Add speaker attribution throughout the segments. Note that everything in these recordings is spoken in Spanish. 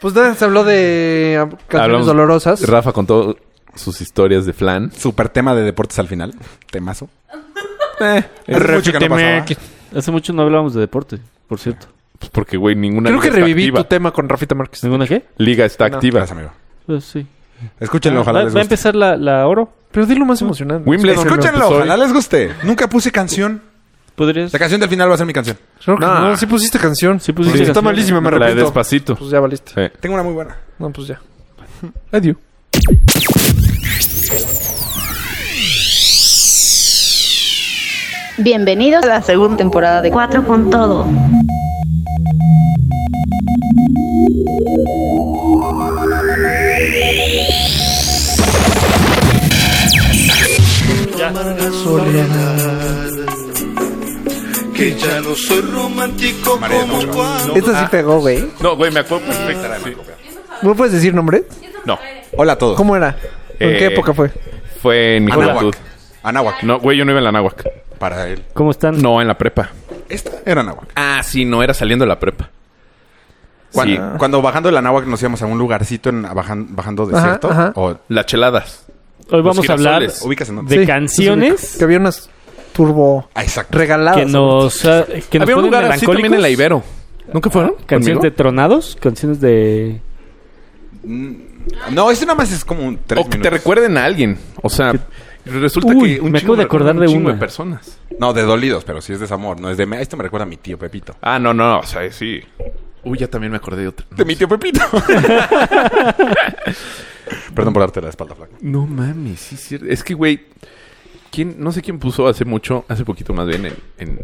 Speaker 1: Pues nada, se habló de ah, canciones
Speaker 2: Hablamos-
Speaker 1: dolorosas.
Speaker 2: Rafa contó sus historias de flan.
Speaker 3: Super tema de deportes al final. Temazo.
Speaker 2: Eh,
Speaker 3: Hace mucho que no pasaba.
Speaker 4: Hace mucho no hablábamos de deporte, por cierto.
Speaker 2: pues porque, güey, ninguna
Speaker 1: Creo que
Speaker 2: liga está
Speaker 1: reviví
Speaker 2: activa.
Speaker 1: tu tema con Rafita Márquez.
Speaker 4: ¿Ninguna qué?
Speaker 2: Liga está
Speaker 3: No,
Speaker 2: activa.
Speaker 3: gracias, amigo.
Speaker 4: Pues sí.
Speaker 3: Escúchenlo,
Speaker 4: va,
Speaker 3: ojalá les
Speaker 4: va a
Speaker 3: guste.
Speaker 4: empezar la, la oro.
Speaker 1: Pero di lo más emocionante.
Speaker 2: Wimbledon.
Speaker 3: Escúchenlo,
Speaker 2: empezó hoy.
Speaker 3: ojalá les guste. Nunca puse canción.
Speaker 4: ¿Podrías?
Speaker 3: La canción del final va a ser mi canción.
Speaker 1: Claro que
Speaker 2: Nah.
Speaker 1: no, sí pusiste canción.
Speaker 4: Sí pusiste
Speaker 1: Está
Speaker 4: canción.
Speaker 1: malísima, me
Speaker 2: La de
Speaker 1: repito.
Speaker 2: Despacito.
Speaker 1: Pues ya valiste.
Speaker 2: Sí.
Speaker 3: Tengo una muy buena.
Speaker 1: No, pues ya. Adiós.
Speaker 5: Bienvenidos a la segunda temporada de Cuatro con Todo.
Speaker 6: Que ya no soy romántico
Speaker 3: María, no, no.
Speaker 6: como cuando.
Speaker 1: Esta sí
Speaker 3: Ah.
Speaker 1: pegó, güey.
Speaker 2: No, güey, me acuerdo perfectamente.
Speaker 1: ¿No puedes decir nombre?
Speaker 2: No,
Speaker 3: Hola a todos.
Speaker 1: ¿Cómo era? ¿En
Speaker 2: Eh,
Speaker 1: qué época fue?
Speaker 2: fue en mi juventud.
Speaker 3: Anáhuac. Anáhuac.
Speaker 2: No, güey, yo no iba en la náhuac.
Speaker 3: Para él.
Speaker 4: ¿Cómo están?
Speaker 2: No, en la prepa.
Speaker 3: Esta era Anáhuac.
Speaker 2: Ah, sí, no, era saliendo de la prepa.
Speaker 3: Cuando,
Speaker 2: Sí.
Speaker 3: cuando bajando de la Anáhuac nos íbamos a un lugarcito en, bajan- bajando desierto.
Speaker 1: ajá.
Speaker 3: O
Speaker 2: Las cheladas.
Speaker 4: Hoy vamos a hablar
Speaker 2: girasoles.
Speaker 3: ubicas en dónde.
Speaker 4: de
Speaker 1: Sí, Pues,
Speaker 4: canciones
Speaker 1: Que había unas turbo
Speaker 3: Ah, exacto.
Speaker 1: regaladas.
Speaker 4: que nos, ah, que nos
Speaker 2: Había un
Speaker 4: ponen
Speaker 2: lugar así también en la
Speaker 4: melancólicos.
Speaker 2: Ibero. ¿Nunca fueron?
Speaker 4: Canciones
Speaker 2: ¿Conmigo?
Speaker 4: de tronados, canciones de...
Speaker 3: No, esto nada más es como un tres
Speaker 2: O que te
Speaker 3: minutos.
Speaker 2: recuerden a alguien. O sea, resulta
Speaker 4: Uy,
Speaker 2: que un
Speaker 4: me
Speaker 2: chingo
Speaker 4: acabo de acordar
Speaker 2: un
Speaker 4: de
Speaker 2: chingo
Speaker 4: una.
Speaker 2: de personas.
Speaker 3: No, de dolidos, pero sí es desamor. No es de... me- Esto me recuerda a mi tío Pepito.
Speaker 2: Ah, no, no, o sea, sí. Uy, ya también me acordé de otra.
Speaker 3: De mi tío Pepito. Perdón por darte la espalda, flaco.
Speaker 2: No mames, sí es cierto. Es que, güey, ¿quién, no sé quién puso hace mucho, hace poquito más bien en... en-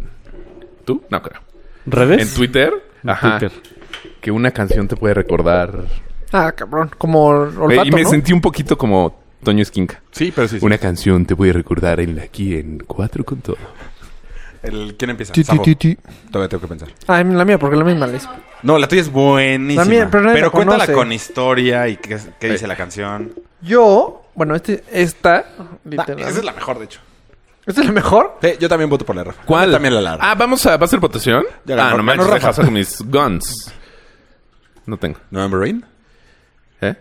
Speaker 2: ¿Tú? No, creo.
Speaker 4: ¿Redes?
Speaker 2: En Twitter.
Speaker 4: En
Speaker 2: Ajá.
Speaker 4: Twitter.
Speaker 2: Que una canción te puede recordar.
Speaker 1: Ah, cabrón. Como
Speaker 2: Güey,
Speaker 1: olfato,
Speaker 2: y me
Speaker 1: ¿no?
Speaker 2: sentí un poquito como Toño Esquinca.
Speaker 3: Sí, pero sí. sí.
Speaker 2: Una canción te puede recordar en aquí en Cuatro con Todo.
Speaker 3: El- ¿Quién empieza?
Speaker 1: Ti, ti,
Speaker 3: Sabo.
Speaker 1: ti, ti.
Speaker 3: Todavía tengo que pensar.
Speaker 1: Ah, la mía, porque la misma les...
Speaker 3: No, la tuya es buenísima.
Speaker 1: La mía, pero
Speaker 3: pero
Speaker 1: nadie la
Speaker 3: cuéntala
Speaker 1: conoce.
Speaker 3: con historia y qué, qué dice la canción.
Speaker 1: Yo, bueno, este, esta,
Speaker 3: Ah,
Speaker 1: literal.
Speaker 3: esa es la mejor, de hecho.
Speaker 1: ¿Esta es la mejor?
Speaker 3: Sí, yo también voto por la Rafa.
Speaker 2: ¿Cuál?
Speaker 3: Yo también la Lara.
Speaker 2: Ah, vamos a... ¿Va a ser votación?
Speaker 3: Ya
Speaker 2: ah, no
Speaker 3: ganó- ganó
Speaker 2: manches,
Speaker 3: Rafa.
Speaker 2: dejas con mis guns. No tengo.
Speaker 3: ¿November Rain?
Speaker 2: ¿Eh?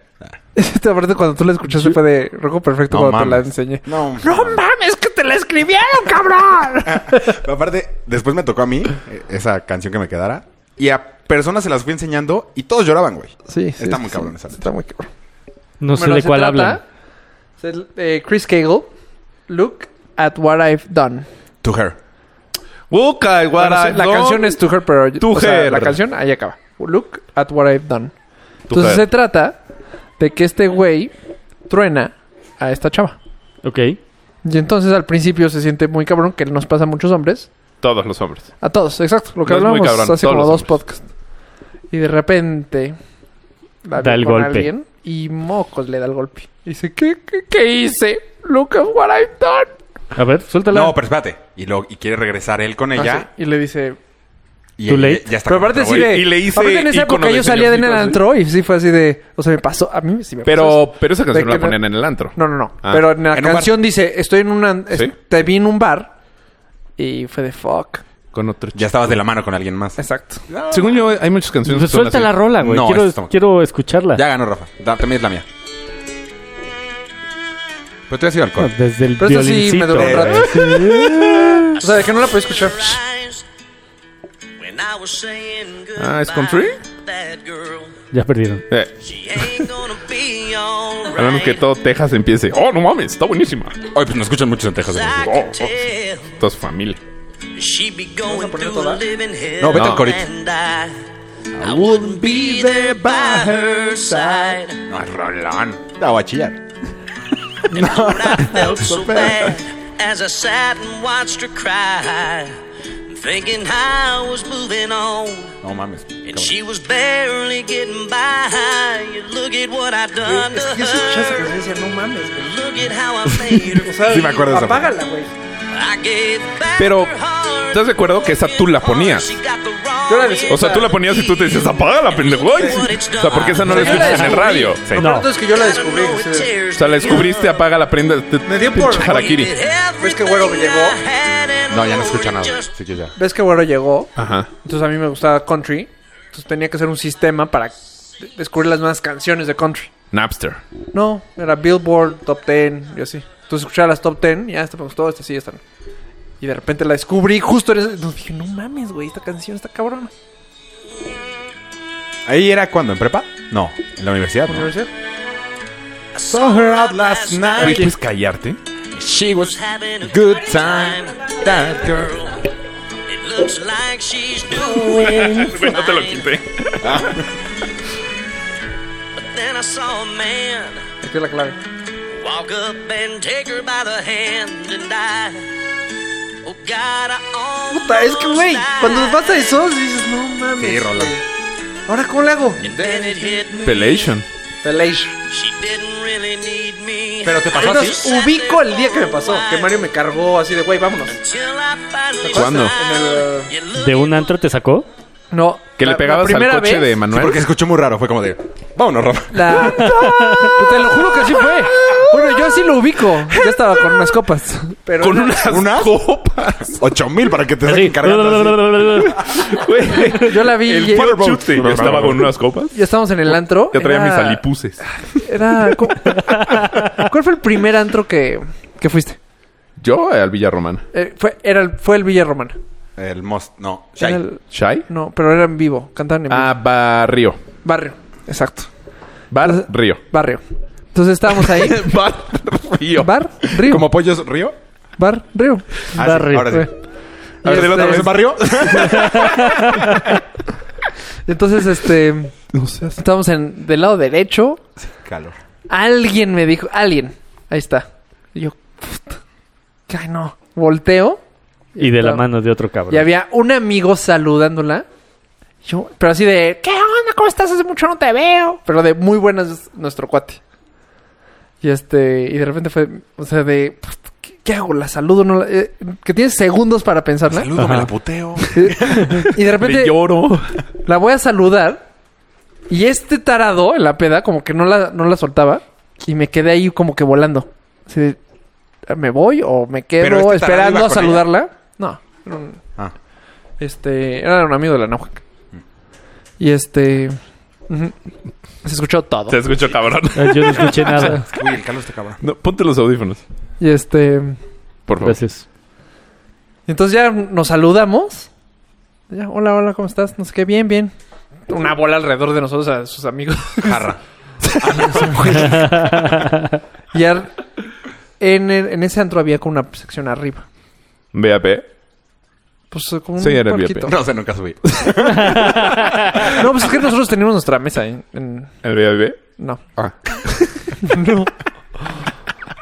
Speaker 1: Esta parte cuando tú la escuchaste fue de rojo perfecto
Speaker 3: No
Speaker 1: cuando te la
Speaker 3: mames.
Speaker 1: enseñé.
Speaker 3: No.
Speaker 1: ¡No mames que te la escribieron, cabrón!
Speaker 3: Ah, Pero aparte, después me tocó a mí eh, esa canción que me quedara. Y a personas se las fui enseñando y todos lloraban, güey.
Speaker 1: sí, sí,
Speaker 3: Está
Speaker 1: sí,
Speaker 3: muy
Speaker 1: sí,
Speaker 3: cabrón esa letra.
Speaker 1: Está muy cabrón.
Speaker 4: No sé
Speaker 1: Bueno,
Speaker 4: de
Speaker 1: se
Speaker 4: cuál
Speaker 1: trata
Speaker 4: hablan.
Speaker 1: del, eh, Chris Cagle, Look at What I've Done.
Speaker 3: To Her.
Speaker 2: Buca,
Speaker 1: Bueno, sí, la canción es To Her, pero
Speaker 2: To
Speaker 1: o sea,
Speaker 2: Her.
Speaker 1: la canción ahí acaba. Look at What I've Done. Entonces se trata de que este güey truena a esta chava.
Speaker 4: Ok.
Speaker 1: Y entonces al principio se siente muy cabrón, que nos pasa a muchos hombres.
Speaker 2: Todos los hombres.
Speaker 1: A todos, exacto. Lo que
Speaker 2: No es muy
Speaker 1: hablábamos
Speaker 2: cabrón,
Speaker 1: hace
Speaker 2: todos
Speaker 1: como
Speaker 2: los
Speaker 1: dos
Speaker 2: hombres.
Speaker 1: podcasts. Y de repente... la
Speaker 4: Da
Speaker 1: ve
Speaker 4: el
Speaker 1: con
Speaker 4: golpe.
Speaker 1: alguien y mocos le da el golpe. Y dice, ¿qué, qué, qué hice? Look at what I've done.
Speaker 4: A ver, suéltala.
Speaker 3: No, pero espérate. Y, lo, y quiere regresar él con
Speaker 1: Ah,
Speaker 3: ella.
Speaker 1: sí. Y le dice...
Speaker 3: Y
Speaker 4: Too
Speaker 3: él
Speaker 4: late.
Speaker 3: ya- ya está.
Speaker 1: Pero
Speaker 3: con
Speaker 1: aparte
Speaker 3: otro
Speaker 1: sí
Speaker 3: güey.
Speaker 1: de...
Speaker 2: y le hice
Speaker 1: aparte en esa
Speaker 2: ícono
Speaker 1: época
Speaker 2: de
Speaker 1: yo salía de en el
Speaker 2: señorcito,
Speaker 1: antro y sí fue así de... O sea, me pasó... A mí sí me pasó eso.
Speaker 2: Pero, pero esa canción
Speaker 1: De
Speaker 2: la
Speaker 1: que no-
Speaker 2: ponían en el antro.
Speaker 1: No, no, no.
Speaker 2: Ah.
Speaker 1: Pero en la
Speaker 3: En un bar.
Speaker 1: canción dice, estoy en una... es-
Speaker 2: Sí.
Speaker 1: Te vi en un bar. Y fue de fuck.
Speaker 2: Con otro
Speaker 3: Ya estabas de la mano con alguien más.
Speaker 1: Exacto.
Speaker 2: chico. Según yo, hay muchas canciones
Speaker 4: Pues
Speaker 2: que son
Speaker 4: suelta
Speaker 2: así.
Speaker 4: la rola, güey.
Speaker 3: No,
Speaker 4: quiero,
Speaker 3: esta está-
Speaker 4: quiero escucharla.
Speaker 3: Ya ganó Rafa. Da- también es la mía. Pero tú has ido al coro.
Speaker 4: Desde el
Speaker 1: Pero esta sí me duró un rato.
Speaker 4: violincito.
Speaker 1: O sea, de que no la podía escuchar.
Speaker 2: Ah, ¿es country?
Speaker 4: Ya perdieron.
Speaker 2: Eh, hablando que todo Texas empiece. Oh, no mames, está buenísima.
Speaker 3: Hoy pues nos escuchan muchos en Texas.
Speaker 2: Oh, oh, toda su familia.
Speaker 3: No, vete
Speaker 2: No.
Speaker 3: al corito. No, es Rolón. La voy a chillar. No mames. cabrón. Sí me acuerdo de esa.
Speaker 1: Apágala, güey.
Speaker 2: Pero, ¿estás de acuerdo que esa tú la ponías? O sea, tú la ponías y tú te dices, apágala, pendejo. Ay, sí. O sea, porque esa no la escuchas en el radio.
Speaker 3: Sí.
Speaker 1: Lo pronto es que yo la descubrí. así de-
Speaker 2: O sea, la descubriste, apaga la prenda. te-
Speaker 1: Me dio por-
Speaker 2: pinche Harakiri.
Speaker 1: ¿Ves que güero llegó?
Speaker 3: No, ya no escucha nada. Sí que ya.
Speaker 1: ¿Ves que güero llegó?
Speaker 2: Ajá.
Speaker 1: Entonces a mí me gustaba country. Entonces tenía que hacer un sistema para
Speaker 7: de- descubrir las más canciones de country.
Speaker 2: Napster.
Speaker 7: No, era Billboard, Top 10, y así. Entonces escuchaba las Top 10, ya esta me gustó, esta sí, esta no. Y de repente la descubrí justo en ese... Entonces dije, no mames, güey, esta canción está cabrona.
Speaker 3: ¿Ahí era cuando? ¿En prepa? No, en la universidad. ¿no?
Speaker 7: Universidad.
Speaker 3: Saw her out last night.
Speaker 2: Oye, ¿puedes callarte?
Speaker 3: She was
Speaker 8: Having a
Speaker 3: good time. That girl.
Speaker 8: It looks like she's doing
Speaker 2: Güey, no te lo quité.
Speaker 8: But then I saw a man
Speaker 7: Aquí es la clave.
Speaker 8: walk up and take her by the hand and I Oh God, I almost
Speaker 7: Puta, es que, güey, cuando
Speaker 8: died.
Speaker 7: pasa eso, dices, no mames.
Speaker 3: Sí, Roland.
Speaker 7: Ahora, ¿cómo le hago?
Speaker 8: Then it hit me.
Speaker 2: Pelation.
Speaker 7: Felish.
Speaker 8: She didn't really need me.
Speaker 3: Pero te pasó así.
Speaker 7: Entonces, ubico el día que me pasó, que Mario me cargó así de, güey, vámonos.
Speaker 8: Till I finally
Speaker 2: ¿Cuándo?
Speaker 8: smiled. You look
Speaker 4: ¿De un antro te sacó?
Speaker 7: No.
Speaker 2: Que le
Speaker 7: la-
Speaker 2: pegabas
Speaker 7: la
Speaker 2: al
Speaker 7: primera
Speaker 2: coche
Speaker 7: vez,
Speaker 2: de
Speaker 3: Sí,
Speaker 2: Manuel.
Speaker 3: porque escuchó muy raro. Fue como de. Vámonos, Rob.
Speaker 7: La... Te lo juro que así fue. Bueno, yo así lo ubico. Ya estaba con unas copas. Pero
Speaker 2: Con
Speaker 7: era-
Speaker 2: unas
Speaker 3: ¿Unas?
Speaker 2: copas.
Speaker 3: Ocho mil para que te
Speaker 4: Así.
Speaker 3: saquen cargando. así.
Speaker 2: Güey.
Speaker 7: Yo la vi
Speaker 2: El
Speaker 7: y-
Speaker 2: puro chute. Yo estaba con unas copas.
Speaker 7: Ya estábamos en el antro.
Speaker 2: Ya traía
Speaker 7: Era-
Speaker 2: mis alipuses.
Speaker 7: Era... ¿cómo- ¿Cuál fue el primer antro que, que fuiste?
Speaker 2: Yo eh, al Villa Romana.
Speaker 7: Eh, fue, era el, fue el Villa Romana.
Speaker 3: El most. No.
Speaker 7: Era
Speaker 3: Shy.
Speaker 7: el-
Speaker 2: ¿Shy?
Speaker 7: no, pero era en vivo. Cantaban en vivo.
Speaker 2: Ah, Barrio.
Speaker 7: Barrio. Exacto.
Speaker 2: Bar Río.
Speaker 7: Barrio. Entonces estábamos ahí.
Speaker 2: Bar Río.
Speaker 7: Bar, río.
Speaker 3: ¿Como pollos río?
Speaker 7: Bar, río.
Speaker 3: Ah, sí,
Speaker 4: Barrio.
Speaker 3: ahora sí.
Speaker 2: A ver,
Speaker 7: Y
Speaker 2: del otro
Speaker 7: este-
Speaker 2: vez.
Speaker 3: ¿Es barrio?
Speaker 7: Entonces, este. Estábamos en, del lado derecho.
Speaker 3: Calor.
Speaker 7: Alguien me dijo, alguien. Ahí está. Y yo, puta. Ay, no. Volteo
Speaker 4: Y de la
Speaker 7: Claro.
Speaker 4: mano de otro cabrón.
Speaker 7: y había un amigo saludándola. Yo, pero así de, ¿qué onda? ¿Cómo estás? Hace mucho no te veo. Pero de muy buenas, nuestro cuate. Y este, y de repente fue, o sea, de, puta, ¿qué, qué hago? ¿La saludo? No la- eh, que tienes segundos para pensarla.
Speaker 3: Saludo, me la puteo.
Speaker 7: Y de repente
Speaker 2: Le lloro.
Speaker 7: la voy a saludar. Y este tarado en la peda, como que no la, no la soltaba. Y me quedé ahí como que volando. Así de, ¿me voy o me
Speaker 3: Pero
Speaker 7: quedo
Speaker 3: este tarado
Speaker 7: esperando
Speaker 3: iba
Speaker 7: a
Speaker 3: con
Speaker 7: saludarla? No. era un-
Speaker 3: Ah.
Speaker 7: Este, era un amigo de la náhuac. Y este... ujú, Se escuchó todo.
Speaker 2: Te escucho, cabrón.
Speaker 4: Ah, Yo no escuché nada.
Speaker 3: Uy, el calor está cabrón.
Speaker 2: No, ponte los audífonos,
Speaker 7: Y este...
Speaker 2: por favor.
Speaker 4: Gracias.
Speaker 7: Entonces ya nos saludamos. Ya, hola, hola, ¿cómo estás? No sé qué, bien, bien. Una bola alrededor de nosotros a sus amigos.
Speaker 3: Jarra.
Speaker 7: Y al- en, el- en ese antro había como una sección arriba.
Speaker 2: VAP.
Speaker 7: Pues como un
Speaker 2: Sí, era el
Speaker 7: palquito.
Speaker 3: No sé, nunca subí.
Speaker 7: No, pues es que nosotros teníamos nuestra mesa en... en-
Speaker 2: El VAP.
Speaker 7: no.
Speaker 3: Ah.
Speaker 7: no.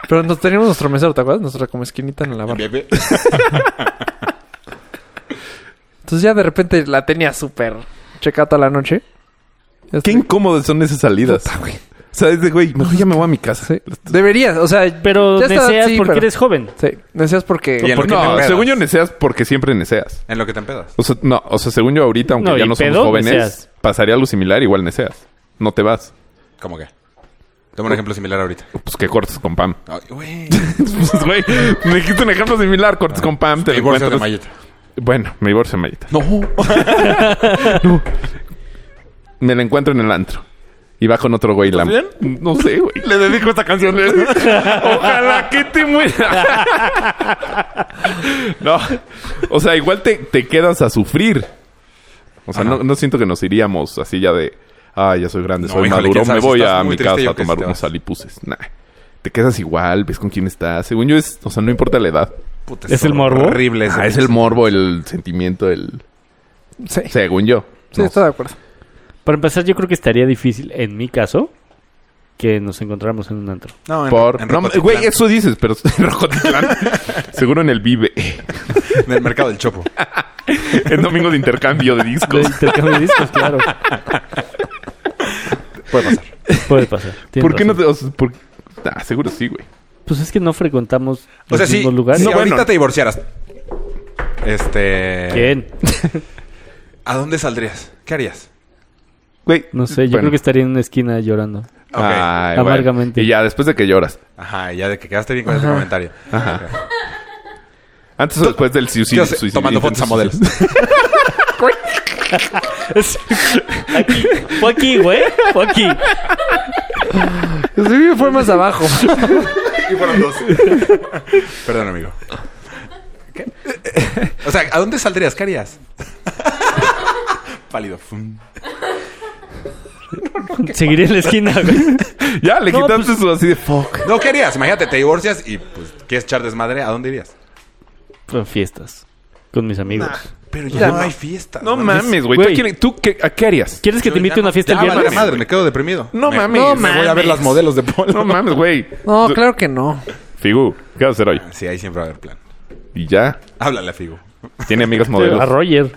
Speaker 7: Pero nos teníamos nuestro mesero, ¿te acuerdas? Nuestra como esquinita en la barra.
Speaker 3: Bebé.
Speaker 7: Entonces ya de repente la tenía súper checada toda la noche. Este, Ya
Speaker 2: Qué
Speaker 7: estoy-
Speaker 2: incómodas son esas salidas. O sea, es de, güey, mejor ya me voy a mi casa.
Speaker 7: Sí. Deberías, o sea...
Speaker 4: Pero
Speaker 7: ya está,
Speaker 4: deseas
Speaker 7: sí,
Speaker 4: porque
Speaker 7: pero-
Speaker 4: eres joven.
Speaker 7: Sí, deseas porque...
Speaker 3: Y en lo que te
Speaker 2: no,
Speaker 3: empedas.
Speaker 2: según yo neceas porque siempre neceas.
Speaker 3: En lo que te empedas.
Speaker 2: O sea, no, o sea, según yo ahorita, aunque
Speaker 4: No,
Speaker 2: ya
Speaker 4: y
Speaker 2: no somos
Speaker 4: pedo,
Speaker 2: jóvenes,
Speaker 4: neceas.
Speaker 2: pasaría algo similar, igual neceas. No te vas.
Speaker 3: ¿Cómo que? Toma
Speaker 2: Oh.
Speaker 3: un ejemplo similar ahorita.
Speaker 2: Pues que cortes con Pam.
Speaker 3: Ay, güey.
Speaker 2: pues, güey, me dijiste un ejemplo similar, cortes con Pam, te lo
Speaker 3: Ah, pues Divorcio de
Speaker 2: encuentras.
Speaker 3: Mayita.
Speaker 2: bueno, me divorcio de Mayita.
Speaker 3: No.
Speaker 2: Me la encuentro en el antro. Y va con otro güey. La... No sé, güey. Le dedico esta canción.
Speaker 3: ¿eh?
Speaker 2: Ojalá que te muera. no. O sea, igual te, te quedas a sufrir. O sea, no, no siento que nos iríamos así ya de... Ah, ya soy grande,
Speaker 3: No,
Speaker 2: soy
Speaker 3: híjole,
Speaker 2: maduro.
Speaker 3: quién sabe,
Speaker 2: Me
Speaker 3: si
Speaker 2: voy
Speaker 3: estás
Speaker 2: a
Speaker 3: muy
Speaker 2: mi
Speaker 3: triste,
Speaker 2: casa
Speaker 3: yo
Speaker 2: a
Speaker 3: que
Speaker 2: tomar
Speaker 3: sí te
Speaker 2: unos
Speaker 3: vas.
Speaker 2: alipuses. Nah. Te quedas igual, ves con quién estás. Según yo es... O sea, no importa la edad.
Speaker 3: Puta,
Speaker 4: ¿Es el morbo?
Speaker 3: Horrible ese.
Speaker 2: Ah, es el morbo, el sentimiento, el...
Speaker 7: Sí, sí,
Speaker 2: Según yo. No
Speaker 7: estoy de acuerdo.
Speaker 4: Para empezar, yo creo que estaría difícil, en mi caso, que nos encontráramos en un antro.
Speaker 3: No, en-
Speaker 2: Por...
Speaker 3: en
Speaker 2: no,
Speaker 3: Rocotitlán,
Speaker 2: güey, eso dices, pero... en Rocotitlán. Seguro en el Vive.
Speaker 3: En el mercado del Chopo.
Speaker 2: En domingo de intercambio de
Speaker 4: De
Speaker 2: discos.
Speaker 4: intercambio de discos, claro.
Speaker 3: Puede pasar.
Speaker 4: Puede pasar. Tienes
Speaker 2: ¿Por qué no te...?
Speaker 4: razón.
Speaker 2: o sea, por- Ah, seguro sí, güey.
Speaker 4: Pues es que no frecuentamos
Speaker 3: O
Speaker 4: los
Speaker 3: sea, si,
Speaker 4: mismos lugares.
Speaker 3: si
Speaker 2: No, bueno.
Speaker 3: ahorita te divorciaras, este.
Speaker 4: ¿Quién?
Speaker 3: ¿A dónde saldrías? ¿Qué harías?
Speaker 2: Güey.
Speaker 4: No sé, yo
Speaker 2: bueno.
Speaker 4: creo que estaría en una esquina llorando.
Speaker 3: Ok.
Speaker 2: Ay, bueno.
Speaker 4: Amargamente.
Speaker 2: Y ya, después de que lloras.
Speaker 3: Ajá, ya de que quedaste bien con ese comentario.
Speaker 2: Ajá. Antes o después del suicidio.
Speaker 3: Yo sé,
Speaker 2: suicidio,
Speaker 3: tomando
Speaker 2: intento
Speaker 3: fotos a modelos.
Speaker 2: suicidio.
Speaker 7: güey.
Speaker 4: Es- Aquí, fue aquí, güey. Fue aquí.
Speaker 7: Sí, fue más abajo.
Speaker 3: Y fueron dos. Perdón, amigo. O sea, ¿a dónde saldrías? ¿Qué harías? Pálido. Fum.
Speaker 4: Seguiré en la esquina, güey.
Speaker 2: Ya, le
Speaker 4: No,
Speaker 2: quitaste
Speaker 4: pues-
Speaker 2: su así de fuck.
Speaker 3: No, ¿qué harías? Imagínate, te divorcias y pues quieres echar desmadre. ¿A dónde irías?
Speaker 4: Fueron fiestas. Con mis amigos.
Speaker 3: Pero ya, no hay fiesta.
Speaker 2: No mames, güey. ¿Tú,
Speaker 4: Güey.
Speaker 2: a quién- tú qué, a qué harías?
Speaker 4: ¿Quieres que te invite a una fiesta el
Speaker 3: vale
Speaker 4: viernes?
Speaker 3: madre, me quedo deprimido.
Speaker 2: No
Speaker 3: Me-
Speaker 2: mames.
Speaker 3: Me voy a ver las modelos de polo.
Speaker 2: No mames, güey.
Speaker 7: No,
Speaker 2: Tú-
Speaker 7: claro que no.
Speaker 2: Figu, ¿qué vas a hacer hoy?
Speaker 3: Sí, ahí siempre va a haber plan.
Speaker 2: Y ya.
Speaker 3: Háblale a Figo.
Speaker 2: Tiene amigas
Speaker 4: A
Speaker 2: modelos.
Speaker 4: Roger.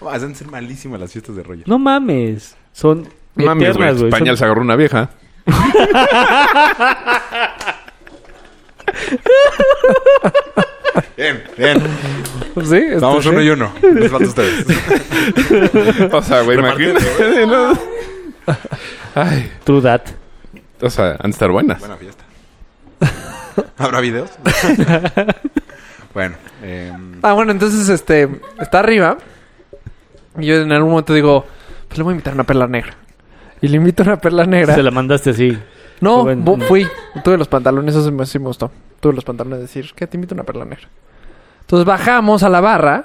Speaker 3: Vas a ser malísimas las fiestas de Roger.
Speaker 4: No mames. Son
Speaker 2: Mames, güey.
Speaker 4: eternas, güey.
Speaker 2: Español se
Speaker 4: Son-
Speaker 2: agarró una vieja.
Speaker 3: Bien, bien.
Speaker 7: Sí, este
Speaker 3: Vamos
Speaker 7: sí.
Speaker 3: uno y uno. Les falta a ustedes.
Speaker 2: O sea, güey,
Speaker 3: Repartiendo.
Speaker 2: imagínate. ¿no? Ay,
Speaker 4: True that.
Speaker 2: o sea, han de estar buenas.
Speaker 3: Buena fiesta. ¿Habrá videos? bueno, eh,
Speaker 7: Ah, bueno, entonces este está arriba. Y yo en algún momento digo, pues le voy a invitar una perla negra. Y le invito una perla negra.
Speaker 4: Se la mandaste así.
Speaker 7: No,
Speaker 4: Qué buen-
Speaker 7: bu- fui. Tuve los pantalones, eso sí me, sí me gustó. Tuve los pantalones de decir, que te invito una perla negra. Entonces bajamos a la barra,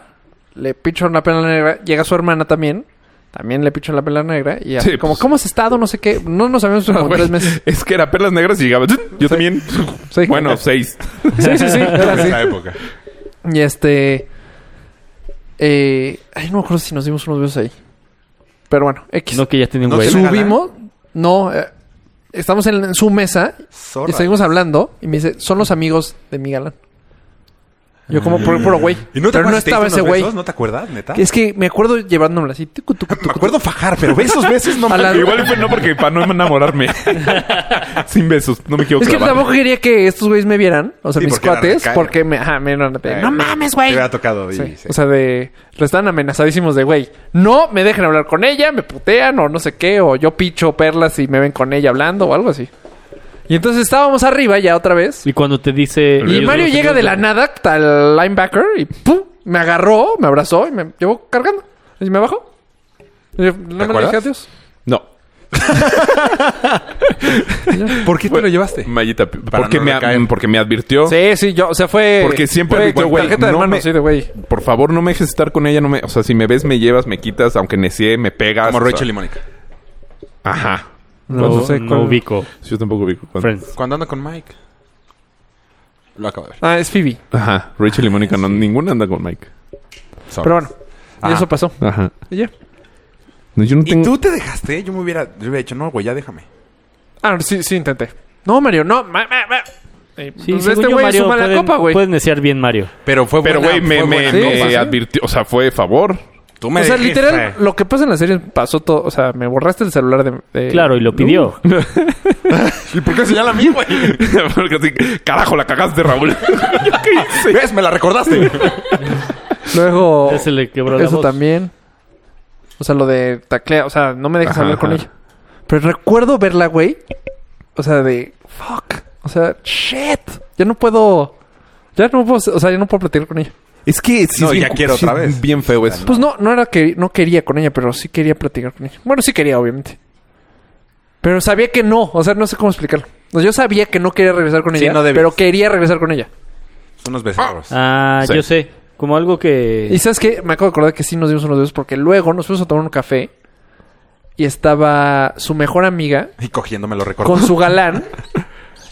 Speaker 7: le picho una perla negra, llega su hermana también. También le picho la perla negra y así
Speaker 2: Sí,
Speaker 7: como,
Speaker 2: pues. Ah,
Speaker 7: ¿cómo has estado? No sé qué. No nos habíamos visto como
Speaker 2: Güey,
Speaker 7: tres meses.
Speaker 2: Es que era perlas negras y llegaba. Yo también.
Speaker 7: Sí.
Speaker 2: Bueno, seis.
Speaker 7: Sí, sí, sí. era así.
Speaker 3: esa época.
Speaker 7: Y este. Eh, ay, no me acuerdo si nos dimos unos besos ahí. Pero bueno, X.
Speaker 4: No que ya tenía un
Speaker 3: No,
Speaker 4: güey.
Speaker 3: su-
Speaker 7: Subimos. No, eh, estamos en, en su mesa y
Speaker 3: Zorra.
Speaker 7: seguimos hablando. Y me dice, son los amigos de mi galán. Yo, como por puro güey.
Speaker 3: ¿Y no te
Speaker 7: pero no
Speaker 3: acuerdas si te
Speaker 7: estaba
Speaker 3: diste
Speaker 7: ese
Speaker 3: unos
Speaker 7: güey.
Speaker 3: besos? ¿No te acuerdas, neta?
Speaker 7: Es que me acuerdo llevándomela así. tucu, tucu,
Speaker 3: Me
Speaker 7: tucu.
Speaker 3: acuerdo fajar, pero besos, besos no
Speaker 7: A la-
Speaker 3: me
Speaker 2: Igual fue no porque para no enamorarme. Sin besos, no me quiero
Speaker 7: Es que
Speaker 2: clavar.
Speaker 7: tampoco quería que estos güeyes me vieran. O sea,
Speaker 3: Sí,
Speaker 7: mis
Speaker 3: porque eran de
Speaker 7: cuates.
Speaker 3: calle.
Speaker 7: Porque me. Ajá, me eran de- no mames, güey.
Speaker 3: Te hubiera tocado. y-
Speaker 7: Sí,
Speaker 3: sí.
Speaker 7: O sea, de. Lo están amenazadísimos de, güey, no me dejen hablar con ella, me putean o no sé qué, o yo picho perlas y me ven con ella hablando o algo así. Y entonces estábamos arriba ya otra vez.
Speaker 4: Y cuando te dice...
Speaker 7: Y
Speaker 4: ellos
Speaker 7: Mario
Speaker 4: dos
Speaker 7: llega
Speaker 4: amigos
Speaker 7: de la nada tal linebacker y ¡pum! Me agarró, me abrazó y me llevó cargando. Y me bajó. Y yo, no me le
Speaker 3: acuerdas?
Speaker 7: dije adiós.
Speaker 2: No.
Speaker 3: ¿Por qué te lo llevaste?
Speaker 2: Mallita, porque,
Speaker 3: no
Speaker 2: me,
Speaker 3: recaer.
Speaker 2: porque me advirtió.
Speaker 7: Sí, sí, yo, o sea, fue.
Speaker 2: Porque siempre
Speaker 7: fue
Speaker 2: digo, güey,
Speaker 7: tarjeta de
Speaker 2: no
Speaker 7: mano,
Speaker 2: me-
Speaker 7: sí, de güey.
Speaker 2: Por favor, no me dejes estar con ella. No me, o sea, si me ves, me llevas, me quitas, aunque necié, me pegas.
Speaker 3: Como
Speaker 2: o sea,
Speaker 3: Rachel y Mónica.
Speaker 2: Ajá.
Speaker 7: No
Speaker 4: No,
Speaker 7: sé
Speaker 4: no
Speaker 7: cuál- Pues,
Speaker 4: ubico.
Speaker 2: Yo tampoco ubico. cuánto.
Speaker 4: Friends.
Speaker 3: Cuando anda con Mike. Lo acabo de ver.
Speaker 7: Ah, es Phoebe.
Speaker 2: Ajá. Rachel y Mónica, no, ninguna anda con Mike.
Speaker 3: Sorry.
Speaker 7: Pero bueno, y
Speaker 2: Ah.
Speaker 3: Ajá.
Speaker 7: eso pasó.
Speaker 2: Ajá.
Speaker 7: Y ya.
Speaker 2: No, yo no
Speaker 3: ¿Y
Speaker 2: tengo.
Speaker 3: tú te dejaste? Yo me hubiera, yo hubiera dicho, no, güey, ya déjame.
Speaker 7: Ah, sí, sí, intenté. No, Mario, no. ma- ma- ma- Eh,
Speaker 4: Sí,
Speaker 7: pues
Speaker 4: según
Speaker 7: este
Speaker 4: yo,
Speaker 7: güey
Speaker 4: Mario,
Speaker 7: suma la
Speaker 4: pueden-
Speaker 7: copa, güey.
Speaker 4: Puedes necear bien, Mario.
Speaker 3: Pero fue
Speaker 2: Pero,
Speaker 3: buena-
Speaker 2: güey, me,
Speaker 3: fue
Speaker 2: me,
Speaker 3: buena
Speaker 2: me
Speaker 3: copa, ¿sí?
Speaker 2: advirtió. O sea, fue favor.
Speaker 3: Tú me
Speaker 7: O sea,
Speaker 3: dijiste.
Speaker 7: literal, lo que pasa en la serie pasó todo. O sea, me borraste el celular de. de-
Speaker 4: Claro, y lo
Speaker 7: Uh,
Speaker 4: pidió.
Speaker 3: ¿Y por qué señala a mí, güey?
Speaker 2: Porque así, carajo, la cagaste, Raúl. ¿Qué hice?
Speaker 3: ¿Ves? Me la recordaste.
Speaker 7: Luego.
Speaker 4: Ya se le quebró la
Speaker 7: Eso
Speaker 4: voz.
Speaker 7: también. O sea, lo de taclea. O sea, no me dejas
Speaker 2: Ajá,
Speaker 7: hablar con
Speaker 2: ajá.
Speaker 7: ella. Pero recuerdo verla, güey. O sea, de. Fuck. O sea, shit. Ya no puedo. Ya no puedo. O sea, ya no puedo platicar con ella.
Speaker 2: Es que sí,
Speaker 3: No,
Speaker 2: es bien-
Speaker 3: ya quiero
Speaker 2: sí
Speaker 3: otra
Speaker 2: es
Speaker 3: vez.
Speaker 2: Bien feo eso.
Speaker 7: Pues no, no era que no quería con ella, pero sí quería platicar con ella. Bueno, sí quería, obviamente. Pero sabía que no, o sea, no sé cómo explicarlo. O sea, Yo sabía que no quería regresar con
Speaker 3: Sí,
Speaker 7: ella,
Speaker 3: no debes.
Speaker 7: pero quería regresar con ella.
Speaker 3: Unos becerros.
Speaker 4: Ah,
Speaker 2: Sí.
Speaker 4: yo sé. Como algo que...
Speaker 7: Y sabes que me acabo de acordar que sí nos dimos unos besos porque luego nos fuimos a tomar un café y estaba su mejor amiga
Speaker 3: Y cogiéndome lo recuerdo.
Speaker 7: con su galán.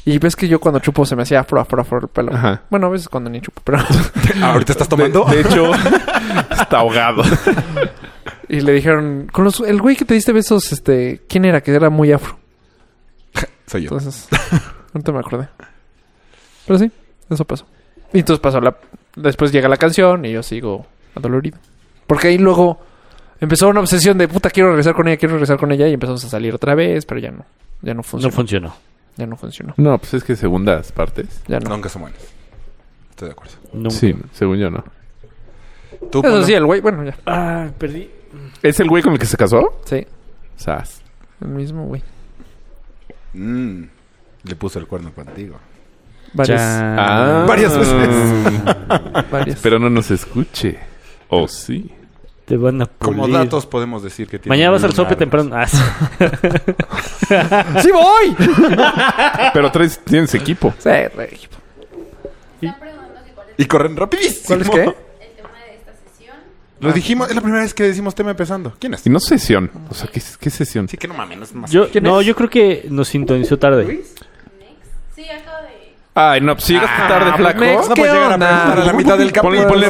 Speaker 7: Y ves que yo cuando chupo se me hacía afro, afro, afro el pelo.
Speaker 2: Ajá.
Speaker 7: Bueno, a veces cuando ni chupo, pero...
Speaker 3: Ahorita estás tomando.
Speaker 2: De hecho, está ahogado.
Speaker 7: y le dijeron, con los- el güey que te diste besos, este, ¿quién era? Que era muy afro.
Speaker 3: Soy yo.
Speaker 7: Entonces, ahorita me acordé. Pero sí, eso pasó. Y entonces pasó la... Después llega la canción y yo sigo adolorido. Porque ahí luego empezó una obsesión de, puta, quiero regresar con ella, quiero regresar con ella. Y empezamos a salir otra vez, pero ya no. Ya no
Speaker 4: No
Speaker 7: funcionó.
Speaker 4: funcionó.
Speaker 7: ya no funcionó.
Speaker 2: No, pues es que segundas partes.
Speaker 7: Ya no.
Speaker 3: Nunca son buenas. Estoy de acuerdo.
Speaker 4: Nunca.
Speaker 2: Sí, según yo no.
Speaker 3: Tú,
Speaker 7: Eso
Speaker 3: Polo,
Speaker 7: sí, el güey, bueno, ya.
Speaker 4: Ah, perdí.
Speaker 2: ¿Es el güey con el que se casó?
Speaker 7: Sí,
Speaker 2: Sas.
Speaker 7: el mismo güey.
Speaker 3: mm, le puso el cuerno contigo.
Speaker 7: Varias.
Speaker 4: Chan.
Speaker 2: Ah.
Speaker 3: Varias veces.
Speaker 7: varias.
Speaker 2: Pero no nos escuche. Oh, sí.
Speaker 4: Te van a pulir.
Speaker 3: Como datos podemos decir que tiene.
Speaker 4: Mañana vas al sope
Speaker 3: lunares.
Speaker 4: temprano. Ah, sí.
Speaker 7: ¡Sí voy!
Speaker 2: Pero traes, tienes equipo.
Speaker 7: sí, re equipo.
Speaker 3: Y corren rapidísimo.
Speaker 7: ¿Cuál es qué?
Speaker 3: Lo dijimos, es la primera vez que decimos tema empezando. ¿Quién es?
Speaker 2: Y no sesión. O sea, ¿qué, qué sesión?
Speaker 3: Sí, que no mames, no es más.
Speaker 4: Yo,
Speaker 7: ¿Quién
Speaker 4: no,
Speaker 7: es?
Speaker 4: yo creo que nos sintonizó tarde.
Speaker 9: Sí, acabo de.
Speaker 2: Ay, no, si llegaste tarde, flaco.
Speaker 7: Mex,
Speaker 3: no
Speaker 7: ¿qué
Speaker 3: puedes llegar a
Speaker 7: onda?
Speaker 3: preguntar a la mitad del
Speaker 2: Ah, pues Ponle,
Speaker 3: capítulo.
Speaker 2: ponle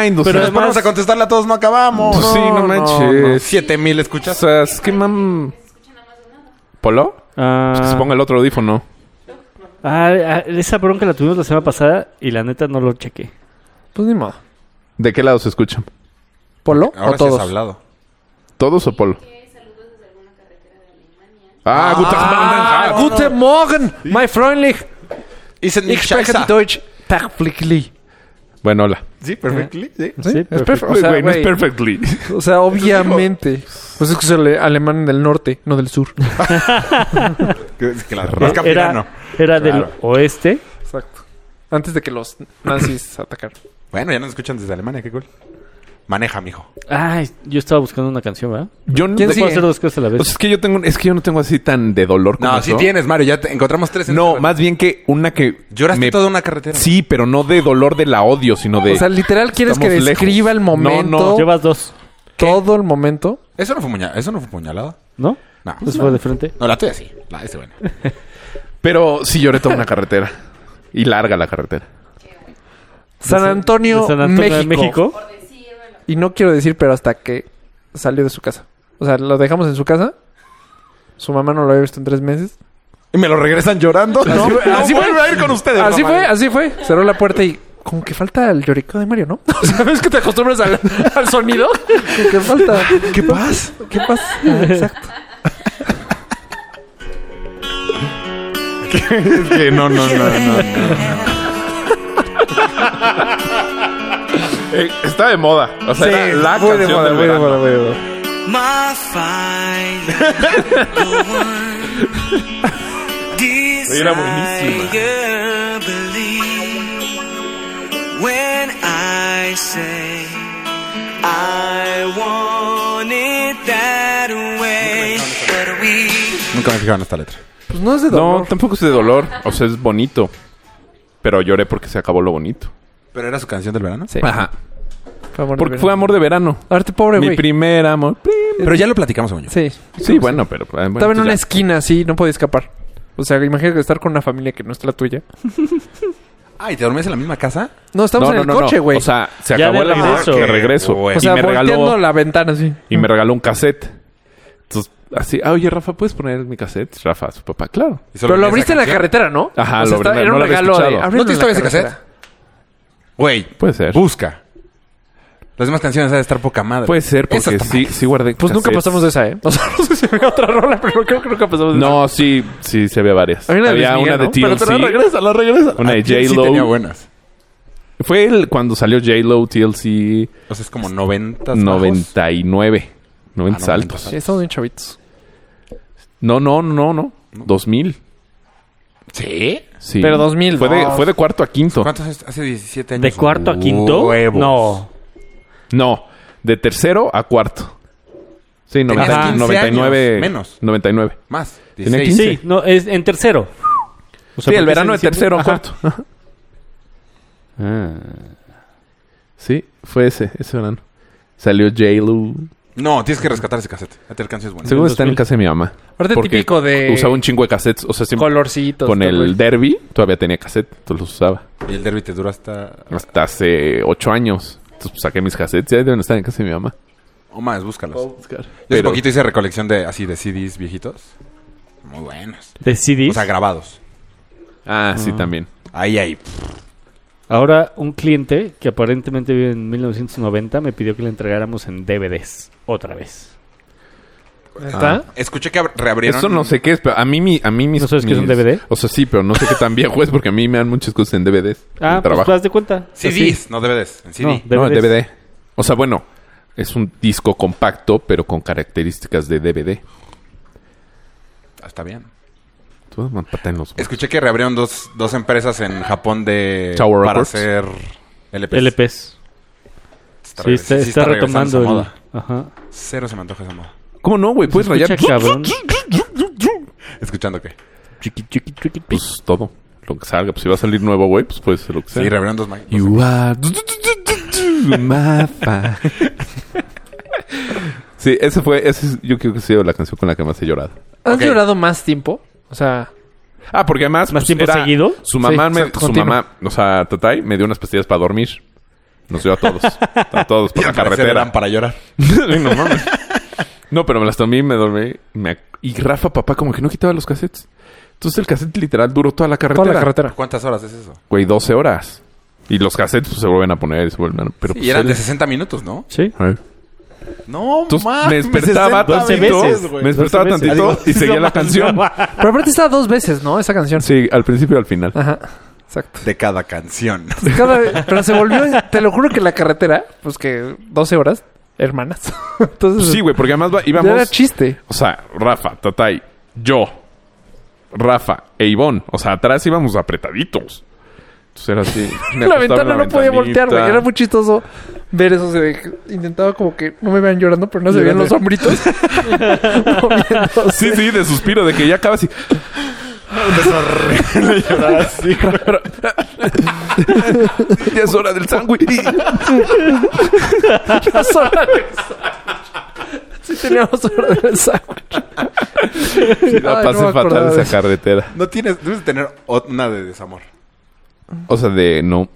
Speaker 2: rewind. O
Speaker 4: Pero
Speaker 2: sea,
Speaker 3: Nos ponemos a contestarle a todos, no acabamos.
Speaker 2: Pues sí, no manches.
Speaker 3: 7000
Speaker 2: o
Speaker 3: escuchas.
Speaker 2: sea, es que mam. ¿Polo? Pues que se ponga el otro audífono.
Speaker 4: Ah, ah, esa bronca la tuvimos la semana pasada y la neta no lo chequé.
Speaker 7: Pues ni modo.
Speaker 2: ¿De qué lado se escucha?
Speaker 7: ¿Polo
Speaker 3: Ahora
Speaker 7: o
Speaker 3: sí has
Speaker 7: todos?
Speaker 3: hablado.
Speaker 2: ¿Todos o Polo? Ah, Guten
Speaker 7: Ah,
Speaker 2: Morgen.
Speaker 7: Guten Morgen, my freundlich.
Speaker 3: Y se
Speaker 7: Ich spreche Deutsch perfectly.
Speaker 2: Bueno, hola.
Speaker 3: Sí, perfectly. Sí.
Speaker 7: Sí, es perfecto. O sea,
Speaker 2: Güey, no es
Speaker 7: güey,
Speaker 2: perfectly.
Speaker 7: o sea, obviamente. Pues es que es ale- alemán del norte, no del sur.
Speaker 3: Que- es que la-
Speaker 4: Eh,
Speaker 3: es campirano.
Speaker 4: era era
Speaker 3: Claro.
Speaker 4: del oeste.
Speaker 7: Exacto. Antes de que los nazis atacaran.
Speaker 3: Bueno, ya nos escuchan desde Alemania, qué cool. Maneja, mijo.
Speaker 4: Ay, yo estaba buscando una canción, ¿verdad?
Speaker 2: Yo no
Speaker 7: ¿Quién
Speaker 4: No
Speaker 7: sigue?
Speaker 4: puedo hacer dos cosas a la
Speaker 2: O sea,
Speaker 4: vez.
Speaker 2: es que yo tengo, es que yo no tengo así tan de dolor como
Speaker 3: No, sí
Speaker 2: eso.
Speaker 3: tienes, Mario. Ya te encontramos tres. en
Speaker 2: No,
Speaker 3: esta-
Speaker 2: más bien que una que
Speaker 3: Lloraste
Speaker 2: me-
Speaker 3: toda una carretera.
Speaker 2: Sí, pero no de dolor de la odio, sino de
Speaker 7: O sea, literal, ¿quieres que
Speaker 2: Estamos lejos.
Speaker 7: describa el
Speaker 2: No, no,
Speaker 7: momento?
Speaker 4: Llevas dos,
Speaker 7: todo el momento.
Speaker 3: Eso no fue puñalada. Eso no fue puñalada.
Speaker 4: ¿no?
Speaker 3: No.
Speaker 4: Pues fue de frente.
Speaker 3: No, la tuya sí. La de ese bueno.
Speaker 2: Pero sí lloré toda una carretera. Y larga la carretera.
Speaker 7: San Antonio,
Speaker 4: De San Antonio de
Speaker 7: México.
Speaker 4: México.
Speaker 7: Y no quiero decir, pero hasta que salió de su casa. O sea, lo dejamos en su casa. Su mamá no lo había visto en tres meses.
Speaker 3: Y me lo regresan llorando. así fue, así fue, voy a ir con ustedes.
Speaker 7: así
Speaker 3: mamá.
Speaker 7: fue, así fue. Cerró la puerta y como que falta el llorico de Mario, ¿no? ¿Sabes que te acostumbras al, al sonido? Como que falta.
Speaker 3: ¿Qué pasa?
Speaker 7: ¿Qué pasa? Ah, Exacto.
Speaker 3: Es que no, no, no, no. no.
Speaker 2: Eh, está de moda. O sea, era la
Speaker 7: muy
Speaker 2: canción
Speaker 7: de moda,
Speaker 2: del
Speaker 7: muy de
Speaker 2: verano.
Speaker 7: moda, muy de moda.
Speaker 8: My fine, the one
Speaker 2: Era buenísima.
Speaker 8: desire believe when I say I want it that way. But we
Speaker 3: Nunca me fijaron esta letra.
Speaker 7: Pues no es de dolor.
Speaker 2: No, tampoco es de dolor. O sea, es bonito. Pero lloré porque se acabó lo bonito.
Speaker 3: ¿Pero era su canción del verano?
Speaker 7: Sí.
Speaker 2: Ajá.
Speaker 7: Fue amor de
Speaker 2: Porque
Speaker 7: verano.
Speaker 2: fue amor de verano.
Speaker 7: Arte pobre,
Speaker 2: Mi
Speaker 7: güey.
Speaker 2: primer amor.
Speaker 3: Pero ya lo platicamos, según yo.
Speaker 7: Sí.
Speaker 2: Sí, bueno, pero. bueno,
Speaker 7: Estaba en
Speaker 2: pues
Speaker 7: una
Speaker 2: ya.
Speaker 7: esquina así, no podía escapar. O sea, imagínate estar con una familia que no es la tuya.
Speaker 3: Ah, ¿y te dormías en la misma casa?
Speaker 7: No, estamos
Speaker 2: No,
Speaker 7: en
Speaker 2: no,
Speaker 7: el
Speaker 2: no, no.
Speaker 7: coche, güey.
Speaker 2: O sea, se
Speaker 4: Ya
Speaker 2: acabó el
Speaker 4: de
Speaker 2: amor
Speaker 4: regreso.
Speaker 2: de regreso.
Speaker 3: Qué
Speaker 7: O sea,
Speaker 2: y me regaló.
Speaker 7: volteando la ventana así.
Speaker 2: Y me regaló un cassette. Entonces, así. Ah, oye, Rafa, ¿puedes poner mi cassette? Rafa, su papá, claro.
Speaker 3: Y solo
Speaker 7: Pero lo
Speaker 3: tenías
Speaker 7: abriste en la
Speaker 3: canción.
Speaker 7: carretera, ¿no?
Speaker 2: Ajá, lo
Speaker 7: O sea, estaba-
Speaker 2: abrí-
Speaker 7: era
Speaker 2: no lo
Speaker 7: un
Speaker 2: había
Speaker 7: regalo de...
Speaker 2: escuchado.
Speaker 3: ¿No te
Speaker 7: ábrelo en la
Speaker 3: estaba ese
Speaker 7: carretera.
Speaker 3: cassette? Güey,
Speaker 2: Puede ser.
Speaker 3: busca. Las demás canciones han de estar poca madre.
Speaker 2: Puede ser, porque
Speaker 3: Esas
Speaker 2: sí, sí guardé.
Speaker 7: Pues nunca
Speaker 2: cassettes.
Speaker 7: pasamos de esa, ¿eh? O sea, no sé si había otra rola, pero creo que nunca pasamos de esa.
Speaker 2: No, sí, sí, se había varias.
Speaker 7: Había una de
Speaker 2: había
Speaker 7: Luis Miguel,
Speaker 2: una de
Speaker 7: ¿no?
Speaker 2: TLC.
Speaker 7: Pero te la
Speaker 2: regresa, la regresa. Una de
Speaker 3: Aquí
Speaker 2: eh, J-Lo.
Speaker 3: Ah, Sí tenía buenas.
Speaker 2: Fue el, cuando salió J-Lo TLC
Speaker 3: O sea, es como 90.
Speaker 2: 99. 90
Speaker 3: Ah, no,
Speaker 2: altos.
Speaker 7: Sí, estamos bien chavitos.
Speaker 2: No, no, no, no. 2000.
Speaker 3: ¿Sí?
Speaker 2: Sí.
Speaker 7: Pero 2000,
Speaker 2: Fue de,
Speaker 7: no.
Speaker 2: fue de cuarto a quinto.
Speaker 3: ¿Cuántos años? Hace 17 años.
Speaker 4: ¿De cuarto a quinto?
Speaker 3: Huevos.
Speaker 4: No.
Speaker 2: No, de tercero a cuarto. Sí,
Speaker 3: Tenías
Speaker 2: 90,
Speaker 3: 15
Speaker 2: 99.
Speaker 3: años, menos.
Speaker 2: 99.
Speaker 3: Más.
Speaker 2: Tenía
Speaker 3: 16.
Speaker 2: 15.
Speaker 4: Sí, no, es en tercero. O sea,
Speaker 2: sí, el
Speaker 4: porque
Speaker 2: verano de
Speaker 4: es en
Speaker 2: tercero
Speaker 4: diciembre.
Speaker 2: a
Speaker 4: Ajá.
Speaker 2: cuarto. Ajá. Sí, fue ese, ese verano. Salió J-Lo.
Speaker 3: No, tienes que rescatar ese cassette. Ya te alcanzas bueno.
Speaker 2: Seguro está en
Speaker 4: 2000.
Speaker 2: casa de mi mamá.
Speaker 7: Aparte
Speaker 2: Porque
Speaker 7: típico de-
Speaker 2: Usaba un chingo de cassettes. O sea, siempre
Speaker 7: Colorcitos.
Speaker 2: con
Speaker 7: todo,
Speaker 2: el
Speaker 7: güey.
Speaker 2: derby todavía tenía cassette. Entonces los usaba.
Speaker 3: Y el derby te dura hasta.
Speaker 2: Hasta hace ocho años. Entonces pues, saqué mis cassettes. Ya deben estar en casa de mi mamá.
Speaker 3: O más, búscalos. Yo hace
Speaker 2: Pero-
Speaker 3: poquito hice recolección de así de CDs viejitos. Muy buenos.
Speaker 4: De CDs.
Speaker 3: O sea, grabados.
Speaker 2: Ah, sí, también.
Speaker 3: Ahí, ahí.
Speaker 4: Ahora un cliente que aparentemente vive en 1990 me pidió que le entregáramos en DVDs otra vez.
Speaker 7: ¿Está?
Speaker 3: Escuché que ab- reabrieron.
Speaker 2: Eso no sé qué es, pero a mí, mi- a mí mis...
Speaker 4: ¿No sabes qué es un
Speaker 2: mis-
Speaker 4: DVD?
Speaker 2: O sea, sí, pero no sé qué tan viejo es porque a mí me dan muchas cosas en DVDs.
Speaker 4: Ah,
Speaker 2: en
Speaker 4: pues
Speaker 2: trabajo.
Speaker 4: te das de cuenta.
Speaker 3: CDs, no DVDs. En CD.
Speaker 4: No,
Speaker 2: No,
Speaker 4: DVDs.
Speaker 2: DVD. O sea, bueno, es un disco compacto, pero con características de DVD.
Speaker 3: Ah, Está bien.
Speaker 2: Tú dame una patada en los...
Speaker 3: Escuché que reabrieron dos, dos empresas en Japón de
Speaker 2: Tower
Speaker 3: para
Speaker 2: Records.
Speaker 3: hacer LPs.
Speaker 4: LPs.
Speaker 3: está,
Speaker 4: Sí, está,
Speaker 3: regresando- sí
Speaker 4: está
Speaker 3: regresando
Speaker 4: retomando
Speaker 3: esa
Speaker 4: el...
Speaker 3: moda.
Speaker 4: Ajá.
Speaker 3: Cero se me antoja esa moda.
Speaker 2: ¿Cómo no, güey? Puedes
Speaker 4: Se escucha
Speaker 2: rayar.
Speaker 4: cabrón.
Speaker 3: ¿Escuchando qué?
Speaker 4: Chiqui, chiqui, chiqui, pi.
Speaker 2: Pues todo. Lo que salga. Pues si va a salir nuevo, güey, pues puede ser lo que sea.
Speaker 3: Sí, reverendos Mike.
Speaker 2: You are my fa- Sí, ese fue, ese es- yo creo que ha sido la canción con la que más he llorado.
Speaker 7: ¿Has
Speaker 3: Ok.
Speaker 7: llorado más tiempo? O sea,
Speaker 2: Ah, porque además.
Speaker 4: ¿Más tiempo seguido?
Speaker 2: Su mamá,
Speaker 7: Sí,
Speaker 2: me-
Speaker 7: o sea,
Speaker 2: su
Speaker 7: continuo.
Speaker 2: mamá, o sea, Tatay me dio unas pastillas para dormir. Nos dio a todos. A todos por
Speaker 3: la
Speaker 2: la carretera.
Speaker 3: para llorar.
Speaker 2: Sí, no mames. No, pero me las tomé y me dormí. Me ac- y Rafa, papá, como que no quitaba los cassettes. Entonces el cassette literal duró toda la carretera.
Speaker 7: toda la carretera.
Speaker 3: ¿Cuántas horas es eso?
Speaker 2: Güey, 12 horas. Y los cassettes pues, se vuelven a poner y se vuelven a... Pero,
Speaker 3: Sí,
Speaker 2: pues,
Speaker 3: y eran
Speaker 2: él-
Speaker 3: de 60 minutos, ¿no?
Speaker 4: Sí.
Speaker 2: A ver.
Speaker 3: No,
Speaker 2: Entonces
Speaker 3: mames,
Speaker 2: me despertaba
Speaker 3: 60
Speaker 4: 12
Speaker 2: tantito,
Speaker 4: veces,
Speaker 3: güey.
Speaker 2: me despertaba
Speaker 4: 12 veces.
Speaker 2: tantito y seguía la canción.
Speaker 7: Pero aparte está dos veces, ¿no? Esa canción.
Speaker 2: Sí, al principio y al final.
Speaker 7: Ajá. Exacto.
Speaker 3: De cada canción.
Speaker 7: Cada- pero se volvió, te lo juro que la carretera, pues que 12 horas, hermanas. Entonces,
Speaker 2: Pues Sí, güey, porque además va-
Speaker 7: ya
Speaker 2: íbamos...
Speaker 7: era chiste.
Speaker 2: O sea, Rafa, Tatay, yo, Rafa e Ivonne. O sea, atrás íbamos apretaditos. Entonces era así. me acostaba
Speaker 7: la
Speaker 2: en
Speaker 7: ventana no podía
Speaker 2: ventanita.
Speaker 7: voltear, güey. Era muy chistoso ver eso. se ve- intentaba como que no me vean llorando, pero no se veían los hombritos. moviéndose.
Speaker 2: Sí, sí, de suspiro, de que ya acaba así.
Speaker 7: Ah,
Speaker 2: ya es hora del sándwich.
Speaker 7: Las horas del sándwich. Sí teníamos horas del sándwich.
Speaker 2: Sí, la
Speaker 7: Ay,
Speaker 2: pasé
Speaker 7: no me acordaba
Speaker 2: fatal
Speaker 7: de
Speaker 2: esa
Speaker 7: eso.
Speaker 2: carretera.
Speaker 3: No tienes, debes de tener ot- una de desamor.
Speaker 2: O sea, de no.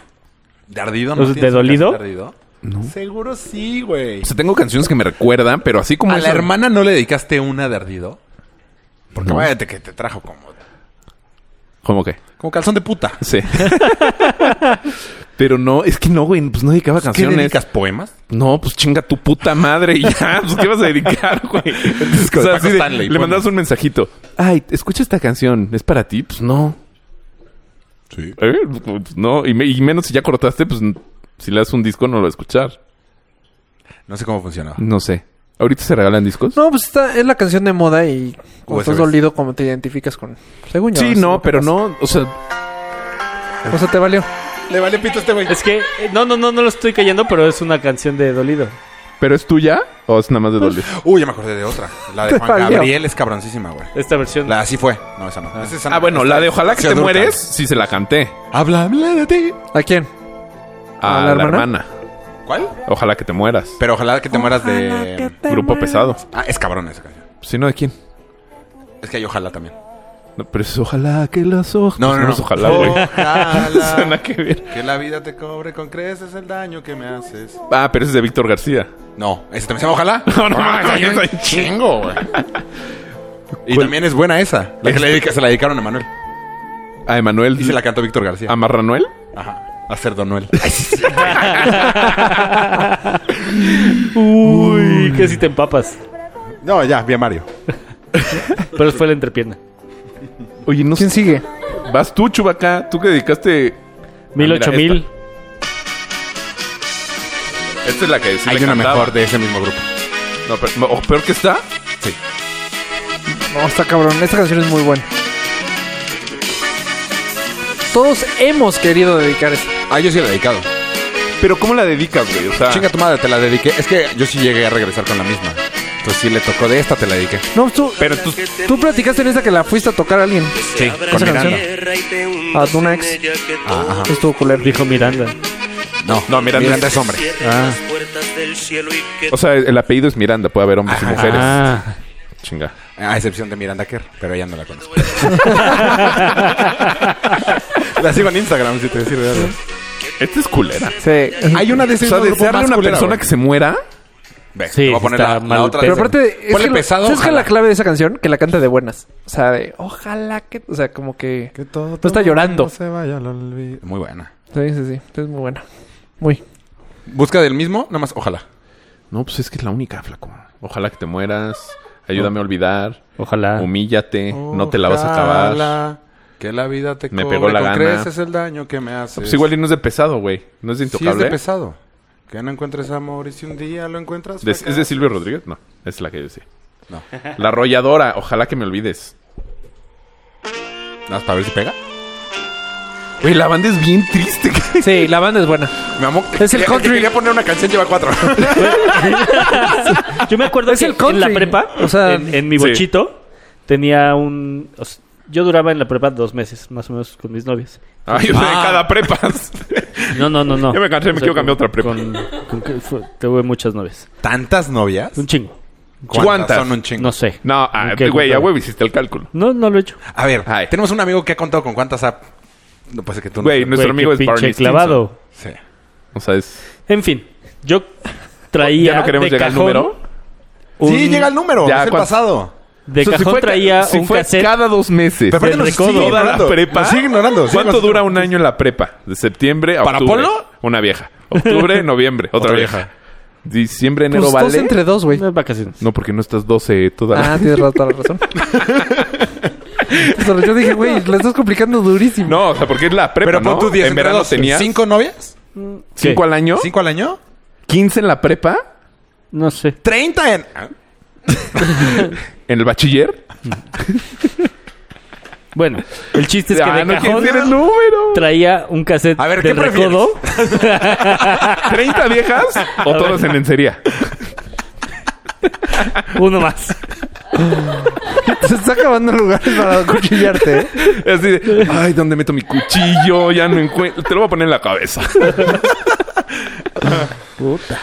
Speaker 3: ¿De ardido?
Speaker 4: ¿O sea,
Speaker 3: tienes
Speaker 4: de
Speaker 3: una
Speaker 4: dolido?
Speaker 3: canción de ardido? Seguro sí, güey.
Speaker 2: O sea, tengo canciones que me recuerdan, pero así como.
Speaker 3: ¿A la
Speaker 2: esa-
Speaker 3: hermana no le dedicaste una de ardido? Porque
Speaker 2: pues No.
Speaker 3: vaya te- que te trajo como,
Speaker 2: ¿Cómo que?
Speaker 3: como calzón de puta.
Speaker 2: Sí. pero no, es que no, güey. Pues no dedicaba
Speaker 3: ¿Qué
Speaker 2: canciones.
Speaker 3: dedicas? ¿Poemas?
Speaker 2: No, pues chinga tu puta madre y ya. Pues, ¿Qué vas a dedicar, güey?
Speaker 3: disco
Speaker 2: O
Speaker 3: de
Speaker 2: sea,
Speaker 3: Paco
Speaker 2: así de-
Speaker 3: Stanley,
Speaker 2: le
Speaker 3: ponlo.
Speaker 2: mandas un mensajito. Ay, escucha esta canción. ¿Es para ti? Pues no.
Speaker 3: Sí.
Speaker 2: Eh, pues, no. Y, me- y menos si ya cortaste, pues si le das un disco no lo va a escuchar.
Speaker 3: No sé cómo funcionaba.
Speaker 2: No sé. ¿Ahorita se regalan discos?
Speaker 7: No, pues está, es la canción de moda y cuando estás
Speaker 3: USBs.
Speaker 7: dolido, como te identificas con. Según yo.
Speaker 2: Sí,
Speaker 7: es lo
Speaker 2: no,
Speaker 7: que
Speaker 2: pero
Speaker 7: pasa.
Speaker 2: no. O sea,
Speaker 7: O sea, te valió.
Speaker 3: Le vale pito a este güey.
Speaker 4: Es que, eh, no, no, no, no lo estoy callando, pero es una canción de Dolido.
Speaker 2: ¿pero es tuya o es nada más de
Speaker 3: Pues,
Speaker 2: Dolly?
Speaker 3: Uy, ya me acordé de otra. La de
Speaker 7: Te
Speaker 3: Juan
Speaker 7: valió.
Speaker 3: Gabriel es cabroncísima, güey.
Speaker 4: Esta versión.
Speaker 3: La así fue. No, esa no. Esa es
Speaker 2: Ah, bueno,
Speaker 3: esa-
Speaker 2: la de Ojalá que
Speaker 3: esa
Speaker 2: te
Speaker 3: Durkan.
Speaker 2: mueres, sí se la canté.
Speaker 3: Habla, habla de ti.
Speaker 7: ¿A quién?
Speaker 2: A, la,
Speaker 7: ¿A la
Speaker 2: hermana?
Speaker 7: hermana?
Speaker 3: ¿Cuál?
Speaker 2: Ojalá que te mueras.
Speaker 3: Pero ojalá que te mueras de...
Speaker 2: Grupo pesado.
Speaker 3: Ah, es cabrón esa canción.
Speaker 2: Si no, ¿de quién?
Speaker 3: Es que hay ojalá también.
Speaker 2: No, pero es ojalá que las hojas.
Speaker 3: No, no, no. Oh.
Speaker 2: es ojalá, güey.
Speaker 3: Ojalá.
Speaker 2: Suena que bien.
Speaker 3: Que la vida te cobre con creces el daño que me haces.
Speaker 2: Ah, pero ese es de Víctor García. Ah,
Speaker 3: No, ese también se llama ojalá.
Speaker 2: No, no, mames,
Speaker 3: coño,
Speaker 2: yo soy
Speaker 3: es chingo, güey. Y
Speaker 2: ¿Cuál?
Speaker 3: también es buena esa. La que le dedica- se la dedicaron a Manuel.
Speaker 2: A Ah, Emanuel.
Speaker 3: Y se la cantó Víctor García.
Speaker 2: ¿A Marranuel?
Speaker 3: Ajá. A Cerdonuel.
Speaker 4: Uy, casi te empapas.
Speaker 3: No, ya, vi a Mario.
Speaker 4: Pero fue la entrepierna.
Speaker 2: Oye, no
Speaker 7: ¿Quién
Speaker 2: sé.
Speaker 7: sigue?
Speaker 2: Vas tú, Chubaca. Tú que dedicaste.
Speaker 4: Mil,
Speaker 2: Ah, mira,
Speaker 4: ocho mil.
Speaker 2: Esta es la que sí
Speaker 3: hay
Speaker 2: le
Speaker 3: una
Speaker 2: cantaba.
Speaker 3: mejor de ese mismo grupo.
Speaker 2: No, pero, ¿O peor que está?
Speaker 3: Sí.
Speaker 7: No, está cabrón. Esta canción es muy buena. Todos hemos querido dedicar esto.
Speaker 3: Ah, yo sí la he dedicado.
Speaker 2: Pero ¿cómo la dedicas, güey? O sea,
Speaker 3: Ah. Chinga tu madre, te la dediqué. Es que yo sí llegué a regresar con la misma. Entonces sí le tocó de esta, te la dediqué.
Speaker 7: No, tú,
Speaker 2: pero tú.
Speaker 7: tú platicaste en esta que la fuiste a tocar a alguien.
Speaker 3: Sí, con
Speaker 7: Esa
Speaker 3: Miranda.
Speaker 7: canción. A tu ex.
Speaker 3: Ah, ajá.
Speaker 7: Eso Estuvo culero.
Speaker 4: Dijo Miranda.
Speaker 3: No,
Speaker 2: No,
Speaker 3: no,
Speaker 2: Miranda
Speaker 3: Miranda,
Speaker 2: es-
Speaker 3: es hombre.
Speaker 4: Ah.
Speaker 2: O sea, el apellido es Miranda. Puede haber hombres y mujeres.
Speaker 4: Ah.
Speaker 2: Chinga.
Speaker 3: A excepción de Miranda Kerr, pero ella no la conozco. la sigo en Instagram, si te sirve algo.
Speaker 2: Esta es culera.
Speaker 7: Sí.
Speaker 3: Hay una de
Speaker 2: O
Speaker 3: esas.
Speaker 2: sea, desearle a una persona que se muera.
Speaker 4: Sí,
Speaker 3: voy a poner
Speaker 4: está
Speaker 3: la, la
Speaker 4: mal
Speaker 3: otra.
Speaker 7: Pero
Speaker 4: pedo.
Speaker 7: aparte, es
Speaker 3: Ponle
Speaker 7: que,
Speaker 3: pesado,
Speaker 7: ¿sabes qué es
Speaker 3: ojalá.
Speaker 7: la clave de esa canción? Que la canta de buenas. O sea, de ojalá que... O sea, como que... No está llorando. Sí,
Speaker 3: Muy buena.
Speaker 7: sí, sí. Es muy buena. Muy.
Speaker 3: Busca del mismo, nada más, ojalá.
Speaker 2: No, pues es que es la única, flaco. Ojalá que te mueras. Ayúdame a olvidar.
Speaker 4: Ojalá.
Speaker 2: Humíllate. No te la vas a acabar.
Speaker 3: Ojalá Que la vida te
Speaker 2: Me
Speaker 3: cobre
Speaker 2: pegó la
Speaker 3: con
Speaker 2: gana.
Speaker 3: creces el daño que me haces.
Speaker 2: Pues igual y no es de pesado, güey. No es de
Speaker 3: Sí es
Speaker 2: intocable.
Speaker 3: de pesado. Que no encuentres amor y si un día lo encuentras...
Speaker 2: De-
Speaker 3: fue
Speaker 2: ¿Es de Silvio Rodríguez? No, es la que yo decía.
Speaker 3: No.
Speaker 2: La arrolladora, ojalá que me olvides.
Speaker 3: Nada más para ver si pega.
Speaker 2: Güey, la banda es bien triste.
Speaker 7: Sí, la banda es buena.
Speaker 3: Mi amor,
Speaker 7: Es el
Speaker 3: que-
Speaker 7: country.
Speaker 3: que Quería poner una canción, lleva cuatro.
Speaker 4: Yo me acuerdo
Speaker 7: Es
Speaker 4: que
Speaker 7: el country.
Speaker 4: en la prepa,
Speaker 7: O sea,
Speaker 4: en, en mi
Speaker 2: sí.
Speaker 4: bochito, tenía un... o sea, yo duraba en la prepa dos meses, más o menos, con mis novias.
Speaker 2: Ay, o sea, cada prepa.
Speaker 4: No, no, no, no.
Speaker 2: Ya me cansé, me quiero cambiar a otra prepa.
Speaker 4: con- con que fue- tuve muchas novias.
Speaker 3: ¿Tantas novias?
Speaker 4: Un chingo.
Speaker 2: ¿Cuántas?
Speaker 3: Son un chingo.
Speaker 4: No sé.
Speaker 2: No, ah,
Speaker 4: Nunca he
Speaker 2: güey, ya
Speaker 4: contado.
Speaker 2: huevo hiciste el cálculo.
Speaker 4: No, no lo he hecho.
Speaker 3: A ver,
Speaker 2: Ay.
Speaker 3: tenemos un amigo que ha contado con cuántas ha... No, pues es que tú no-
Speaker 2: Güey, nuestro
Speaker 4: Güey,
Speaker 2: amigo
Speaker 4: qué
Speaker 2: es
Speaker 4: pinche
Speaker 2: Barney
Speaker 4: clavado.
Speaker 2: Stinson.
Speaker 3: Sí.
Speaker 2: O sea, es...
Speaker 4: En fin, yo traía
Speaker 2: ¿Ya no queremos
Speaker 4: de
Speaker 2: llegar al
Speaker 4: cajón
Speaker 2: número?
Speaker 4: un-
Speaker 3: Sí, llega el número.
Speaker 2: Ya,
Speaker 3: es el
Speaker 2: ¿cuántas?
Speaker 3: pasado.
Speaker 4: De
Speaker 2: O sea, si
Speaker 4: cajón
Speaker 2: fue ca-
Speaker 4: traía
Speaker 2: si
Speaker 4: un
Speaker 2: fue
Speaker 4: cassette.
Speaker 2: cada dos meses.
Speaker 3: Pero aparte
Speaker 4: Del
Speaker 3: nos sigue
Speaker 4: recodo.
Speaker 2: Toda la
Speaker 3: ignorando.
Speaker 2: prepa.
Speaker 3: Nos sigue ignorando. sigue
Speaker 2: ¿Cuánto
Speaker 3: nos-
Speaker 2: dura un año en la prepa? De septiembre a
Speaker 3: ¿Para
Speaker 2: octubre.
Speaker 3: Polo?
Speaker 2: Una vieja. Octubre, noviembre. Otra,
Speaker 3: Otra
Speaker 2: vieja.
Speaker 3: vieja.
Speaker 2: Diciembre, enero,
Speaker 7: Pues dos
Speaker 2: ¿vale?
Speaker 7: entre dos, güey.
Speaker 4: Unas vacaciones.
Speaker 2: No, porque no estás 12 toda la-
Speaker 7: Ah, tienes ra- toda la razón. Entonces, yo dije, güey, la estás complicando durísimo.
Speaker 2: No, o sea, porque es la prepa,
Speaker 3: Pero
Speaker 2: ¿no?
Speaker 3: pon tú 10
Speaker 2: en verano tenías...
Speaker 3: ¿Cinco novias?
Speaker 4: ¿Qué?
Speaker 2: ¿Cinco al año?
Speaker 3: ¿Cinco al año?
Speaker 2: ¿15 en la prepa?
Speaker 4: No sé.
Speaker 3: ¿30 en...? Ah,
Speaker 2: ¿En el bachiller?
Speaker 4: Bueno, el chiste es que
Speaker 2: ah,
Speaker 4: de
Speaker 2: no quieres
Speaker 4: cajón
Speaker 2: decir el número.
Speaker 4: traía un cassette
Speaker 3: A ver, ¿qué
Speaker 4: del
Speaker 3: prefieres?
Speaker 4: recodo.
Speaker 2: ¿30 viejas o todas en lencería?
Speaker 4: Uno más.
Speaker 7: Se está acabando lugares para cuchillarte. ¿eh?
Speaker 2: Así de, ay, ¿dónde meto mi cuchillo? Ya no encuentro. Te lo voy a poner en la cabeza.
Speaker 4: Puta.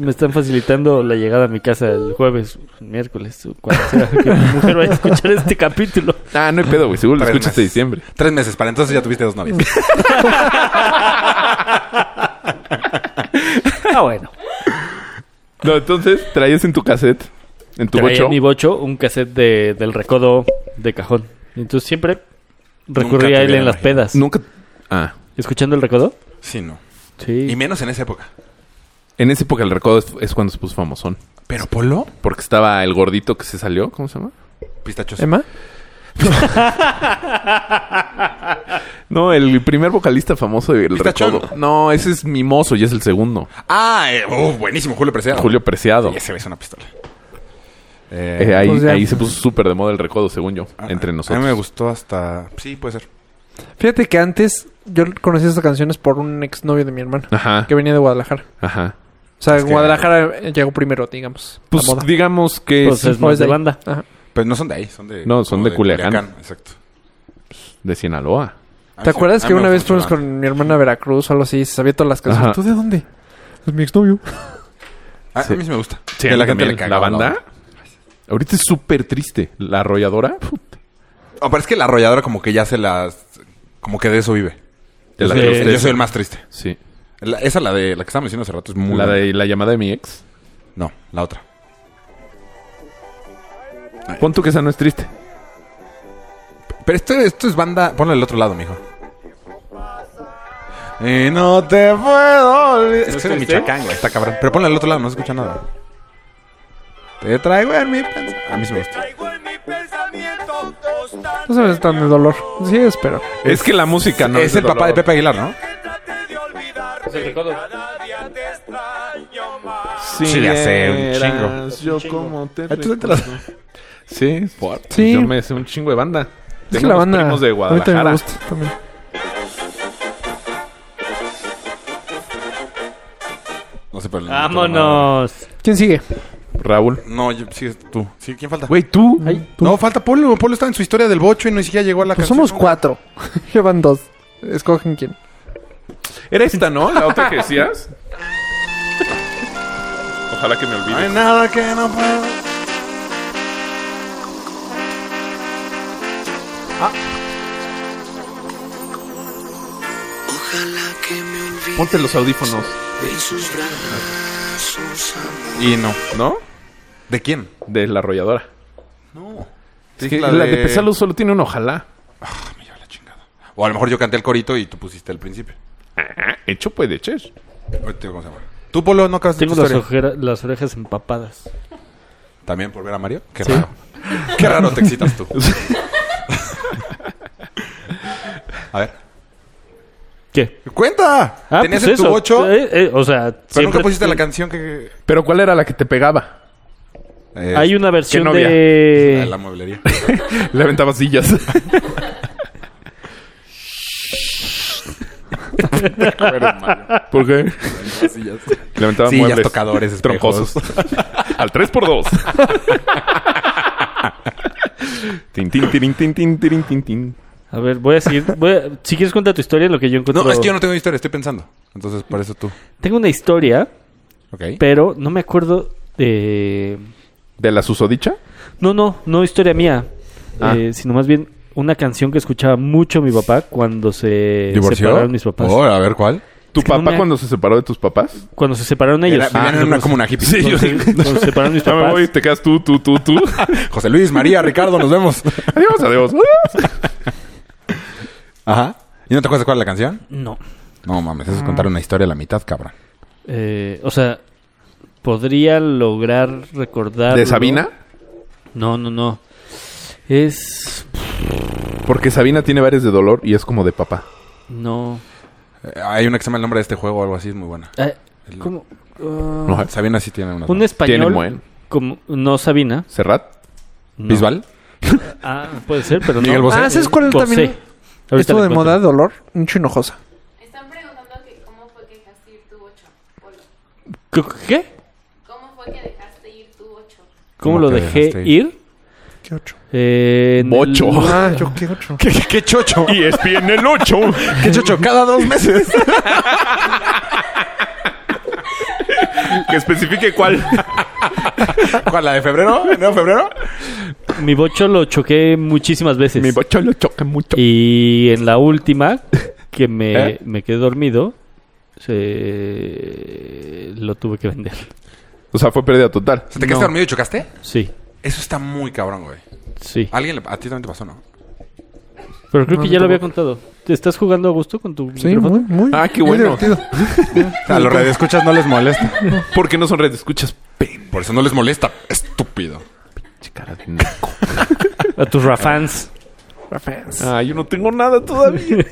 Speaker 4: Me están facilitando la llegada a mi casa el jueves, miércoles, o cuando sea que mi mujer vaya a escuchar este capítulo.
Speaker 2: Ah, no hay pedo, güey. Seguro lo
Speaker 3: Tres
Speaker 2: escuchas de
Speaker 3: meses.
Speaker 2: diciembre.
Speaker 3: Tres meses. Para entonces ya tuviste dos novias.
Speaker 4: Ah, bueno.
Speaker 2: No, entonces traías en tu cassette, en tu
Speaker 4: Traía
Speaker 2: bocho.
Speaker 4: en mi bocho un cassette de- del recodo de cajón. Y Entonces siempre recurría
Speaker 3: te
Speaker 4: a él
Speaker 3: hubiera
Speaker 4: en las
Speaker 3: imaginado.
Speaker 4: pedas.
Speaker 2: Nunca. Ah,
Speaker 4: ¿Escuchando el recodo?
Speaker 3: Sí, no.
Speaker 4: Sí.
Speaker 3: Y menos en esa época.
Speaker 2: en esa época el recodo es, es cuando se puso famosón.
Speaker 3: Pero Polo...
Speaker 2: Porque estaba el gordito que se salió, ¿cómo se llama?
Speaker 3: Pistachos.
Speaker 2: Em-
Speaker 7: ¿Emma?
Speaker 2: No, el primer vocalista famoso del
Speaker 3: Pistachón.
Speaker 2: recodo. No, ese es Mimoso y es el segundo.
Speaker 3: Ah, eh, oh, buenísimo. Julio Preciado.
Speaker 2: Julio Preciado.
Speaker 3: Y ese me hizo una pistola.
Speaker 2: Eh, ahí,
Speaker 7: Pues ya.
Speaker 2: ahí se puso súper de moda el recodo, según yo,
Speaker 3: Ah,
Speaker 2: entre
Speaker 3: A mí me
Speaker 2: nosotros.
Speaker 3: gustó hasta... Sí, puede ser.
Speaker 7: Fíjate que antes yo conocí estas canciones por un exnovio de mi hermana
Speaker 2: Ajá,
Speaker 7: que venía de Guadalajara.
Speaker 2: ajá.
Speaker 7: O sea,
Speaker 3: Es que-
Speaker 7: Guadalajara eh, llegó primero, digamos.
Speaker 2: Pues
Speaker 7: la moda.
Speaker 2: digamos que
Speaker 4: Pues
Speaker 2: sí,
Speaker 4: es más de
Speaker 7: ahí.
Speaker 4: banda.
Speaker 7: Ajá.
Speaker 3: Pero no son de ahí, son de...
Speaker 2: No, son
Speaker 3: como
Speaker 2: de Culiacán.
Speaker 3: Exacto.
Speaker 2: de Sinaloa.
Speaker 3: A mí
Speaker 7: ¿Te
Speaker 3: sí-
Speaker 7: acuerdas
Speaker 2: Ah,
Speaker 3: a mí
Speaker 7: que
Speaker 3: me
Speaker 7: una
Speaker 3: gusta
Speaker 7: vez
Speaker 3: mucho la
Speaker 7: fuimos
Speaker 3: banda.
Speaker 7: con mi hermana a Veracruz o algo así? Se sabía todas las canciones.
Speaker 2: Ajá.
Speaker 7: ¿Tú de dónde? Pues mi exnovio.
Speaker 3: Ah,
Speaker 2: Sí.
Speaker 3: A mí sí me gusta.
Speaker 2: Sí,
Speaker 3: Que
Speaker 2: a mí
Speaker 3: gente
Speaker 2: también.
Speaker 3: le caga,
Speaker 2: la
Speaker 3: ¿no?
Speaker 2: banda. Ahorita es súper triste. La arrolladora. puta.
Speaker 3: Ah, pero es que la arrolladora como que ya se las... Como que de eso vive.
Speaker 2: De la
Speaker 3: Yo
Speaker 2: de
Speaker 3: soy-
Speaker 2: ustedes.
Speaker 3: yo soy el más triste.
Speaker 2: Sí.
Speaker 3: La- esa la de la que estábamos diciendo hace rato es muy
Speaker 2: la
Speaker 3: buena.
Speaker 2: de la llamada de mi ex.
Speaker 3: No, la otra.
Speaker 2: Pon tú que esa no es triste.
Speaker 3: Pero esto, esto es banda. Ponlo del otro lado, mijo. Y no te puedo olvidar. Es que soy de Michoacán, güey. Está cabrón. Pero ponlo del otro lado, no se escucha nada. Te traigo en mi pensamiento. A mí sí me gusta.
Speaker 7: No sabes tan de dolor. Sí, es, pero.
Speaker 2: Es, que la música no
Speaker 3: es, el papá de
Speaker 2: dolor.
Speaker 3: Pepe Aguilar, ¿no?
Speaker 2: Sí,
Speaker 3: Sí, le hace un chingo.
Speaker 2: Yo como te
Speaker 3: Ah, tú te
Speaker 2: recuerdo. Sí.
Speaker 7: Sí.
Speaker 2: Yo me sé un chingo de banda.
Speaker 7: Es
Speaker 2: Tengo
Speaker 7: que la
Speaker 2: unos
Speaker 7: banda.
Speaker 2: primos de
Speaker 7: a mí también me
Speaker 2: Guadalajara.
Speaker 7: gusta. También.
Speaker 3: No sé, pero. no,
Speaker 4: ¡Vámonos!
Speaker 7: ¿Quién sigue? Pues
Speaker 2: Raúl.
Speaker 3: No, yo, sí, tú. Sí, ¿quién falta?
Speaker 2: Güey, tú.
Speaker 3: No, falta Polo. Polo está en su historia del bocho y ni siquiera llegó a la
Speaker 7: Pues
Speaker 3: canción.
Speaker 7: somos cuatro. Llevan dos. Escogen quién.
Speaker 2: Era esta, ¿no? La otra que decías. Ojalá que me
Speaker 3: No
Speaker 2: olvides.
Speaker 3: hay nada que no pueda.
Speaker 8: Ojalá que me olvide
Speaker 2: Ponte los audífonos,
Speaker 8: en sus brazos, amor.
Speaker 3: Y no.
Speaker 2: ¿no?
Speaker 3: ¿De quién?
Speaker 2: De la arrolladora.
Speaker 3: No.
Speaker 2: Es que la de Pesalo solo tiene un ojalá.
Speaker 3: Me lleva la chingada. O a lo mejor yo canté el corito y tú pusiste el principio.
Speaker 2: Hecho pues, puede ser.
Speaker 3: Ahorita te digo cómo se llama. Tú, Polo, no acabas de
Speaker 4: Tengo
Speaker 3: tu
Speaker 4: las,
Speaker 3: historia.
Speaker 4: ojera- las orejas empapadas.
Speaker 3: ¿También por ver a Mario? Qué raro. Qué raro te excitas tú. a ver.
Speaker 4: ¿Qué? Ah,
Speaker 3: ¡Cuenta! Tenías en tu 8, pero
Speaker 4: Eh, eh, o sea,
Speaker 3: nunca pusiste la
Speaker 4: canción.
Speaker 3: canción que...
Speaker 2: Pero ¿cuál era la que te pegaba?
Speaker 3: Eh,
Speaker 4: Hay eh, una versión
Speaker 2: novia?
Speaker 3: la de
Speaker 4: de...
Speaker 3: La mueblería.
Speaker 2: Le aventaba sillas. ¿Por qué? Levantaba
Speaker 3: Sillas,
Speaker 2: muebles.
Speaker 3: tocadores, espejos.
Speaker 2: troncosos. Al 3x2. tin, tin, tirin, tin, tin, tirin, tin, tin.
Speaker 4: A ver, voy a seguir. voy a- si quieres, cuenta tu historia, lo que yo encuentro.
Speaker 3: No, es que yo no tengo historia, estoy pensando. Entonces, por eso tú.
Speaker 4: Tengo una historia,
Speaker 3: Ok.
Speaker 4: pero no me acuerdo de.
Speaker 2: ¿De la susodicha?
Speaker 4: No, no, no historia mía.
Speaker 2: Ah.
Speaker 4: eh, sino más bien una canción que escuchaba mucho mi papá cuando se eh, separaron mis papás.
Speaker 3: Oh, a ver, ¿cuál?
Speaker 2: ¿Tu
Speaker 4: Es que no
Speaker 2: papá
Speaker 4: me-
Speaker 2: cuando se separó de tus papás?
Speaker 4: Cuando se separaron ellos. Ah,
Speaker 3: Era- vivían en una comuna hippie.
Speaker 2: Sí, yo
Speaker 4: Cuando se-
Speaker 2: sí.
Speaker 4: cuando se separaron Ah, mis
Speaker 2: Ya me
Speaker 4: papás.
Speaker 2: voy, te quedas tú, tú, tú, tú.
Speaker 3: José Luis, María, Ricardo, nos vemos.
Speaker 2: adiós, adiós.
Speaker 3: Ajá. ¿Y no te acuerdas cuál es la canción?
Speaker 4: No.
Speaker 3: No mames,
Speaker 2: Ah.
Speaker 3: eso es contar una historia a la mitad, cabrón.
Speaker 4: Eh, o sea, podría lograr recordar.
Speaker 2: ¿De Sabina?
Speaker 4: No, no, no. Es.
Speaker 2: Porque Sabina tiene varias de dolor y es como de papá.
Speaker 4: No.
Speaker 3: Eh, hay una que se llama el nombre de este juego o algo así, es muy buena.
Speaker 4: Eh, ¿Cómo? Ah,
Speaker 2: No,
Speaker 3: Sabina sí tiene una.
Speaker 4: un
Speaker 2: Tiene
Speaker 4: español.
Speaker 2: buen.
Speaker 4: como- no, Sabina.
Speaker 2: ¿Serrat?
Speaker 4: no.
Speaker 3: ¿Bisbal?
Speaker 4: Ah, puede ser, pero no.
Speaker 3: Miguel Bosé.
Speaker 7: Ah, ¿sabes cuál
Speaker 4: Bosé.
Speaker 7: también?
Speaker 4: Ahorita
Speaker 7: Estuvo
Speaker 4: lo
Speaker 7: de
Speaker 4: encuentro.
Speaker 7: moda dolor, mucho hinojosa.
Speaker 9: Están preguntando que cómo fue que dejaste ir tu ocho. Polo.
Speaker 4: ¿Qué- ¿Qué?
Speaker 9: ¿Cómo fue que dejaste ir tu ocho?
Speaker 4: ¿Cómo,
Speaker 3: ¿Cómo
Speaker 4: lo
Speaker 3: te
Speaker 4: dejé
Speaker 3: dejaste
Speaker 4: ir?
Speaker 7: ¿Qué ocho?
Speaker 4: Eh, en
Speaker 2: Bocho.
Speaker 4: el-
Speaker 7: Ah, yo qué ocho.
Speaker 3: ¿Qué, qué chocho?
Speaker 2: Y es bien el 8.
Speaker 3: ¿Qué chocho? Cada dos meses.
Speaker 2: que especifique cuál. Ah.
Speaker 3: ¿Cuál? ¿La de febrero? ¿No, febrero?
Speaker 4: mi bocho lo choqué muchísimas veces.
Speaker 2: Mi bocho lo choca mucho.
Speaker 4: Y en la última, que me,
Speaker 2: ¿Eh?
Speaker 4: me quedé dormido, se... lo tuve que vender.
Speaker 2: O sea, fue pérdida total.
Speaker 3: ¿Se te quedaste
Speaker 4: No.
Speaker 3: dormido y chocaste?
Speaker 4: Sí,
Speaker 3: Eso está muy cabrón, güey.
Speaker 4: sí.
Speaker 3: Alguien le- a ti también te pasó, ¿no?
Speaker 4: Pero creo
Speaker 7: Ah, No,
Speaker 4: que
Speaker 7: no
Speaker 4: ya lo había
Speaker 7: tampoco.
Speaker 4: contado. ¿Te estás jugando a gusto con tu
Speaker 7: Sí,
Speaker 4: micrófono?
Speaker 7: muy, muy.
Speaker 2: Ah, qué
Speaker 7: muy
Speaker 2: bueno.
Speaker 7: divertido.
Speaker 3: A los radioescuchas no les molesta.
Speaker 2: ¿Por qué no son redes? Escuchas. Pen.
Speaker 3: Por eso no les molesta. Estúpido.
Speaker 2: Cara de naco.
Speaker 4: A tus Rafans.
Speaker 7: Rafaels.
Speaker 2: Ah, yo no tengo nada todavía.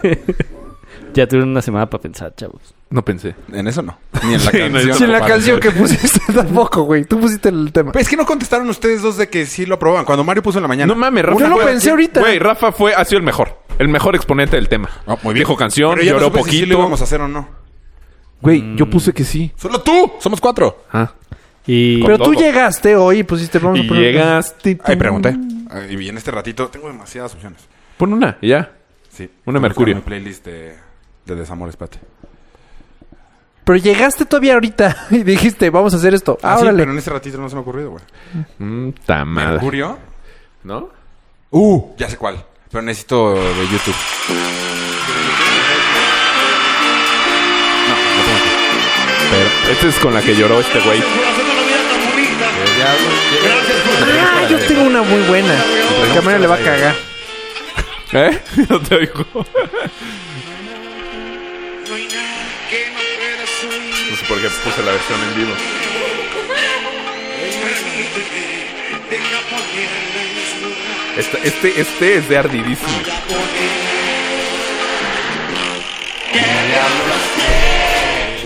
Speaker 4: Ya tuvieron una semana para pensar, chavos.
Speaker 2: No pensé.
Speaker 3: En eso no. Ni en la
Speaker 2: Sí, no,
Speaker 3: canción.
Speaker 2: eso
Speaker 7: Sí,
Speaker 2: no
Speaker 7: la
Speaker 3: Para-
Speaker 7: canción que pusiste tampoco, güey. Tú pusiste el tema.
Speaker 3: Pero es que no contestaron ustedes dos de que sí lo aprobaban. Cuando Mario puso en la mañana.
Speaker 2: No mames, Rafa.
Speaker 7: Yo lo
Speaker 2: fue-
Speaker 7: pensé ahorita.
Speaker 2: Güey, Rafa fue, ha sido el mejor. El mejor exponente del tema.
Speaker 3: Ah, muy bien.
Speaker 2: Dijo canción,
Speaker 3: Pero ya no
Speaker 2: lloró
Speaker 3: supe si sí
Speaker 2: poquito.
Speaker 3: lo íbamos Mm. a hacer o no.
Speaker 2: Güey, yo puse que sí.
Speaker 3: Solo tú. Somos cuatro.
Speaker 2: Ah.
Speaker 4: Y
Speaker 7: Pero tú
Speaker 2: todo.
Speaker 7: llegaste hoy y pusiste, vamos
Speaker 2: Y
Speaker 7: a poner-
Speaker 2: llegaste.
Speaker 3: Ay, pregunté. Ay, Y en este ratito tengo demasiadas opciones.
Speaker 2: Pon una, y ya.
Speaker 3: Sí.
Speaker 2: Una
Speaker 3: Tengo
Speaker 2: Mercurio.
Speaker 3: que buscar Mi playlist de, de Desamor, espérate.
Speaker 7: Pero llegaste todavía ahorita y dijiste, vamos a hacer esto.
Speaker 3: Ah,
Speaker 7: Ah,
Speaker 3: sí,
Speaker 7: órale.
Speaker 3: pero en este ratito no se me ha ocurrido, güey.
Speaker 2: Mm, ta madre.
Speaker 3: Mercurio.
Speaker 2: ¿No?
Speaker 3: Uh, ya sé cuál. Pero necesito de YouTube. No, lo tengo aquí.
Speaker 2: Esta es con la que lloró este güey.
Speaker 3: Eh, ya, ya-
Speaker 7: Ah, yo tengo una muy buena. El cámara le va a cagar.
Speaker 2: ¿Eh? No te oigo. No sé por qué puse la versión en vivo. Esta- este, este es de ardidísimo.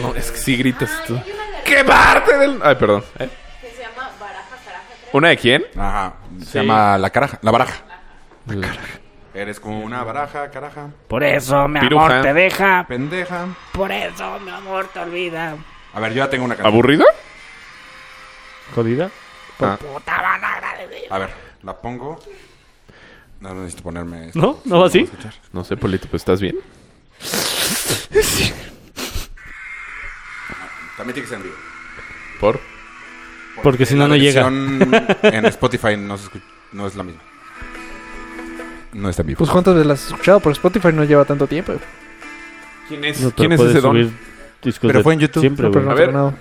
Speaker 2: No, es que sí gritas tú. ¡Qué parte del...! Ay, perdón. ¿Eh?
Speaker 9: Que se llama Baraja Caraja Creo.
Speaker 2: ¿Una de quién?
Speaker 3: Ajá. Se llama La Caraja. La Baraja. Eres como una baraja, caraja.
Speaker 10: Por eso, mi
Speaker 2: Piruja.
Speaker 10: amor, te deja.
Speaker 3: Pendeja.
Speaker 10: Ah. Por eso, mi amor, te olvida.
Speaker 3: A ver, yo ya tengo una canción.
Speaker 2: ¿Aburrida?
Speaker 4: jodida.
Speaker 2: Ah,
Speaker 10: Puta van a agradecer.
Speaker 3: A ver, la pongo. No, no necesito ponerme. esto.
Speaker 4: ¿No? ¿No va así?
Speaker 2: No sé, Polito, pero ¿estás bien?
Speaker 3: También tiene que ser en vivo.
Speaker 2: ¿Por?
Speaker 4: Porque si no, no
Speaker 3: La
Speaker 4: llega.
Speaker 3: versión En Spotify no, se escu- no es la misma. No está en vivo.
Speaker 7: Pues cuántas veces las has escuchado, porque Spotify no lleva tanto tiempo.
Speaker 2: ¿Quién es,
Speaker 4: No, pero
Speaker 2: ¿quién es
Speaker 4: puedes
Speaker 2: ese don?
Speaker 4: subir discos
Speaker 3: Pero
Speaker 4: de-
Speaker 3: fue en YouTube.
Speaker 4: Siempre,
Speaker 7: No, pero no
Speaker 4: güey.
Speaker 7: ha
Speaker 2: ver.
Speaker 7: terminado.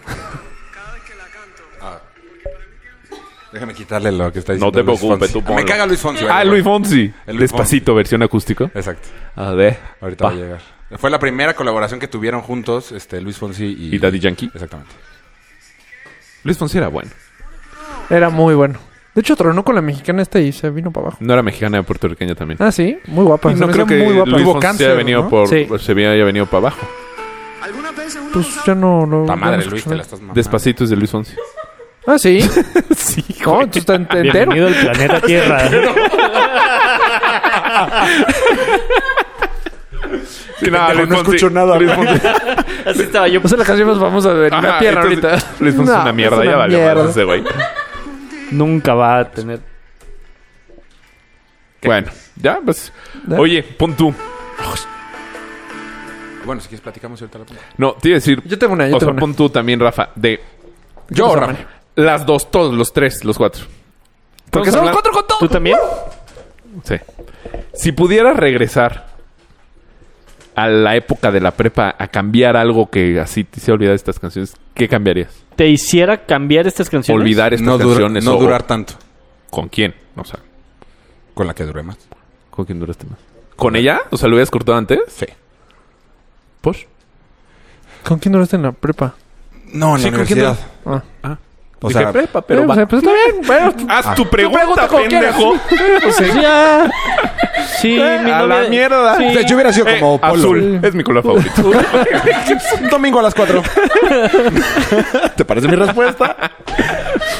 Speaker 3: Déjame quitarle lo que está
Speaker 2: No
Speaker 3: diciendo.
Speaker 2: te
Speaker 3: Luis
Speaker 2: preocupes,
Speaker 3: Fonsi.
Speaker 2: tú
Speaker 3: Ah,
Speaker 2: ponlo.
Speaker 3: Me caga Luis Fonsi.
Speaker 2: Ah,
Speaker 3: vale,
Speaker 2: Luis
Speaker 3: vale.
Speaker 2: Fonsi.
Speaker 3: El Luis
Speaker 2: Despacito, versión acústica.
Speaker 3: Exacto.
Speaker 2: A ver.
Speaker 3: Ahorita va a llegar. Fue la primera colaboración que tuvieron juntos, este, Luis Fonsi y,
Speaker 2: ¿Y Daddy Yankee?
Speaker 3: Exactamente.
Speaker 2: Luis Fonsi era bueno.
Speaker 7: Era muy bueno. De hecho, tronó con la mexicana esta y se vino para abajo.
Speaker 2: No era mexicana, era puertorriqueña también.
Speaker 7: Ah, sí, muy guapa.
Speaker 2: Y
Speaker 7: Se
Speaker 2: no
Speaker 7: me
Speaker 2: creo
Speaker 7: hacía
Speaker 2: que
Speaker 7: muy guapa.
Speaker 2: Luis
Speaker 7: Tuvo
Speaker 2: Fonsi
Speaker 7: cáncer,
Speaker 2: haya venido
Speaker 7: ¿no?
Speaker 2: por...
Speaker 7: Sí.
Speaker 2: Se había- haya venido para abajo.
Speaker 7: Pues ya no lo.
Speaker 3: La
Speaker 7: ya no
Speaker 3: madre,
Speaker 7: escucho
Speaker 3: Luis, te
Speaker 7: nada.
Speaker 3: la estás mamando.
Speaker 2: Despacito es de Luis Fonsi.
Speaker 7: Ah, sí. sí, No, tú estás ent- entero.
Speaker 4: Bienvenido al planeta Tierra.
Speaker 2: Sí, no,
Speaker 3: Pendejo,
Speaker 2: Luis
Speaker 3: no
Speaker 2: Fonsi.
Speaker 3: escucho nada.
Speaker 2: Luis Fonsi.
Speaker 4: Así estaba yo.
Speaker 7: O sea, la canción más famosa de
Speaker 2: Ajá,
Speaker 7: la tierra
Speaker 2: esto este es-
Speaker 7: ahorita.
Speaker 2: Luis Fonsi es
Speaker 7: No,
Speaker 2: una mierda,
Speaker 7: es
Speaker 2: ya valió
Speaker 7: mierda.
Speaker 2: madre ese güey.
Speaker 4: Nunca va a tener.
Speaker 2: Bueno, ya, pues.
Speaker 7: Ya.
Speaker 2: Oye, pon tú.
Speaker 3: Bueno, si quieres platicamos ahorita la
Speaker 2: No, te iba a decir.
Speaker 7: Yo tengo una, yo
Speaker 2: o sea,
Speaker 7: tengo una.
Speaker 2: pon tú también, Rafa. De. Yo,
Speaker 7: pasó,
Speaker 2: Rafa.
Speaker 7: Mario?
Speaker 2: Las dos, todos, los tres, los cuatro.
Speaker 7: Porque
Speaker 2: Estamos
Speaker 7: somos
Speaker 2: hablando-
Speaker 7: cuatro con todo.
Speaker 4: ¿Tú también?
Speaker 2: Sí. Si pudieras regresar a la época de la prepa a cambiar algo que así te se olvidar estas canciones, ¿qué cambiarías?
Speaker 4: ¿Te hiciera cambiar estas canciones?
Speaker 2: Olvidar estas
Speaker 3: No, dura-
Speaker 2: canciones.
Speaker 3: no
Speaker 2: o-
Speaker 3: durar tanto.
Speaker 2: ¿Con quién? O sea,
Speaker 3: Con la que duré más.
Speaker 2: ¿con quién duraste más? ¿Con ella? O sea, ¿lo habías cortado antes?
Speaker 3: Sí.
Speaker 2: ¿Pues?
Speaker 7: ¿Con quién duraste en la prepa?
Speaker 3: No, en
Speaker 2: Sí,
Speaker 3: la
Speaker 2: ¿con quién
Speaker 3: universidad.
Speaker 7: Ah.
Speaker 3: O sea, ah.
Speaker 2: prepa,
Speaker 7: Eh, pues, pues está bien. Bueno,
Speaker 2: Haz tu pregunta,
Speaker 7: pregunta con quién.
Speaker 2: pendejo.
Speaker 4: Ya. Sí, mi
Speaker 2: Eh, a
Speaker 4: novia-
Speaker 2: la mierda.
Speaker 4: Sí.
Speaker 3: o sea, yo hubiera sido como
Speaker 2: Eh,
Speaker 3: Polo.
Speaker 2: azul. Es mi color favorito.
Speaker 3: Un domingo a las 4. ¿Te parece mi respuesta?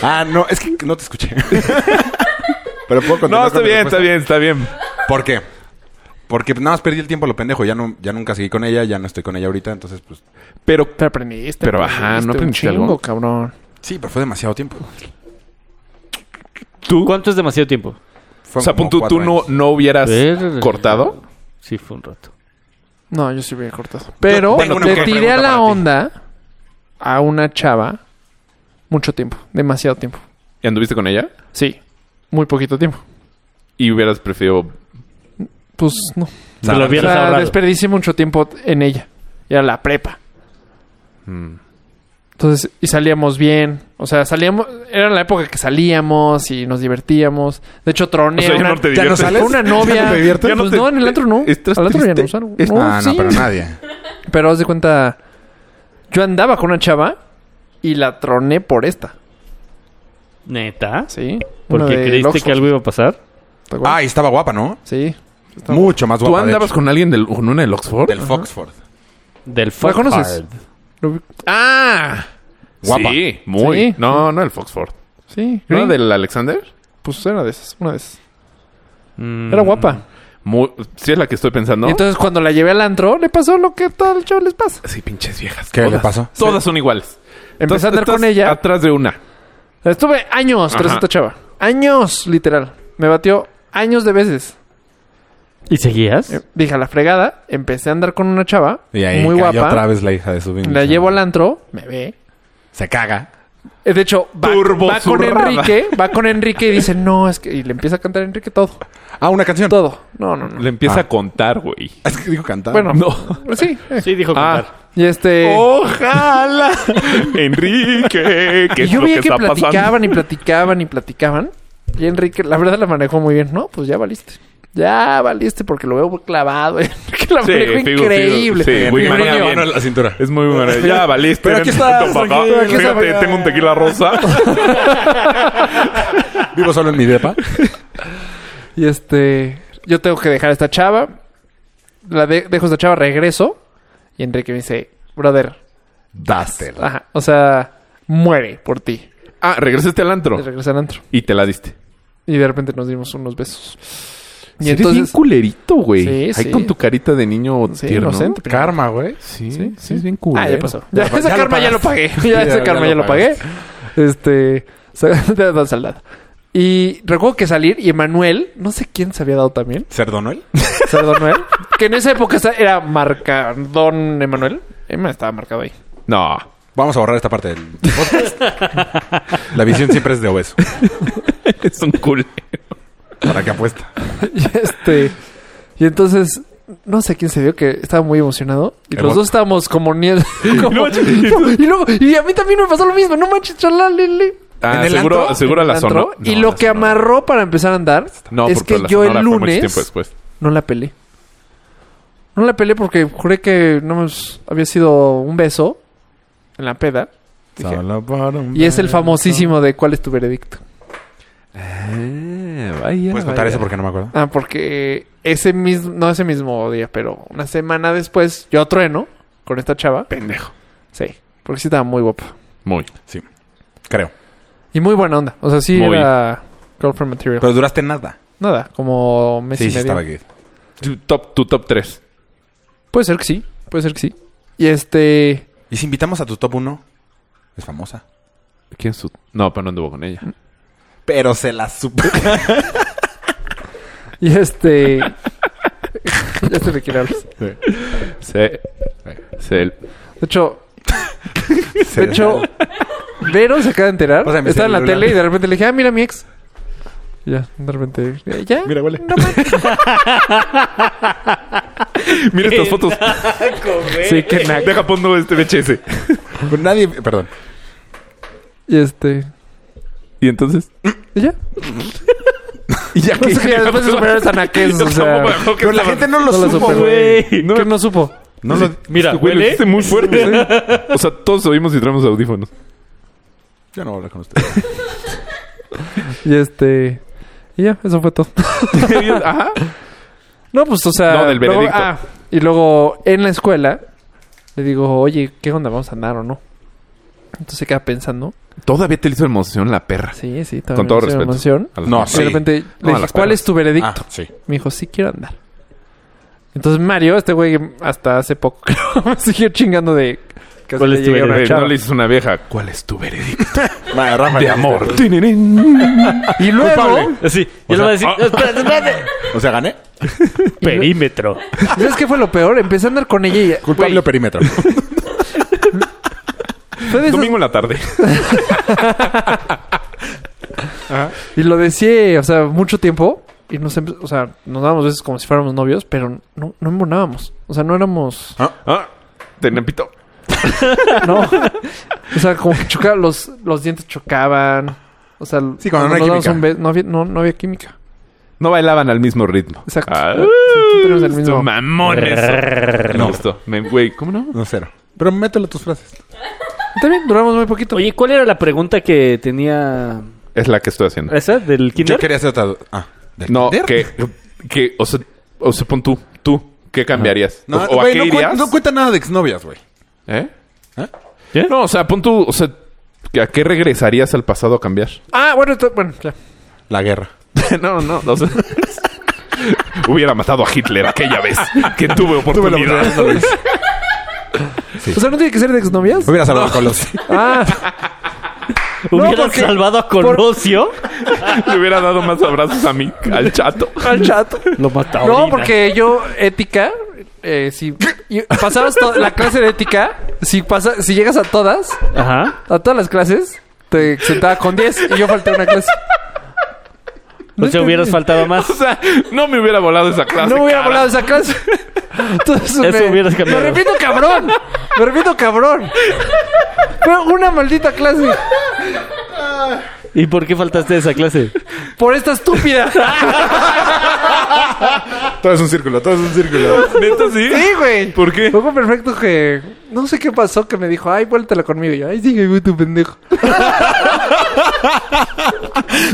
Speaker 3: Ah, no, es que no te escuché. Pero puedo continuar.
Speaker 2: No,
Speaker 3: con
Speaker 2: está
Speaker 3: mi
Speaker 2: bien, está
Speaker 3: respuesta?
Speaker 2: bien, está bien.
Speaker 3: ¿Por qué? Porque nada más perdí el tiempo a lo pendejo. Ya, no, ya nunca seguí con ella, ya no estoy con ella ahorita, entonces pues...
Speaker 2: Pero
Speaker 7: Te aprendiste. pues,
Speaker 2: Pero, ajá, ¿no
Speaker 7: un
Speaker 2: aprendiste
Speaker 7: chingo,
Speaker 2: algo?
Speaker 7: cabrón.
Speaker 3: Sí, pero fue demasiado tiempo.
Speaker 2: tú,
Speaker 4: ¿Cuánto es demasiado tiempo?
Speaker 3: Fue
Speaker 2: o sea,
Speaker 3: como
Speaker 2: pon tú,
Speaker 3: cuatro
Speaker 2: tú no,
Speaker 3: años.
Speaker 2: no hubieras
Speaker 4: Ver-
Speaker 2: cortado.
Speaker 4: Sí, fue un rato.
Speaker 7: No, yo sí hubiera cortado. Pero
Speaker 3: tengo una
Speaker 7: le
Speaker 3: pregunta
Speaker 7: tiré a
Speaker 3: para ti.
Speaker 7: la onda a una chava mucho tiempo, demasiado tiempo.
Speaker 2: ¿Y anduviste con ella?
Speaker 7: Sí, muy poquito tiempo.
Speaker 2: Y hubieras preferido.
Speaker 7: Pues no.
Speaker 4: Te lo
Speaker 7: O
Speaker 4: hubieras
Speaker 7: sea,
Speaker 4: ahorrado.
Speaker 7: desperdicié mucho tiempo en ella. Y Era la prepa.
Speaker 2: Mm.
Speaker 7: Entonces, y salíamos bien. O sea, salíamos. Era la época que salíamos y nos divertíamos. De hecho, troné.
Speaker 2: O sea, ya
Speaker 7: una,
Speaker 2: no te
Speaker 7: ya
Speaker 2: diviertes.
Speaker 7: salió una novia.
Speaker 3: ¿Ya no te diviertes?
Speaker 2: Ya no
Speaker 7: Pues
Speaker 2: te-
Speaker 7: no, en el antro no.
Speaker 2: ¿Estás
Speaker 7: Al antro ya no.
Speaker 2: triste?
Speaker 7: o sea, no,
Speaker 2: Es-
Speaker 3: Ah, no,
Speaker 7: sí.
Speaker 3: pero nadie.
Speaker 7: Pero haz de cuenta, yo andaba con una chava y la troné por esta.
Speaker 4: ¿Neta?
Speaker 7: Sí. Una
Speaker 4: Porque
Speaker 7: de
Speaker 4: creíste
Speaker 7: Oxford,
Speaker 4: que algo iba a pasar.
Speaker 7: ¿te acuerdas?
Speaker 3: Ah, y estaba guapa, ¿no?
Speaker 7: Sí.
Speaker 3: Mucho más guapa.
Speaker 2: ¿Tú
Speaker 3: de
Speaker 2: andabas
Speaker 3: hecho.
Speaker 2: con alguien del, con una del Oxford?
Speaker 3: Del Foxford.
Speaker 4: Del fuck
Speaker 7: conoces?
Speaker 4: hard.
Speaker 7: Lo vi-
Speaker 2: Ah,
Speaker 3: Guapa.
Speaker 2: Sí, muy.
Speaker 7: Sí.
Speaker 2: No, no del Foxford.
Speaker 7: Sí.
Speaker 2: ¿No
Speaker 7: Green.
Speaker 2: del Alexander?
Speaker 7: Pues era de esas, una de esas.
Speaker 4: Mm.
Speaker 7: Era guapa.
Speaker 2: Muy, sí, es la que estoy pensando.
Speaker 7: Y entonces cuando la llevé al antro, le pasó lo que tal chavo les pasa.
Speaker 2: sí, pinches viejas.
Speaker 3: ¿Qué le
Speaker 2: Todas-
Speaker 3: pasó?
Speaker 2: Todas son iguales.
Speaker 7: Empecé a andar
Speaker 2: estás
Speaker 7: con ella.
Speaker 2: Atrás de una.
Speaker 7: Estuve años tras
Speaker 2: Ajá.
Speaker 7: esta chava. Años, literal. Me batió años de veces.
Speaker 4: ¿Y seguías?
Speaker 7: Eh, Dije a la fregada, empecé a andar con una chava
Speaker 3: Y ahí
Speaker 7: muy
Speaker 3: cayó
Speaker 7: guapa.
Speaker 3: otra vez la hija de su
Speaker 7: La llevo al antro, me ve,
Speaker 3: Se caga.
Speaker 7: Eh, De hecho, va,
Speaker 2: Turbo
Speaker 7: va con
Speaker 2: zurrada.
Speaker 7: Enrique, va con Enrique y dice, no, es que... Y le empieza a cantar a Enrique todo,
Speaker 3: Ah, una canción.
Speaker 7: todo. No, no, no.
Speaker 2: Le empieza
Speaker 3: Ah.
Speaker 2: a contar, güey.
Speaker 3: Es que digo cantar.
Speaker 7: Bueno,
Speaker 2: No.
Speaker 7: sí. eh.
Speaker 4: Sí, dijo contar.
Speaker 2: Ah,
Speaker 7: Y este...
Speaker 2: ojalá, Enrique. ¿Qué
Speaker 7: y
Speaker 2: es
Speaker 7: yo
Speaker 2: lo
Speaker 7: veía
Speaker 2: que,
Speaker 7: que,
Speaker 2: está
Speaker 7: platicaban
Speaker 2: pasando?
Speaker 7: y platicaban y platicaban. Y Enrique, la verdad, la manejó muy bien. No, pues ya valiste. Ya valiste porque lo veo clavado. Enrique la
Speaker 2: Sí,
Speaker 7: manejó
Speaker 2: figo, figo.
Speaker 7: increíble.
Speaker 2: Sí, güey,
Speaker 7: Mourinho.
Speaker 2: maneja bien.
Speaker 3: Mano en la cintura.
Speaker 2: Es muy bueno. Ya valiste.
Speaker 3: Pero aquí
Speaker 2: eres
Speaker 3: estás,
Speaker 2: tu papá.
Speaker 3: tranquilo, aquí
Speaker 2: Fíjate,
Speaker 3: estás.
Speaker 2: tengo un tequila rosa.
Speaker 3: Vivo solo en mi depa.
Speaker 7: Y este... Yo tengo que dejar a esta chava. La de- dejo a esta chava, regreso. Y Enrique me dice, brother,
Speaker 3: Dastela.
Speaker 7: ajá, o sea, muere por ti.
Speaker 2: ah, regresaste al antro.
Speaker 7: Y regresé al antro.
Speaker 2: Y te la diste.
Speaker 7: Y de repente nos dimos unos besos. Y
Speaker 2: Sí, eres bien
Speaker 7: entonces.
Speaker 2: culerito, güey.
Speaker 7: Sí,
Speaker 2: Ahí
Speaker 7: sí.
Speaker 2: con tu carita de niño
Speaker 7: Sí,
Speaker 2: tierno.
Speaker 7: inocente.
Speaker 3: Karma, güey.
Speaker 2: Sí,
Speaker 7: Sí,
Speaker 2: sí,
Speaker 7: sí.
Speaker 2: es bien culero.
Speaker 7: Ah, ya pasó. Ya,
Speaker 3: Ya lo-
Speaker 7: ese
Speaker 3: ya lo
Speaker 7: karma ya lo pagué. Ya,
Speaker 3: Ya-
Speaker 7: ese
Speaker 3: ya
Speaker 7: karma
Speaker 3: lo
Speaker 7: ya lo pagué. Este. sa- Te da saldada. Y recuerdo que salir y Emanuel, no sé quién se había dado también.
Speaker 3: ¿Cerdonoel?
Speaker 7: Cerdo Noel. que en esa época esa- era marcadón Emanuel. Emma estaba marcado ahí.
Speaker 2: No.
Speaker 3: Vamos a borrar esta parte del podcast. La visión siempre es de obeso.
Speaker 2: Es un culero.
Speaker 3: ¿Para qué apuesta?
Speaker 7: Y este. Y entonces. No sé quién se dio que estaba muy emocionado. Y
Speaker 3: El
Speaker 7: los
Speaker 3: bot.
Speaker 7: dos estábamos como ni como-
Speaker 2: No,
Speaker 7: No, y luego, y a mí también me pasó lo mismo. No manches, chala, lele.
Speaker 2: Ah,
Speaker 3: ¿En el
Speaker 2: seguro,
Speaker 3: antro?
Speaker 2: seguro la
Speaker 7: Entró,
Speaker 2: zona.
Speaker 7: y lo que amarró para empezar a andar
Speaker 2: No,
Speaker 7: es
Speaker 2: porque
Speaker 7: que
Speaker 2: la
Speaker 7: yo el
Speaker 2: Sonora fue mucho tiempo
Speaker 7: lunes
Speaker 2: después.
Speaker 7: no la pelé. No la pelé porque juré que no nos había sido un beso en la peda. Dije, y es el famosísimo de cuál es tu veredicto.
Speaker 2: Ah, vaya.
Speaker 3: ¿Puedes contar eso porque no me acuerdo?
Speaker 7: Ah, porque ese mismo, no ese mismo día, pero una semana después yo trueno con esta chava.
Speaker 2: Pendejo.
Speaker 7: Sí, porque sí estaba muy guapa.
Speaker 2: Muy.
Speaker 3: Sí. Creo.
Speaker 7: Y muy buena onda. O sea, sí
Speaker 2: Muy.
Speaker 7: era girlfriend material.
Speaker 3: Pero duraste nada.
Speaker 7: Nada, como
Speaker 3: Pues
Speaker 7: mes
Speaker 3: Sí,
Speaker 7: y
Speaker 3: sí
Speaker 7: medio.
Speaker 3: estaba aquí.
Speaker 2: Tu top, tu top 3.
Speaker 7: Puede ser que sí, puede ser que sí. Y este.
Speaker 3: ¿Y si invitamos a tu top 1? Es famosa.
Speaker 2: ¿Quién es su...? No, pero no anduvo con ella.
Speaker 3: Pero se la super...
Speaker 7: Y este. ya se me quiere hablar.
Speaker 2: Se... Se...
Speaker 7: De hecho, de hecho, Vero se acaba de enterar.
Speaker 3: Pásame mi
Speaker 7: Estaba en la
Speaker 3: celular.
Speaker 7: tele y de repente le dije, ah, mira mi ex. Y ya, de repente. eh, Ya.
Speaker 3: Mira, huele.
Speaker 2: Mira estas fotos.
Speaker 7: Sí, que naco.
Speaker 2: Deja pongo este VHS.
Speaker 3: Pues nadie... Perdón.
Speaker 7: Y este.
Speaker 2: Y entonces...
Speaker 7: Y ya.
Speaker 2: ¿Y ya
Speaker 7: O sea, que después de superar esa naquez,
Speaker 2: Yo
Speaker 7: o sea.
Speaker 2: tampoco me acuerdo que
Speaker 3: Pero la
Speaker 2: estaba-
Speaker 3: gente no lo
Speaker 7: No lo
Speaker 3: supo,
Speaker 7: supe,
Speaker 3: güey.
Speaker 4: Güey.
Speaker 7: ¿Qué no supo?
Speaker 3: No lo...
Speaker 4: Mira,
Speaker 2: Güey, lo
Speaker 4: huele.
Speaker 2: hiciste muy fuerte. ¿eh? O sea, todos oímos y traemos audífonos.
Speaker 3: Yo no voy a hablar con ustedes.
Speaker 7: Y este. Y ya, eso fue todo.
Speaker 2: Ajá.
Speaker 7: No, pues, o sea.
Speaker 2: No, del
Speaker 7: luego-
Speaker 2: veredicto.
Speaker 7: ah, y luego en la escuela le digo, oye, ¿qué onda? ¿Vamos a andar o no? Entonces se queda pensando.
Speaker 2: Todavía te le hizo emoción la perra.
Speaker 7: Sí, sí, todavía
Speaker 2: Con
Speaker 7: no
Speaker 2: todo
Speaker 7: hice la
Speaker 2: respeto.
Speaker 7: mención.
Speaker 2: A las
Speaker 3: No,
Speaker 2: mujeres.
Speaker 7: Y de repente
Speaker 2: No,
Speaker 7: le
Speaker 2: a
Speaker 7: dije,
Speaker 2: las
Speaker 7: ¿cuál
Speaker 2: perras.
Speaker 7: es tu veredicto?
Speaker 3: Ah, sí.
Speaker 7: Me dijo, sí quiero andar. Entonces Mario, este güey que hasta hace poco creo, me siguió chingando de... que
Speaker 4: ¿Cuál
Speaker 7: le
Speaker 4: es tu
Speaker 7: llegué a una
Speaker 2: Güey,
Speaker 7: chava.
Speaker 2: no le dices una vieja. ¿Cuál es tu veredicto?
Speaker 3: Vale, Rafa,
Speaker 2: De
Speaker 3: ya
Speaker 2: amor.
Speaker 3: hiciste.
Speaker 7: Y luego,
Speaker 3: Culpable.
Speaker 4: Así. Yo le voy a decir. Espérate, espérate.
Speaker 3: O sea, gané.
Speaker 4: Perímetro.
Speaker 7: ¿sabes qué fue lo peor? Empecé a andar con ella y...
Speaker 3: Culpable o perímetro.
Speaker 7: güey, fue de esas-
Speaker 2: Domingo en la tarde.
Speaker 7: Y lo decía, o sea, mucho tiempo. Y nos, empe- o sea, nos dábamos veces como si fuéramos novios, pero no, no embonábamos. O sea, no éramos...
Speaker 2: Ah, Tenían pito.
Speaker 7: No. o sea, como que chocaban, los, los dientes chocaban. O sea,
Speaker 3: Sí, cuando no hay
Speaker 7: nos dábamos
Speaker 3: química.
Speaker 7: un beso- no, había, no, no había química.
Speaker 2: No bailaban al mismo ritmo.
Speaker 7: Exacto.
Speaker 2: Ah,
Speaker 7: Sí, sí, tenemos el mismo-
Speaker 2: tu mamón eso. Me gustó. Me- Güey, ¿cómo no?
Speaker 3: No, cero. Pero métele tus frases.
Speaker 7: También duramos muy poquito.
Speaker 4: Oye, ¿cuál era la pregunta que tenía.
Speaker 2: Es la que estoy haciendo.
Speaker 4: ¿Esa? ¿Del
Speaker 3: Yo
Speaker 4: kinder?
Speaker 3: quería hacer otra... Ah. ¿del
Speaker 2: No,
Speaker 3: kinder?
Speaker 2: que, que, o sea, o sea, pon tú, tú, ¿qué cambiarías?
Speaker 3: No,
Speaker 2: ¿O, o
Speaker 3: güey,
Speaker 2: a qué
Speaker 3: no, cuen-
Speaker 2: irías?
Speaker 3: no cuenta nada de exnovias, güey.
Speaker 2: ¿Eh?
Speaker 3: ¿Eh?
Speaker 4: ¿Qué?
Speaker 2: No, o sea, pon tú, o sea, ¿a qué regresarías al pasado a cambiar?
Speaker 7: Ah, bueno, ento- bueno, ya.
Speaker 3: La guerra.
Speaker 2: no, no, o sea, hubiera matado a Hitler aquella vez que tuve
Speaker 3: Tuve la
Speaker 2: oportunidad.
Speaker 3: oportunidad, no lo hice.
Speaker 7: O sea, ¿no tiene que ser de exnovias?
Speaker 3: Hubiera salvado a Colos.
Speaker 7: Ah,
Speaker 4: ¿Hubieras
Speaker 7: No, porque-
Speaker 4: salvado a Colosio?
Speaker 2: Le hubiera dado más abrazos a mí, al chato.
Speaker 7: al chato.
Speaker 4: Lo mataba.
Speaker 7: No, porque yo, ética, eh, si y pasabas to- la clase de ética, si, pasa, si llegas a todas,
Speaker 4: Ajá.
Speaker 7: a todas las clases, te sentaba con 10 y yo falté a una clase.
Speaker 4: O sea, hubieras faltado más.
Speaker 2: O sea, no me hubiera volado esa clase.
Speaker 7: No hubiera
Speaker 2: cara.
Speaker 7: volado esa clase. Entonces,
Speaker 4: Eso hubieras cambiado.
Speaker 7: Me repito cabrón. Me repito cabrón. Fue una maldita clase.
Speaker 4: ¿Y por qué faltaste de esa clase?
Speaker 7: Por esta estúpida.
Speaker 3: Todo es un círculo, todo es un círculo.
Speaker 2: ¿Neta sí?
Speaker 7: Sí, güey.
Speaker 2: ¿Por qué?
Speaker 7: Fue perfecto que... No sé qué pasó que me dijo, ay, vuéltela conmigo. Y yo, ay, sí, güey, tu pendejo.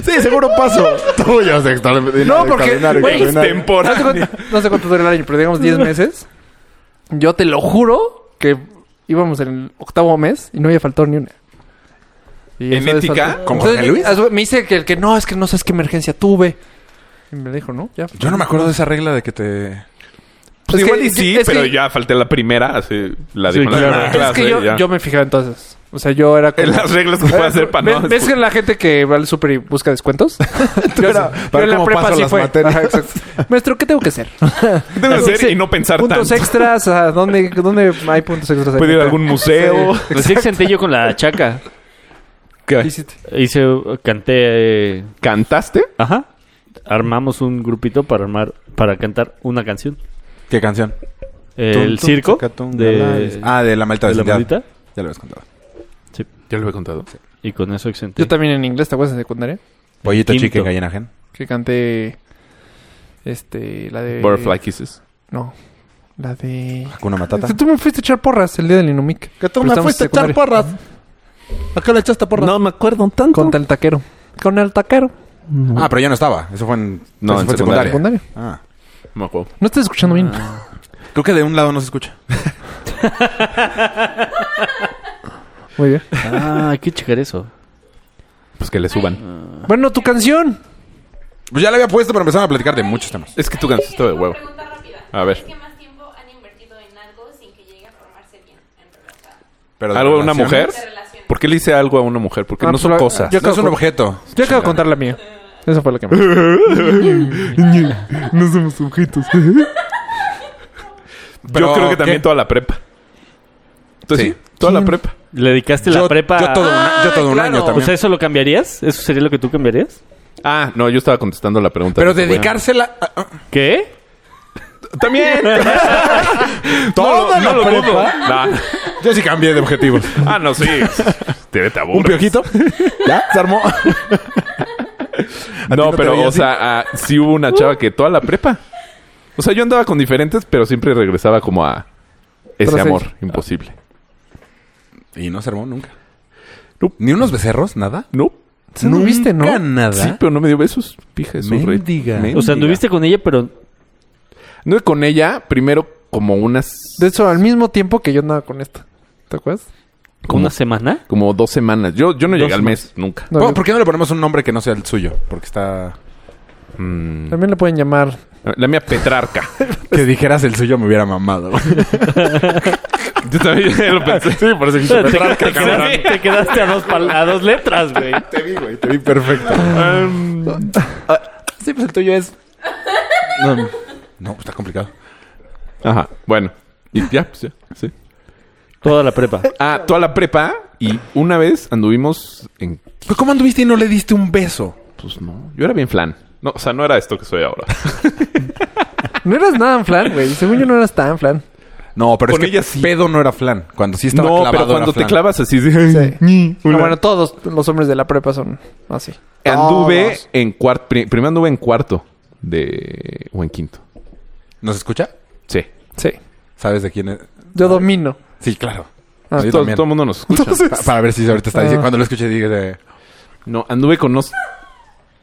Speaker 3: Sí, seguro paso. Tuyo es extraordinario.
Speaker 7: No, porque,
Speaker 3: extraordinario,
Speaker 7: güey, este
Speaker 3: extraordinario.
Speaker 7: No sé,
Speaker 2: Temporada.
Speaker 7: cuánto, no sé cuánto duró el año, pero digamos 10 meses. Yo te lo juro que íbamos en el octavo mes y no había faltado ni una. Y
Speaker 2: ¿En
Speaker 7: eso es
Speaker 2: ética?
Speaker 7: falta-
Speaker 3: ¿Con Jorge
Speaker 7: Entonces, ah,
Speaker 3: Luis?
Speaker 7: me- Me dice que el que no, es que no sabes qué emergencia tuve. Y me dijo, ¿no? Ya.
Speaker 3: Yo no me acuerdo de esa regla de que te.
Speaker 2: Pues
Speaker 7: Es
Speaker 2: igual
Speaker 7: que-
Speaker 2: y sí,
Speaker 7: es que-
Speaker 2: pero ya falté la primera, así, la
Speaker 4: Sí,
Speaker 2: de la
Speaker 4: claro.
Speaker 2: primera
Speaker 4: Es
Speaker 7: Es
Speaker 2: clase,
Speaker 7: que yo,
Speaker 2: Ah, ya.
Speaker 7: yo me fijaba entonces. O sea, yo era como...
Speaker 2: En las reglas que puede hacer para
Speaker 7: ¿Ves,
Speaker 2: no... Pues-
Speaker 7: ves que la gente que va al súper y busca descuentos? yo,
Speaker 3: era-
Speaker 7: yo
Speaker 3: para
Speaker 7: en la
Speaker 3: cómo
Speaker 7: prepa
Speaker 3: paso
Speaker 7: sí
Speaker 3: las
Speaker 7: fue.
Speaker 3: materias.
Speaker 7: Ajá, exacto. Maestro, ¿qué tengo que hacer?
Speaker 2: Debe de ser y no pensar tanto.
Speaker 7: puntos extras, ¿a dónde, dónde hay puntos extras? ahí?
Speaker 2: Puede ir a algún museo.
Speaker 4: Recién Pues senté yo con la chaca.
Speaker 7: ¿Qué
Speaker 2: ¿Qué?
Speaker 7: hiciste?
Speaker 4: Hice, canté. eh,
Speaker 2: ¿Cantaste?
Speaker 4: Ajá. Armamos un grupito para armar, para cantar una canción.
Speaker 3: ¿Qué canción?
Speaker 4: El
Speaker 3: Tum, tum,
Speaker 4: circo
Speaker 3: chacatum,
Speaker 4: de,
Speaker 3: galán. Ah, de la malta
Speaker 4: de la
Speaker 3: vecindad.
Speaker 4: maldita.
Speaker 3: Ya lo habías contado.
Speaker 2: Ya lo había contado.
Speaker 4: Y con eso exenté.
Speaker 7: Yo también en inglés, ¿te acuerdas en secundaria?
Speaker 3: Pollito
Speaker 4: Quinto.
Speaker 3: chique, gallina gen.
Speaker 7: Que canté. Este, la de.
Speaker 2: Butterfly Kisses.
Speaker 7: No. La de.
Speaker 3: Hakuna Matata.
Speaker 7: Este, Tú me fuiste a echar porras el día del Inumic.
Speaker 3: Que
Speaker 7: Pero estamos en secundaria.
Speaker 3: porras. Acá le echaste porras.
Speaker 2: me acuerdo tanto.
Speaker 7: Contra el taquero. Con el taquero.
Speaker 3: Ah, pero ya no estaba. Eso fue en.
Speaker 2: No,
Speaker 3: eso
Speaker 2: en
Speaker 3: fue
Speaker 2: secundaria.
Speaker 7: Secundaria.
Speaker 3: Ah.
Speaker 2: No me acuerdo.
Speaker 7: No estás escuchando bien.
Speaker 3: Creo que de un lado no se escucha.
Speaker 7: Muy bien.
Speaker 4: Ah, hay que checar eso.
Speaker 2: Pues que le
Speaker 7: Ah.
Speaker 2: suban.
Speaker 7: Bueno, tu canción.
Speaker 3: Pues ya la había puesto, pero empezaron a platicar de muchos temas.
Speaker 2: Es que tú cantaste de huevo.
Speaker 9: Pregunta rápida.
Speaker 2: A ver.
Speaker 9: ¿Qué más tiempo han invertido en
Speaker 3: Pero de
Speaker 2: ¿Algo a una mujer?
Speaker 3: relaciones.
Speaker 2: ¿Por qué le hice algo a una mujer? Porque
Speaker 7: Ah,
Speaker 2: no
Speaker 7: pues
Speaker 2: son
Speaker 7: lo-
Speaker 2: cosas.
Speaker 7: Yo
Speaker 3: No es
Speaker 7: acabo
Speaker 3: un
Speaker 7: con-
Speaker 3: objeto.
Speaker 7: Yo acabo de contar la mía. Esa fue la que me...
Speaker 3: No somos objetos.
Speaker 2: Yo creo que también toda la prepa. Entonces,
Speaker 3: Sí.
Speaker 2: sí, toda la prepa.
Speaker 4: ¿Le dedicaste la
Speaker 3: Yo-
Speaker 4: prepa? Ah.
Speaker 3: Yo todo, un- yo todo un
Speaker 7: claro.
Speaker 3: año
Speaker 4: O
Speaker 3: también.
Speaker 4: sea, ¿eso lo cambiarías? ¿Eso sería lo que tú cambiarías?
Speaker 2: Ah, no, yo estaba contestando la pregunta.
Speaker 3: pero
Speaker 2: de tu güey.
Speaker 3: dedicársela. a- a-
Speaker 4: ¿Qué?
Speaker 2: También.
Speaker 3: Toda
Speaker 2: no,
Speaker 3: la
Speaker 2: lo dudo.
Speaker 3: prepa.
Speaker 2: Nah.
Speaker 3: Yo sí cambié de objetivos.
Speaker 2: Ah, no, sí. Te vete a
Speaker 3: ¿Un piojito? ¿Ya? ¿Se armó?
Speaker 2: No,
Speaker 3: no te
Speaker 2: pero,
Speaker 3: veía
Speaker 2: o
Speaker 3: así?
Speaker 2: sea, ah, sí hubo una chava que toda la prepa. O sea, yo andaba con diferentes, pero siempre regresaba como a ese
Speaker 7: Pero sí.
Speaker 2: amor imposible.
Speaker 3: Y no se armó nunca.
Speaker 2: Nope.
Speaker 3: ¿Ni unos becerros? ¿Nada?
Speaker 2: No.
Speaker 7: Se no viste, ¿no?
Speaker 3: Nunca nada.
Speaker 2: Sí, pero no me dio besos. Fija, eso es re-
Speaker 3: Mendiga.
Speaker 2: mendiga.
Speaker 4: O sea, anduviste con ella, pero...
Speaker 2: Anduve con ella primero como unas...
Speaker 7: De hecho, al mismo tiempo que yo andaba con esta. ¿Te acuerdas?
Speaker 4: ¿Con una semana?
Speaker 2: Como dos semanas. Yo, yo no llegué
Speaker 4: Dos
Speaker 2: al mes nunca.
Speaker 7: No,
Speaker 3: ¿Por,
Speaker 7: yo-
Speaker 3: por qué no le ponemos un nombre que no sea el suyo? Porque está...
Speaker 2: Mm.
Speaker 7: También le pueden llamar...
Speaker 2: La mía Petrarca.
Speaker 3: Que dijeras el suyo me hubiera mamado.
Speaker 2: yo también lo pensé. Sí, por eso
Speaker 4: Te, te quedaste, te quedaste a dos, pal- a dos letras, güey.
Speaker 3: te vi, güey. Te vi perfecto. sí, pues el tuyo es... No, no, está complicado.
Speaker 2: Ajá, bueno. Y ya, pues ya. Sí.
Speaker 4: Toda la prepa.
Speaker 2: Ah, toda la prepa y una vez anduvimos en...
Speaker 3: ¿Pero cómo anduviste y no le diste un beso?
Speaker 2: Pues no, yo era bien flan. No, o sea, no era esto que soy ahora.
Speaker 7: No eras nada en flan, güey. Según yo no eras tan flan.
Speaker 3: No, pero
Speaker 2: Con
Speaker 3: es que
Speaker 2: ella sí.
Speaker 3: pedo no era flan. Cuando sí estaba
Speaker 2: no,
Speaker 3: clavado
Speaker 2: pero
Speaker 3: era
Speaker 2: cuando te
Speaker 3: flan.
Speaker 2: clavas así... de-
Speaker 7: Sí.
Speaker 2: Ni,
Speaker 7: Pero
Speaker 2: hola.
Speaker 7: bueno, todos los hombres de la prepa son así.
Speaker 2: anduve
Speaker 7: Todos.
Speaker 2: en cuarto... primero anduve en cuarto de... o en quinto.
Speaker 3: ¿Nos escucha?
Speaker 2: Sí.
Speaker 7: Sí.
Speaker 3: ¿Sabes de quién es?
Speaker 7: Yo domino.
Speaker 3: Sí, claro.
Speaker 7: Ah,
Speaker 3: Yo
Speaker 2: Todo,
Speaker 3: también.
Speaker 2: todo el mundo nos escucha.
Speaker 3: Pa- para ver si ahorita está diciendo...
Speaker 7: Ah.
Speaker 3: Cuando lo escuché dije... de-
Speaker 2: No, anduve con unos...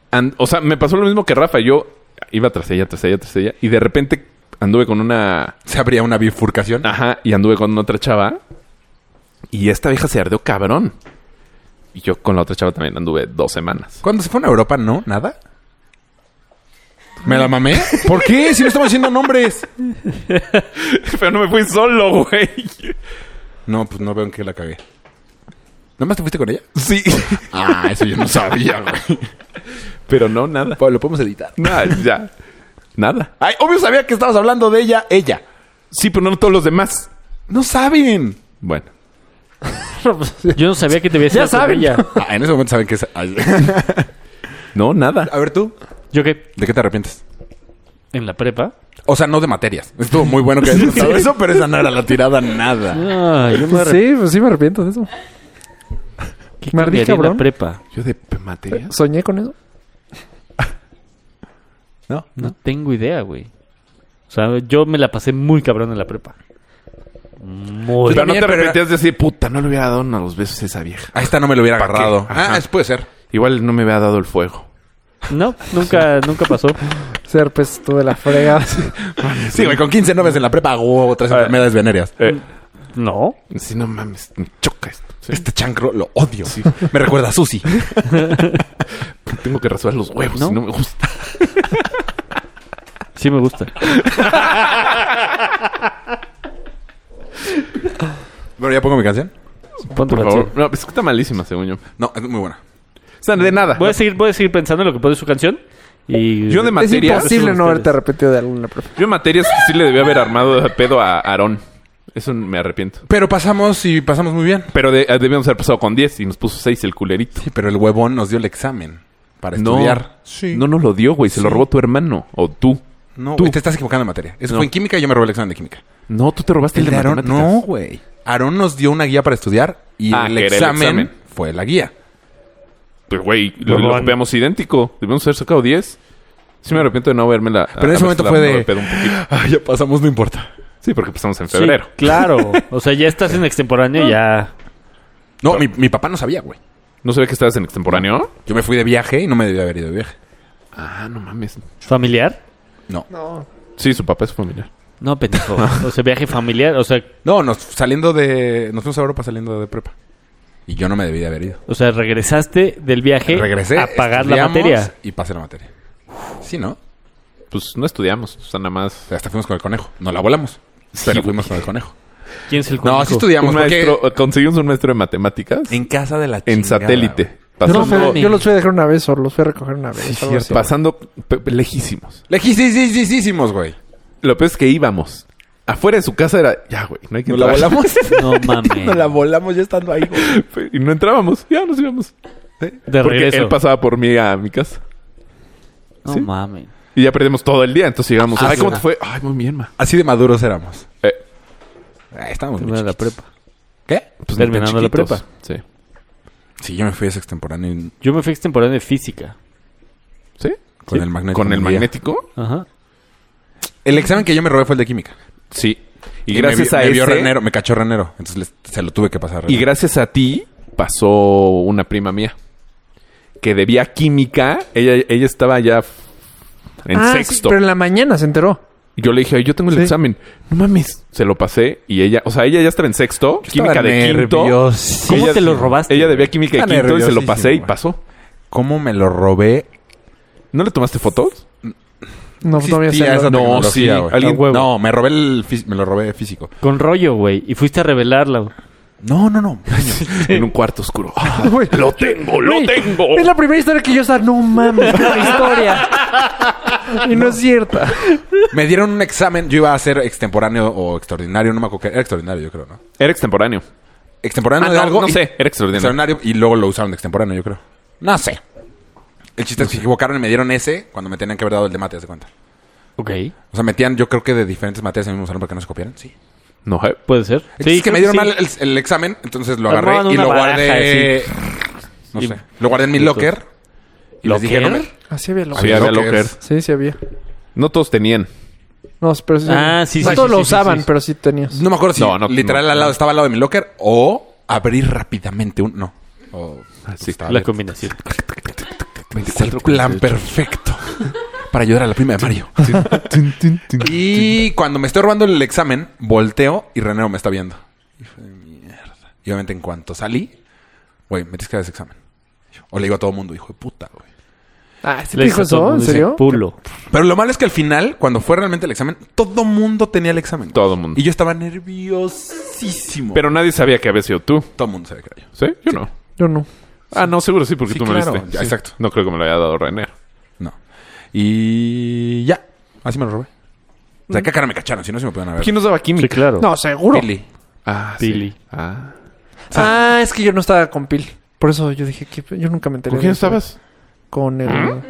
Speaker 2: and- O sea, me pasó lo mismo que Rafa. Yo iba tras ella, tras ella, tras ella. Y de repente anduve con una...
Speaker 3: Se abría una bifurcación.
Speaker 2: Ajá, y anduve con otra chava. Y esta vieja se ardeó cabrón. Y yo con la otra chava también anduve dos semanas.
Speaker 3: Cuando se fueron a Europa, no, nada. ¿Me la mamé? ¿Por qué? Si no estamos haciendo nombres.
Speaker 2: Pero no me fui solo, güey.
Speaker 3: No, pues no veo en qué la cagué. ¿Nada más te fuiste con ella?
Speaker 2: Sí.
Speaker 3: Ah, eso yo no sabía, güey.
Speaker 2: Pero no, nada.
Speaker 3: Pues, Lo podemos editar.
Speaker 2: Nada, ya. Nada.
Speaker 3: Ay, obvio sabía que estabas hablando de ella, ella.
Speaker 2: Sí, pero no todos los demás.
Speaker 3: No saben.
Speaker 2: Bueno.
Speaker 4: Yo no sabía que te habías
Speaker 7: Ya
Speaker 4: ido con
Speaker 7: saben.
Speaker 4: ella.
Speaker 3: Ah, en ese momento saben que es. ay.
Speaker 2: No, nada.
Speaker 3: A ver tú,
Speaker 4: ¿Yo qué?
Speaker 3: ¿de qué te arrepientes?
Speaker 4: ¿En la prepa?
Speaker 3: O sea, no de materias. Estuvo muy bueno que hayas contado eso, pero esa no era la tirada nada.
Speaker 4: No, Ah, yo me arrep-
Speaker 7: Sí, pues sí me arrepiento de eso.
Speaker 4: ¿Qué
Speaker 7: me ardí,
Speaker 4: cambiaría en la
Speaker 7: cabrón.
Speaker 4: prepa?
Speaker 2: Yo de materias.
Speaker 7: Soñé con eso.
Speaker 3: No,
Speaker 4: No tengo idea, güey. O sea, yo me la pasé muy cabrón en la prepa. Muy.
Speaker 2: Pero no
Speaker 3: también,
Speaker 2: te
Speaker 3: pero-
Speaker 2: arrepentías de decir, puta, no le hubiera dado uno a los besos a esa vieja.
Speaker 3: A esta no me lo hubiera
Speaker 2: ¿Para qué?
Speaker 3: agarrado.
Speaker 2: Ajá.
Speaker 3: Ah, eso puede ser.
Speaker 2: Igual no me hubiera dado el fuego.
Speaker 4: No, nunca, nunca pasó.
Speaker 7: Serpes, tú pues, de la fregada.
Speaker 3: Sí, güey, con 15 novias en la prepa, hubo otras
Speaker 2: Ah.
Speaker 3: enfermedades venéreas.
Speaker 4: No.
Speaker 2: Sí, no mames, me choca esto. Sí.
Speaker 3: Este chancro lo odio. Me recuerda a Susi.
Speaker 2: Tengo que resolver los huevos
Speaker 4: No.
Speaker 2: si no me gusta.
Speaker 4: Sí me gusta.
Speaker 3: Bueno, ¿ya pongo mi canción?
Speaker 4: Pon tu
Speaker 2: Por
Speaker 4: canción.
Speaker 2: favor. No, es que está malísima, según yo.
Speaker 3: No, es muy buena.
Speaker 2: O sea, de nada.
Speaker 4: Voy a seguir, voy a seguir pensando en lo que pone su canción. Y
Speaker 2: Yo de
Speaker 7: es
Speaker 2: materias.
Speaker 7: imposible
Speaker 4: Ustedes.
Speaker 7: no haberte arrepentido de alguna prepa.
Speaker 2: Yo en materias sí le debía haber armado de pedo a Aarón. Eso me arrepiento.
Speaker 3: Pero pasamos y pasamos muy bien.
Speaker 2: Pero de- eh, debíamos haber pasado con 10 y nos puso 6 el culerito.
Speaker 3: Sí, pero el huevón nos dio el examen para
Speaker 2: No.
Speaker 3: estudiar.
Speaker 2: No nos lo dio, güey. Se lo robó tu hermano o tú.
Speaker 3: No,
Speaker 2: Tú.
Speaker 3: güey, te estás equivocando en materia. Eso
Speaker 2: No.
Speaker 3: fue en química y yo me robé el examen de química.
Speaker 2: No, tú te robaste el, de
Speaker 3: Aarón?
Speaker 2: matemáticas.
Speaker 3: No, güey. Aarón nos dio una guía para estudiar y
Speaker 2: Ah,
Speaker 3: el,
Speaker 2: que era el
Speaker 3: examen
Speaker 2: examen.
Speaker 3: fue la guía.
Speaker 2: Pues, güey, lo, lo
Speaker 4: Borrón.
Speaker 2: veamos idéntico. Debemos haber sacado 10. Sí me arrepiento de no haberme la...
Speaker 3: Pero en ese momento fue de-
Speaker 2: pedo un poquito.
Speaker 3: Ah, ya pasamos, no importa.
Speaker 2: Sí, porque pasamos en
Speaker 4: Sí,
Speaker 2: febrero.
Speaker 4: claro. O sea, ya estás en extemporáneo y ya.
Speaker 3: No, mi, mi papá no sabía, güey.
Speaker 2: ¿No sabía que estabas en extemporáneo?
Speaker 3: Yo me fui de viaje y no me debía haber ido de viaje.
Speaker 2: Ah, no mames.
Speaker 4: ¿Familiar?
Speaker 3: No.
Speaker 2: Sí, su papá es familiar.
Speaker 4: No, pendejo. O sea, viaje familiar. O sea,
Speaker 3: No, nos saliendo de. Nos fuimos a Europa saliendo de prepa. Y yo no me debí de haber ido.
Speaker 4: o sea, regresaste del viaje
Speaker 3: Regresé.
Speaker 4: a pagar la
Speaker 3: estudiamos
Speaker 4: materia.
Speaker 3: Y pasé la materia. Sí, ¿no?
Speaker 2: Pues no estudiamos. O sea, nada más...
Speaker 3: O sea, hasta fuimos con el conejo. No la volamos.
Speaker 2: Sí,
Speaker 3: Pero
Speaker 2: güey.
Speaker 3: fuimos con el conejo.
Speaker 4: ¿Quién es el
Speaker 3: No, así estudiamos.
Speaker 2: Un
Speaker 3: porque
Speaker 2: maestro, conseguimos un maestro de matemáticas
Speaker 3: En casa de la chingada.
Speaker 2: en satélite.
Speaker 7: Yo los,
Speaker 2: Pasando,
Speaker 7: fui, yo los fui a dejar una vez o los fui a recoger una vez. algo así.
Speaker 2: pasando pe- pe- lejísimos.
Speaker 3: Lejísimos, güey.
Speaker 2: Lo peor es que íbamos. Afuera de su casa era, ya, güey, no hay que
Speaker 3: Nos la
Speaker 2: entrar.
Speaker 3: volamos.
Speaker 4: No mames.
Speaker 3: Nos la volamos ya estando ahí, güey.
Speaker 2: y no entrábamos, ya nos íbamos.
Speaker 4: De
Speaker 2: Porque
Speaker 4: regreso.
Speaker 2: él pasaba por mí a mi casa.
Speaker 4: No
Speaker 2: ¿sí?
Speaker 4: mames.
Speaker 2: Y ya perdimos todo el día, entonces llegamos.
Speaker 3: Ah,
Speaker 2: Ay,
Speaker 3: sí,
Speaker 2: ¿cómo
Speaker 3: ¿no?
Speaker 2: te fue? Ay, muy bien, ma.
Speaker 3: Así de maduros éramos.
Speaker 2: Eh,
Speaker 3: Ah, estábamos muy
Speaker 4: Terminando la
Speaker 3: chiquitos.
Speaker 4: prepa.
Speaker 3: ¿Qué?
Speaker 2: pues, ni tan
Speaker 4: Terminando la
Speaker 2: chiquitos.
Speaker 4: prepa.
Speaker 2: Sí.
Speaker 3: Sí, yo me fui a ese extemporáneo en-
Speaker 4: Yo me fui a temporada de física.
Speaker 2: ¿Sí?
Speaker 3: con
Speaker 2: Sí.
Speaker 3: el magnético.
Speaker 2: ¿Con el
Speaker 3: un día.
Speaker 2: magnético?
Speaker 4: Ajá.
Speaker 3: El examen que yo me robé fue el de química.
Speaker 2: Sí. Y,
Speaker 3: me
Speaker 2: gracias
Speaker 3: vi-
Speaker 2: a
Speaker 3: me vio
Speaker 2: ese-
Speaker 3: Renero, me cachó Renero. Entonces les- se lo tuve que pasar.
Speaker 2: Y
Speaker 3: Renero.
Speaker 2: gracias a ti pasó una prima mía que debía química. Ella, ella estaba ya f- en
Speaker 7: Ah, sí,
Speaker 2: sexto.
Speaker 7: pero en la mañana se enteró.
Speaker 2: Y Yo le dije, "Ay, yo tengo el
Speaker 7: Sí.
Speaker 2: examen. No mames. Se lo pasé y ella, o sea, ella ya estaba en sexto,
Speaker 3: estaba
Speaker 2: química de quinto.
Speaker 3: nerviosísimo.
Speaker 4: ¿Cómo
Speaker 2: Ella-
Speaker 4: te lo robaste?
Speaker 2: Ella debía química de
Speaker 3: Estaba
Speaker 2: quinto y se lo
Speaker 3: nerviosísimo,
Speaker 2: pasé y
Speaker 3: güey.
Speaker 2: pasó.
Speaker 3: ¿Cómo me lo robé?
Speaker 2: ¿No le tomaste fotos?
Speaker 7: No, todavía se
Speaker 3: Existía esa
Speaker 2: No,
Speaker 3: tecnología,
Speaker 2: sí,
Speaker 3: güey.
Speaker 2: alguien-
Speaker 3: Ah, huevo. No, me robé el fí- me lo robé físico.
Speaker 4: Con rollo, güey. Y fuiste a revelarla.
Speaker 3: No, no, no.
Speaker 2: En un cuarto oscuro. Ah, lo tengo, lo
Speaker 7: Güey,
Speaker 2: tengo.
Speaker 7: Es la primera historia que yo estaba, no mames, qué historia. y no es cierta.
Speaker 3: me dieron un examen. Yo iba a ser extemporáneo o extraordinario. No me acuerdo. qué- Era extraordinario, yo creo, ¿no?
Speaker 2: Era extemporáneo.
Speaker 3: Extemporáneo
Speaker 2: Ah,
Speaker 3: de
Speaker 2: no,
Speaker 3: algo.
Speaker 2: no
Speaker 3: y-
Speaker 2: sé. Era extraordinario.
Speaker 3: extraordinario. Y luego lo usaron de extemporáneo, yo creo. No sé. El chiste es que se equivocaron y me dieron ese cuando me tenían que haber dado el de mate, haz de cuenta.
Speaker 4: Ok.
Speaker 3: O sea, metían, yo creo que de diferentes materias en el mismo salón para que no se copiaran. Sí.
Speaker 2: No, eh.
Speaker 4: Puede ser.
Speaker 3: El chiste es que
Speaker 4: creo
Speaker 3: me dieron
Speaker 4: sí.
Speaker 3: mal el, el examen, entonces lo
Speaker 4: Armaban
Speaker 3: agarré y
Speaker 4: una
Speaker 3: lo
Speaker 4: baraja,
Speaker 3: guardé. No
Speaker 4: Y-
Speaker 3: sé. Lo guardé en mi
Speaker 4: Listo.
Speaker 3: locker. Y les dije,
Speaker 4: ¿Locker?
Speaker 3: no me-
Speaker 7: Así había lo
Speaker 2: Sí,
Speaker 3: Había
Speaker 2: había
Speaker 3: lockers.
Speaker 2: locker.
Speaker 7: Sí, sí había.
Speaker 2: No todos tenían.
Speaker 7: No, pero sí.
Speaker 4: Ah, sí,
Speaker 7: no
Speaker 4: sí,
Speaker 7: todos
Speaker 4: sí,
Speaker 7: lo
Speaker 4: sí, sí,
Speaker 7: usaban,
Speaker 4: sí.
Speaker 7: pero sí tenías.
Speaker 3: No me acuerdo si
Speaker 2: No, no,
Speaker 3: literal
Speaker 2: no.
Speaker 3: al lado estaba al lado de mi locker o abrir rápidamente un. No. O,
Speaker 2: sí.
Speaker 3: estaba
Speaker 4: La
Speaker 3: abierto.
Speaker 4: combinación.
Speaker 3: Es el plan perfecto para ayudar a la prima de Mario. y cuando me estoy robando el examen, volteo y Reneo me está viendo. Hijo de mierda. Y obviamente en cuanto salí, güey, me tienes que dar ese examen. O le digo a todo el mundo, hijo de puta, güey.
Speaker 7: Ah, ¿se
Speaker 4: Le
Speaker 7: te dijo
Speaker 4: hizo todo el
Speaker 7: eso? ¿En
Speaker 4: mundo, dice,
Speaker 7: serio?
Speaker 4: Pulo.
Speaker 3: Pero lo malo es que al final, cuando fue realmente el examen, todo mundo tenía el examen. güey.
Speaker 2: Todo mundo.
Speaker 3: Y yo estaba nerviosísimo.
Speaker 2: Pero nadie sabía que había sido tú.
Speaker 3: todo el mundo sabía que era yo.
Speaker 2: ¿Sí? Yo no.
Speaker 7: Yo no.
Speaker 2: Ah, no, seguro sí, porque
Speaker 3: Sí,
Speaker 2: tú me
Speaker 3: claro.
Speaker 2: viste.
Speaker 3: Ya,
Speaker 2: Sí.
Speaker 3: exacto.
Speaker 2: No creo que me lo haya dado René.
Speaker 3: No. Y ya. Así me lo robé. O sea, qué cara me cacharon, si no se me podían haber.
Speaker 2: Mm. ¿Quién nos daba
Speaker 4: Sí,
Speaker 2: química?
Speaker 4: claro.
Speaker 7: No, seguro.
Speaker 3: Pili.
Speaker 2: Ah,
Speaker 4: Pili.
Speaker 2: sí. Ah.
Speaker 7: Ah, es que yo no estaba con Pil. Por eso yo dije que yo nunca me enteré.
Speaker 2: ¿Con
Speaker 7: de
Speaker 2: quién
Speaker 7: eso.
Speaker 2: estabas?
Speaker 7: Con el.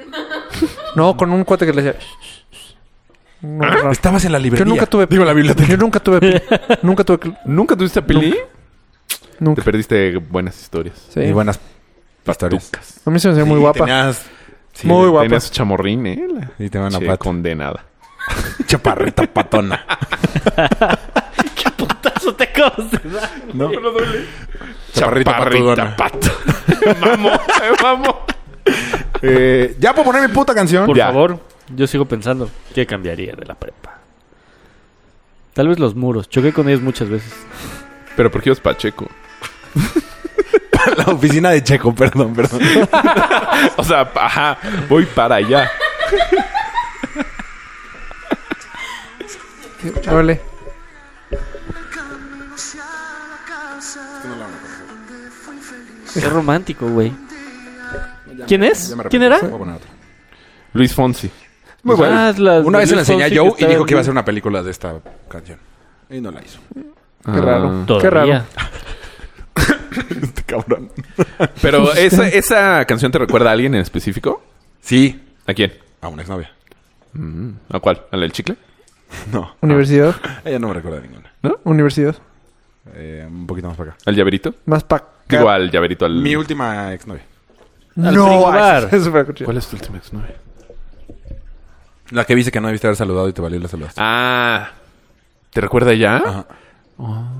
Speaker 7: No, con un cuate que le decía. No, raro.
Speaker 3: Estabas en la
Speaker 7: Yo
Speaker 3: librería.
Speaker 7: nunca tuve.
Speaker 3: Digo, la biblioteca.
Speaker 7: Yo nunca tuve. Pil. nunca tuve. cl-
Speaker 2: ¿Nunca tuviste a Pili? Te
Speaker 7: Nunca.
Speaker 2: perdiste buenas historias.
Speaker 7: Sí.
Speaker 3: Y buenas pastores.
Speaker 7: A mí se me hacía muy
Speaker 3: Sí,
Speaker 7: guapa.
Speaker 3: Tenías... Sí,
Speaker 7: Muy guapa.
Speaker 2: Tenías chamorrín, ¿eh? La-
Speaker 3: Y te van a
Speaker 2: Che,
Speaker 3: pato.
Speaker 2: condenada.
Speaker 3: Chaparrita patona.
Speaker 4: Eso te causa.
Speaker 3: ¿No? Chaparrita patona.
Speaker 2: pato. Vamos, vamos.
Speaker 3: Eh, ya puedo poner mi puta canción.
Speaker 4: Por
Speaker 2: Ya.
Speaker 4: favor, yo sigo pensando. ¿Qué cambiaría de la prepa? Tal vez los muros. Choqué con ellos muchas veces.
Speaker 2: Pero porque ibas Pacheco.
Speaker 3: La oficina de Checo, perdón, perdón.
Speaker 2: O sea, pa- ajá, voy para allá.
Speaker 7: Órale.
Speaker 4: Qué romántico, güey. ¿Quién es? ¿Quién era?
Speaker 3: Voy a poner otra.
Speaker 2: Luis Fonsi.
Speaker 3: Muy bueno.
Speaker 4: Ah, es la-
Speaker 3: Una vez se la
Speaker 4: Luis
Speaker 3: enseñé a
Speaker 4: Fonsi
Speaker 3: Joe
Speaker 4: que
Speaker 3: y
Speaker 4: estaba
Speaker 3: dijo que iba a
Speaker 4: en-
Speaker 3: hacer una película de esta canción. Y no la hizo.
Speaker 7: Qué raro. Qué raro.
Speaker 4: Todavía.
Speaker 3: Este cabrón.
Speaker 2: Pero esa, esa canción te recuerda a alguien en específico?
Speaker 3: Sí.
Speaker 2: ¿A quién?
Speaker 3: A una exnovia.
Speaker 2: ¿A cuál? ¿A la del chicle?
Speaker 3: No.
Speaker 7: Universidad.
Speaker 3: Ella no me recuerda ninguna.
Speaker 7: Universidad.
Speaker 3: Eh, un poquito más para acá.
Speaker 2: ¿Al llaverito?
Speaker 7: Más pa.
Speaker 2: Digo, al llaverito, al...
Speaker 3: Mi última exnovia.
Speaker 4: Al
Speaker 7: No,
Speaker 4: frigobar.
Speaker 7: eso fue cuchillo.
Speaker 2: ¿Cuál es tu última exnovia?
Speaker 3: La que viste que no debiste haber saludado y te valió la saludaste.
Speaker 2: Ah. ¿Te recuerda ya?
Speaker 3: Ajá.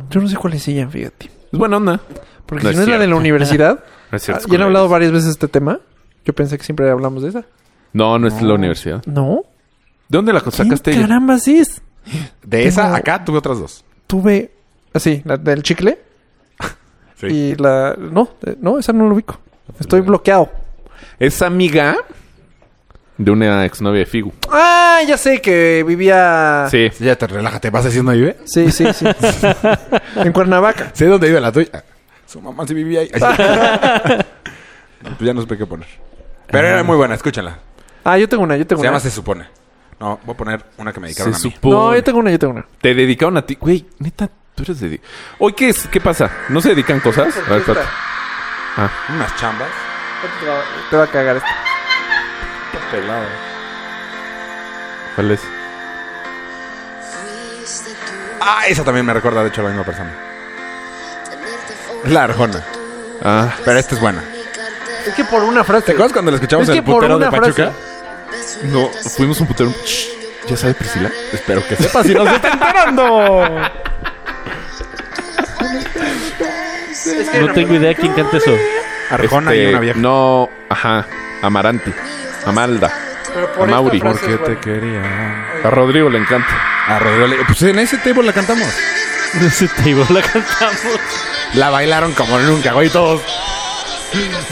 Speaker 7: Yo no sé cuál es ella, fíjate.
Speaker 2: Es buena onda.
Speaker 7: Porque
Speaker 2: No
Speaker 7: si
Speaker 2: es
Speaker 7: no es la de la
Speaker 2: cierto.
Speaker 7: universidad,
Speaker 2: No es cierto, es
Speaker 7: ya han
Speaker 2: con
Speaker 7: hablado
Speaker 2: ellos.
Speaker 7: varias veces de este tema. Yo pensé que siempre hablamos de esa.
Speaker 2: No, no es la universidad. ¿De
Speaker 7: No.
Speaker 2: dónde la
Speaker 7: ¿Quién
Speaker 2: sacaste? ella?
Speaker 7: caramba sí es?
Speaker 3: De esa
Speaker 7: Tengo-
Speaker 3: acá tuve otras dos.
Speaker 7: Tuve. Así, Ah, la del chicle.
Speaker 3: Sí.
Speaker 7: Y la. No, eh, no, esa no lo ubico. Estoy bloqueado.
Speaker 2: Es amiga De una exnovia de Figu.
Speaker 7: Ah, ya sé que
Speaker 1: Ah,
Speaker 7: vivía.
Speaker 2: Sí.
Speaker 3: Sí, Ya te relájate, ¿vas diciendo ahí, ¿eh? vive?
Speaker 7: sí, sí. sí. en Cuernavaca.
Speaker 3: Sé dónde vive la tuya. Su mamá sí vivía ahí. No, pues ya no supe qué poner. Pero era muy buena, escúchala.
Speaker 7: Ah, yo tengo una, yo tengo
Speaker 3: Se
Speaker 7: una.
Speaker 3: llama Se Supone. No, voy a poner una que me dedicaron
Speaker 2: Se
Speaker 3: a mí.
Speaker 2: supo.
Speaker 7: No, yo tengo una, yo tengo una.
Speaker 2: Te dedicaron a ti. Güey, neta, tú eres de... Hoy, ¿qué es? ¿Qué pasa? ¿No se dedican cosas? A ver, espérate.
Speaker 3: Unas chambas.
Speaker 7: Te va, te va a cagar esto.
Speaker 3: Pelado.
Speaker 2: ¿Cuál es?
Speaker 3: Ah, esa también me recuerda, de hecho, a la misma persona. Es la Arjona.
Speaker 2: Ah.
Speaker 3: Pero esta es buena.
Speaker 7: Es que por una frase.
Speaker 3: ¿Te acuerdas cuando la escuchamos
Speaker 7: Es
Speaker 3: en
Speaker 7: que
Speaker 3: el
Speaker 7: por
Speaker 3: putero
Speaker 7: una
Speaker 3: de Pachuca?
Speaker 7: frase.
Speaker 2: No, fuimos un putero. Shh, ¿Ya sabe Priscila? Espero que Este, sepa.
Speaker 3: si no se está enterando.
Speaker 4: No tengo idea quién canta eso.
Speaker 3: Arjona y
Speaker 2: Este,
Speaker 3: una vieja.
Speaker 2: No, ajá. Amaranti. Amalda.
Speaker 7: Pero
Speaker 2: A Mauri.
Speaker 7: esta frase es buena.
Speaker 3: quería?
Speaker 2: A Rodrigo le encanta.
Speaker 3: A Rodrigo le- Pues en ese table la cantamos.
Speaker 4: No sé, te digo, la cantamos.
Speaker 3: La bailaron como nunca, güey, todos.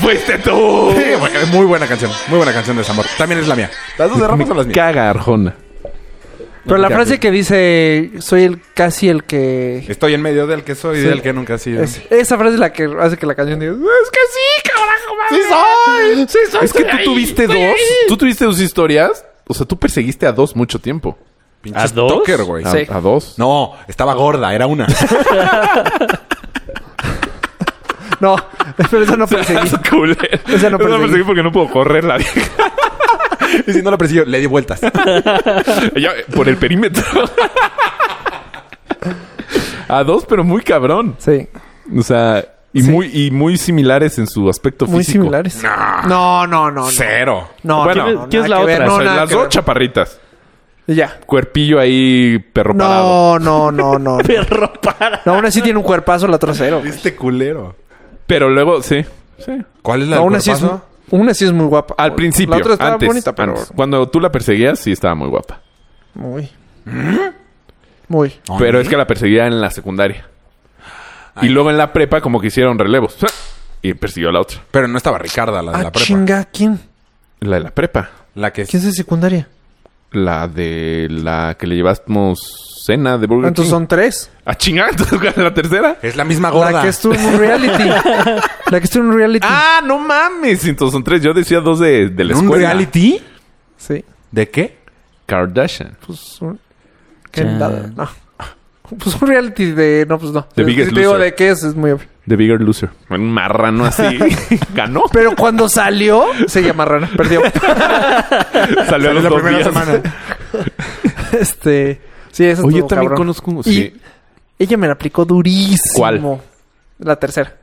Speaker 2: ¡Fuiste tú!
Speaker 3: Sí, güey, muy buena canción. Muy buena canción de Zamor. También es la mía. Las dos de Ramos son las mías.
Speaker 2: Caga Arjona.
Speaker 7: Pero la frase que dice, soy el casi el que...
Speaker 3: Estoy en medio del que soy y
Speaker 7: Sí.
Speaker 3: del que nunca he sido.
Speaker 7: Es- esa frase es la que hace que la canción diga, es que sí, carajo, madre.
Speaker 2: ¡Sí soy!
Speaker 7: Sí soy,
Speaker 2: Es que
Speaker 7: estoy
Speaker 2: tú
Speaker 7: ahí,
Speaker 2: tuviste
Speaker 7: estoy
Speaker 2: dos.
Speaker 7: ahí.
Speaker 2: Tú tuviste dos historias. O sea, tú perseguiste a dos mucho tiempo.
Speaker 3: Pinche
Speaker 4: ¿A dos?
Speaker 3: stalker, güey.
Speaker 2: A,
Speaker 7: Sí.
Speaker 2: a dos.
Speaker 3: No, estaba gorda, era una.
Speaker 7: No, pero esa no perseguí.
Speaker 2: Es cool.
Speaker 7: Esa no
Speaker 2: Esa
Speaker 7: perseguí.
Speaker 2: perseguí porque no puedo correr la vieja.
Speaker 3: y si no la persiguió, le di vueltas.
Speaker 2: Ella, eh, por el perímetro. a dos, pero muy cabrón.
Speaker 7: Sí,
Speaker 2: O sea, y,
Speaker 7: Sí.
Speaker 2: muy, y muy similares en su aspecto
Speaker 7: muy
Speaker 2: físico.
Speaker 7: similares. No, no, no. no.
Speaker 3: Cero.
Speaker 7: No,
Speaker 2: Bueno,
Speaker 7: no, no,
Speaker 4: ¿quién es
Speaker 7: nada
Speaker 4: la
Speaker 7: que ver,
Speaker 4: otra?
Speaker 2: O
Speaker 7: no,
Speaker 2: sea,
Speaker 7: nada
Speaker 2: las
Speaker 7: que
Speaker 2: dos
Speaker 7: ver.
Speaker 2: chaparritas.
Speaker 7: Y Ya.
Speaker 2: Cuerpillo ahí, perro parado.
Speaker 7: No, no, no, no.
Speaker 4: Perro para.
Speaker 7: No, aún así tiene un cuerpazo la trasero.
Speaker 3: Este culero.
Speaker 2: Pero luego, sí. Sí.
Speaker 3: ¿Cuál es la
Speaker 7: No,
Speaker 3: del
Speaker 7: aún así es,
Speaker 3: cuerpazo?
Speaker 7: una sí es muy guapa.
Speaker 2: Al principio.
Speaker 7: La otra estaba
Speaker 2: antes,
Speaker 7: bonita, pero...
Speaker 2: antes. Cuando tú la perseguías, sí estaba muy guapa.
Speaker 7: Muy. Muy.
Speaker 2: Pero es que la perseguía en la secundaria. Y luego en la prepa, como que hicieron relevos. Y persiguió a la otra.
Speaker 3: Pero no estaba Ricarda, la de
Speaker 7: Ah,
Speaker 3: la prepa.
Speaker 7: chinga, ¿quién?
Speaker 2: La de la prepa.
Speaker 3: La que
Speaker 7: ¿Quién es de secundaria?
Speaker 2: La de la que le llevamos cena de Burger
Speaker 7: Entonces
Speaker 2: King.
Speaker 7: son tres.
Speaker 2: ¿A chingar? ¿Entonces cuál es la tercera?
Speaker 3: es la misma
Speaker 7: La
Speaker 3: gorda.
Speaker 7: que estuvo en un reality. la que estuvo en un reality.
Speaker 2: ¡Ah, no mames! Entonces son tres. Yo decía dos de, de la
Speaker 3: ¿En un
Speaker 2: escuela.
Speaker 3: reality?
Speaker 7: Sí.
Speaker 3: ¿De qué?
Speaker 2: Kardashian.
Speaker 7: Pues un... ¿Qué nada? No. Pues un reality de... No, pues no.
Speaker 2: The
Speaker 7: Sí,
Speaker 2: Biggest
Speaker 7: sí, Digo,
Speaker 2: Loser.
Speaker 7: ¿de qué es? Es muy obvio.
Speaker 2: The Bigger Loser. Un marrano así. Ganó.
Speaker 7: Pero cuando salió... Se llama Rana. Perdió.
Speaker 2: Salió a los
Speaker 3: la
Speaker 2: dos
Speaker 3: primera
Speaker 2: días.
Speaker 3: semana.
Speaker 7: este... Sí, eso
Speaker 2: Oye,
Speaker 7: estuvo
Speaker 2: también
Speaker 7: cabrón.
Speaker 2: conozco un-
Speaker 7: Y
Speaker 2: sí.
Speaker 7: ella me la aplicó durísimo.
Speaker 2: ¿Cuál?
Speaker 7: La tercera.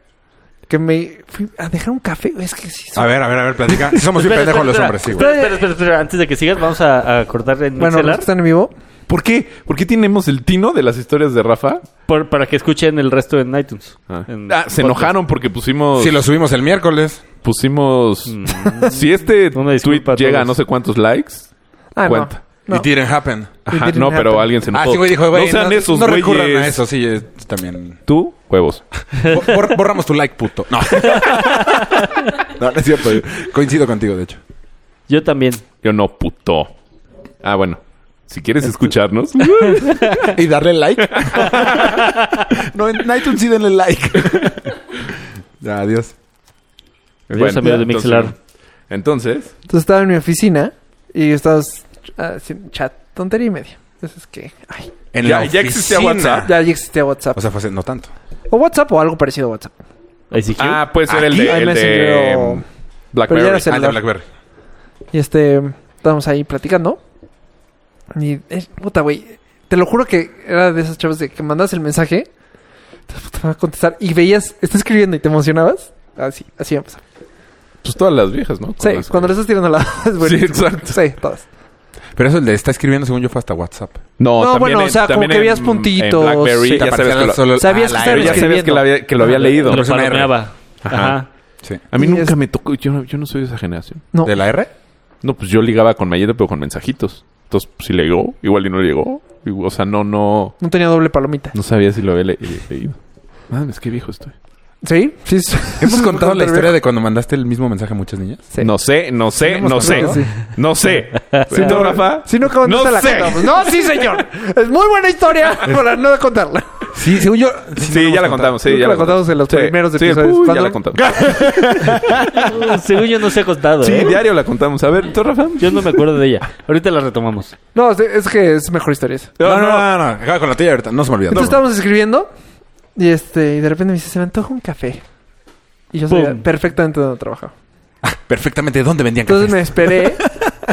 Speaker 7: Que me... Fui a dejar un café. Es que sí...
Speaker 3: A ver, a ver, a ver, platica. Sí Somos bien
Speaker 4: Espera,
Speaker 3: pendejos
Speaker 4: espera,
Speaker 3: los
Speaker 4: espera.
Speaker 3: hombres, sí, güey.
Speaker 4: Espera, espera, espera, espera. Antes de que sigas, vamos a, a cortar en
Speaker 7: Bueno, los
Speaker 4: Mixelar
Speaker 7: que están en vivo...
Speaker 2: ¿Por qué? ¿Por qué tenemos el tino de las historias de Rafa?
Speaker 4: por- para que escuchen el resto en iTunes.
Speaker 2: Ah,
Speaker 4: En
Speaker 2: se
Speaker 4: podcast.
Speaker 2: enojaron porque pusimos...
Speaker 3: Si lo subimos el miércoles.
Speaker 2: Pusimos... si este
Speaker 4: Una
Speaker 2: tweet
Speaker 4: disculpa a
Speaker 2: llega a
Speaker 4: todos.
Speaker 2: no sé cuántos likes...
Speaker 7: Ah, no.
Speaker 2: Cuenta.
Speaker 7: no.
Speaker 3: Y didn't happen.
Speaker 2: Ajá,
Speaker 7: didn't
Speaker 2: no, pero
Speaker 7: happen.
Speaker 2: alguien se enojó.
Speaker 3: Ah, sí, güey, dijo, güey.
Speaker 2: No sean esos
Speaker 3: no
Speaker 2: güeyes.
Speaker 3: recurran a eso, sí, eh, también.
Speaker 2: Tú, huevos.
Speaker 3: Bo- bor- borramos tu like, puto. No. no, no es cierto. Coincido contigo, de hecho.
Speaker 4: Yo también.
Speaker 2: Yo no, puto. Ah, bueno. Si quieres escucharnos,
Speaker 3: Y darle like. no, en iTunes sí denle like. ya, adiós.
Speaker 4: Adiós,
Speaker 2: Bueno,
Speaker 4: amigos de
Speaker 2: entonces-
Speaker 4: Mixelar.
Speaker 2: entonces,
Speaker 7: Entonces estaba en mi oficina y estabas haciendo chat, tontería y media. Entonces es que, ay,
Speaker 3: En
Speaker 2: Ya- ya existía
Speaker 3: oficina.
Speaker 2: WhatsApp.
Speaker 7: ya existía WhatsApp.
Speaker 3: O sea, fue hace no tanto. Ah,
Speaker 7: O WhatsApp o algo parecido a WhatsApp.
Speaker 4: ICQ.
Speaker 2: Ah, puede ser el
Speaker 3: Aquí
Speaker 2: de,
Speaker 7: hay
Speaker 2: el
Speaker 7: Messenger
Speaker 2: de
Speaker 7: o-
Speaker 2: mm,
Speaker 7: Pero ya
Speaker 2: Blackberry.
Speaker 7: era
Speaker 3: Ah, de
Speaker 7: celular.
Speaker 3: Blackberry.
Speaker 7: Y este, estábamos ahí platicando. Y, eh, puta, güey, te lo juro que era de esas chavas de que mandas el mensaje, te, te va a contestar y veías, está escribiendo y te emocionabas. Así, así va a pasar.
Speaker 2: Pues todas las viejas, ¿no?
Speaker 7: Sí,
Speaker 2: Con las-
Speaker 7: cuando le estás tirando la... es buenísimo.
Speaker 2: exacto.
Speaker 7: Sí, todas.
Speaker 3: Pero eso el de está escribiendo, según yo, fue hasta WhatsApp.
Speaker 2: No,
Speaker 7: No,
Speaker 2: también
Speaker 7: bueno,
Speaker 2: en-
Speaker 7: o sea, como
Speaker 2: también
Speaker 7: que
Speaker 2: en-
Speaker 7: veías
Speaker 2: en
Speaker 7: puntitos,
Speaker 2: Blackberry,
Speaker 7: sí.
Speaker 2: ya sabes que lo,
Speaker 7: Sabías que
Speaker 2: pero ya
Speaker 7: escribiendo.
Speaker 2: sabías que, la había- que lo había leído.
Speaker 4: Ah, Lo
Speaker 3: es una R.
Speaker 4: palomeaba.
Speaker 2: Ajá.
Speaker 4: Ajá.
Speaker 3: Sí.
Speaker 2: A mí
Speaker 7: Y
Speaker 2: nunca
Speaker 7: es-
Speaker 2: me tocó. Yo no, yo no soy de esa generación.
Speaker 7: No.
Speaker 3: ¿De la R?
Speaker 2: No, pues yo ligaba con Mayete, pero con mensajitos. Entonces, pues, si le llegó, igual y no le llegó. Y- O sea, no, no...
Speaker 7: No tenía doble palomita.
Speaker 2: No sabía si lo había le- le- leído. Mames, qué viejo estoy.
Speaker 7: ¿Sí? Sí. sí.
Speaker 3: ¿Hemos contado la
Speaker 7: Superviejo.
Speaker 3: historia de cuando mandaste el mismo mensaje a muchas niñas?
Speaker 7: Sí.
Speaker 2: No sé, no sé, no sé.
Speaker 7: contado? Sí.
Speaker 2: No sé.
Speaker 7: Sí,
Speaker 2: ¿Tú, Rafa?
Speaker 7: Si no contesta la
Speaker 2: sé.
Speaker 7: contamos. No, sí, señor. Es muy buena historia para no contarla.
Speaker 3: Sí, según yo.
Speaker 2: Sí, ya la contamos. Sí,
Speaker 7: Creo que
Speaker 2: ya
Speaker 7: la contamos en los primeros episodios.
Speaker 2: uy, ya
Speaker 7: ¿Cuándo?
Speaker 2: la contamos.
Speaker 4: Según yo no se ha contado.
Speaker 2: Sí,
Speaker 4: ¿eh?
Speaker 2: diario la contamos. A ver, ¿tú, Rafa?
Speaker 4: Yo no me acuerdo de ella. Ahorita la retomamos.
Speaker 7: No, es- es que es mejor historia esa.
Speaker 3: No, no, no, no, no, acaba con la tuya ahorita. No se me olvida.
Speaker 7: Entonces estábamos escribiendo y este y de repente me dice, se me antoja un café. Y yo sabía
Speaker 4: Pum.
Speaker 7: perfectamente dónde trabajaba.
Speaker 3: Perfectamente, ¿dónde vendían
Speaker 7: Entonces
Speaker 3: cafés?
Speaker 7: me esperé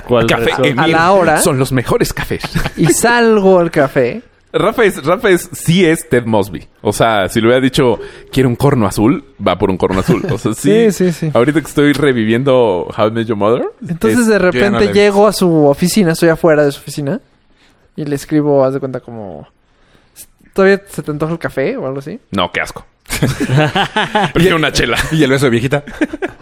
Speaker 4: ¿Cuál
Speaker 2: Café
Speaker 4: regresó?
Speaker 2: Emil.
Speaker 7: a la hora
Speaker 2: Son los mejores cafés.
Speaker 7: y salgo al café.
Speaker 2: Rafa es, Rafa es, sí es Ted Mosby. O sea, si le hubiera dicho, quiero un corno azul, va por un corno azul. O sea, sí.
Speaker 7: Sí, sí, sí.
Speaker 2: Ahorita que estoy reviviendo How I Met Your Mother.
Speaker 7: Entonces
Speaker 2: es-
Speaker 7: de
Speaker 3: yo ya no
Speaker 7: repente
Speaker 3: la he
Speaker 7: llego a su oficina, estoy afuera de su oficina y le escribo, haz de cuenta como ¿Todavía se te antoja el café o algo así?
Speaker 2: No, qué asco. Prefiero una chela.
Speaker 3: Y el beso de viejita.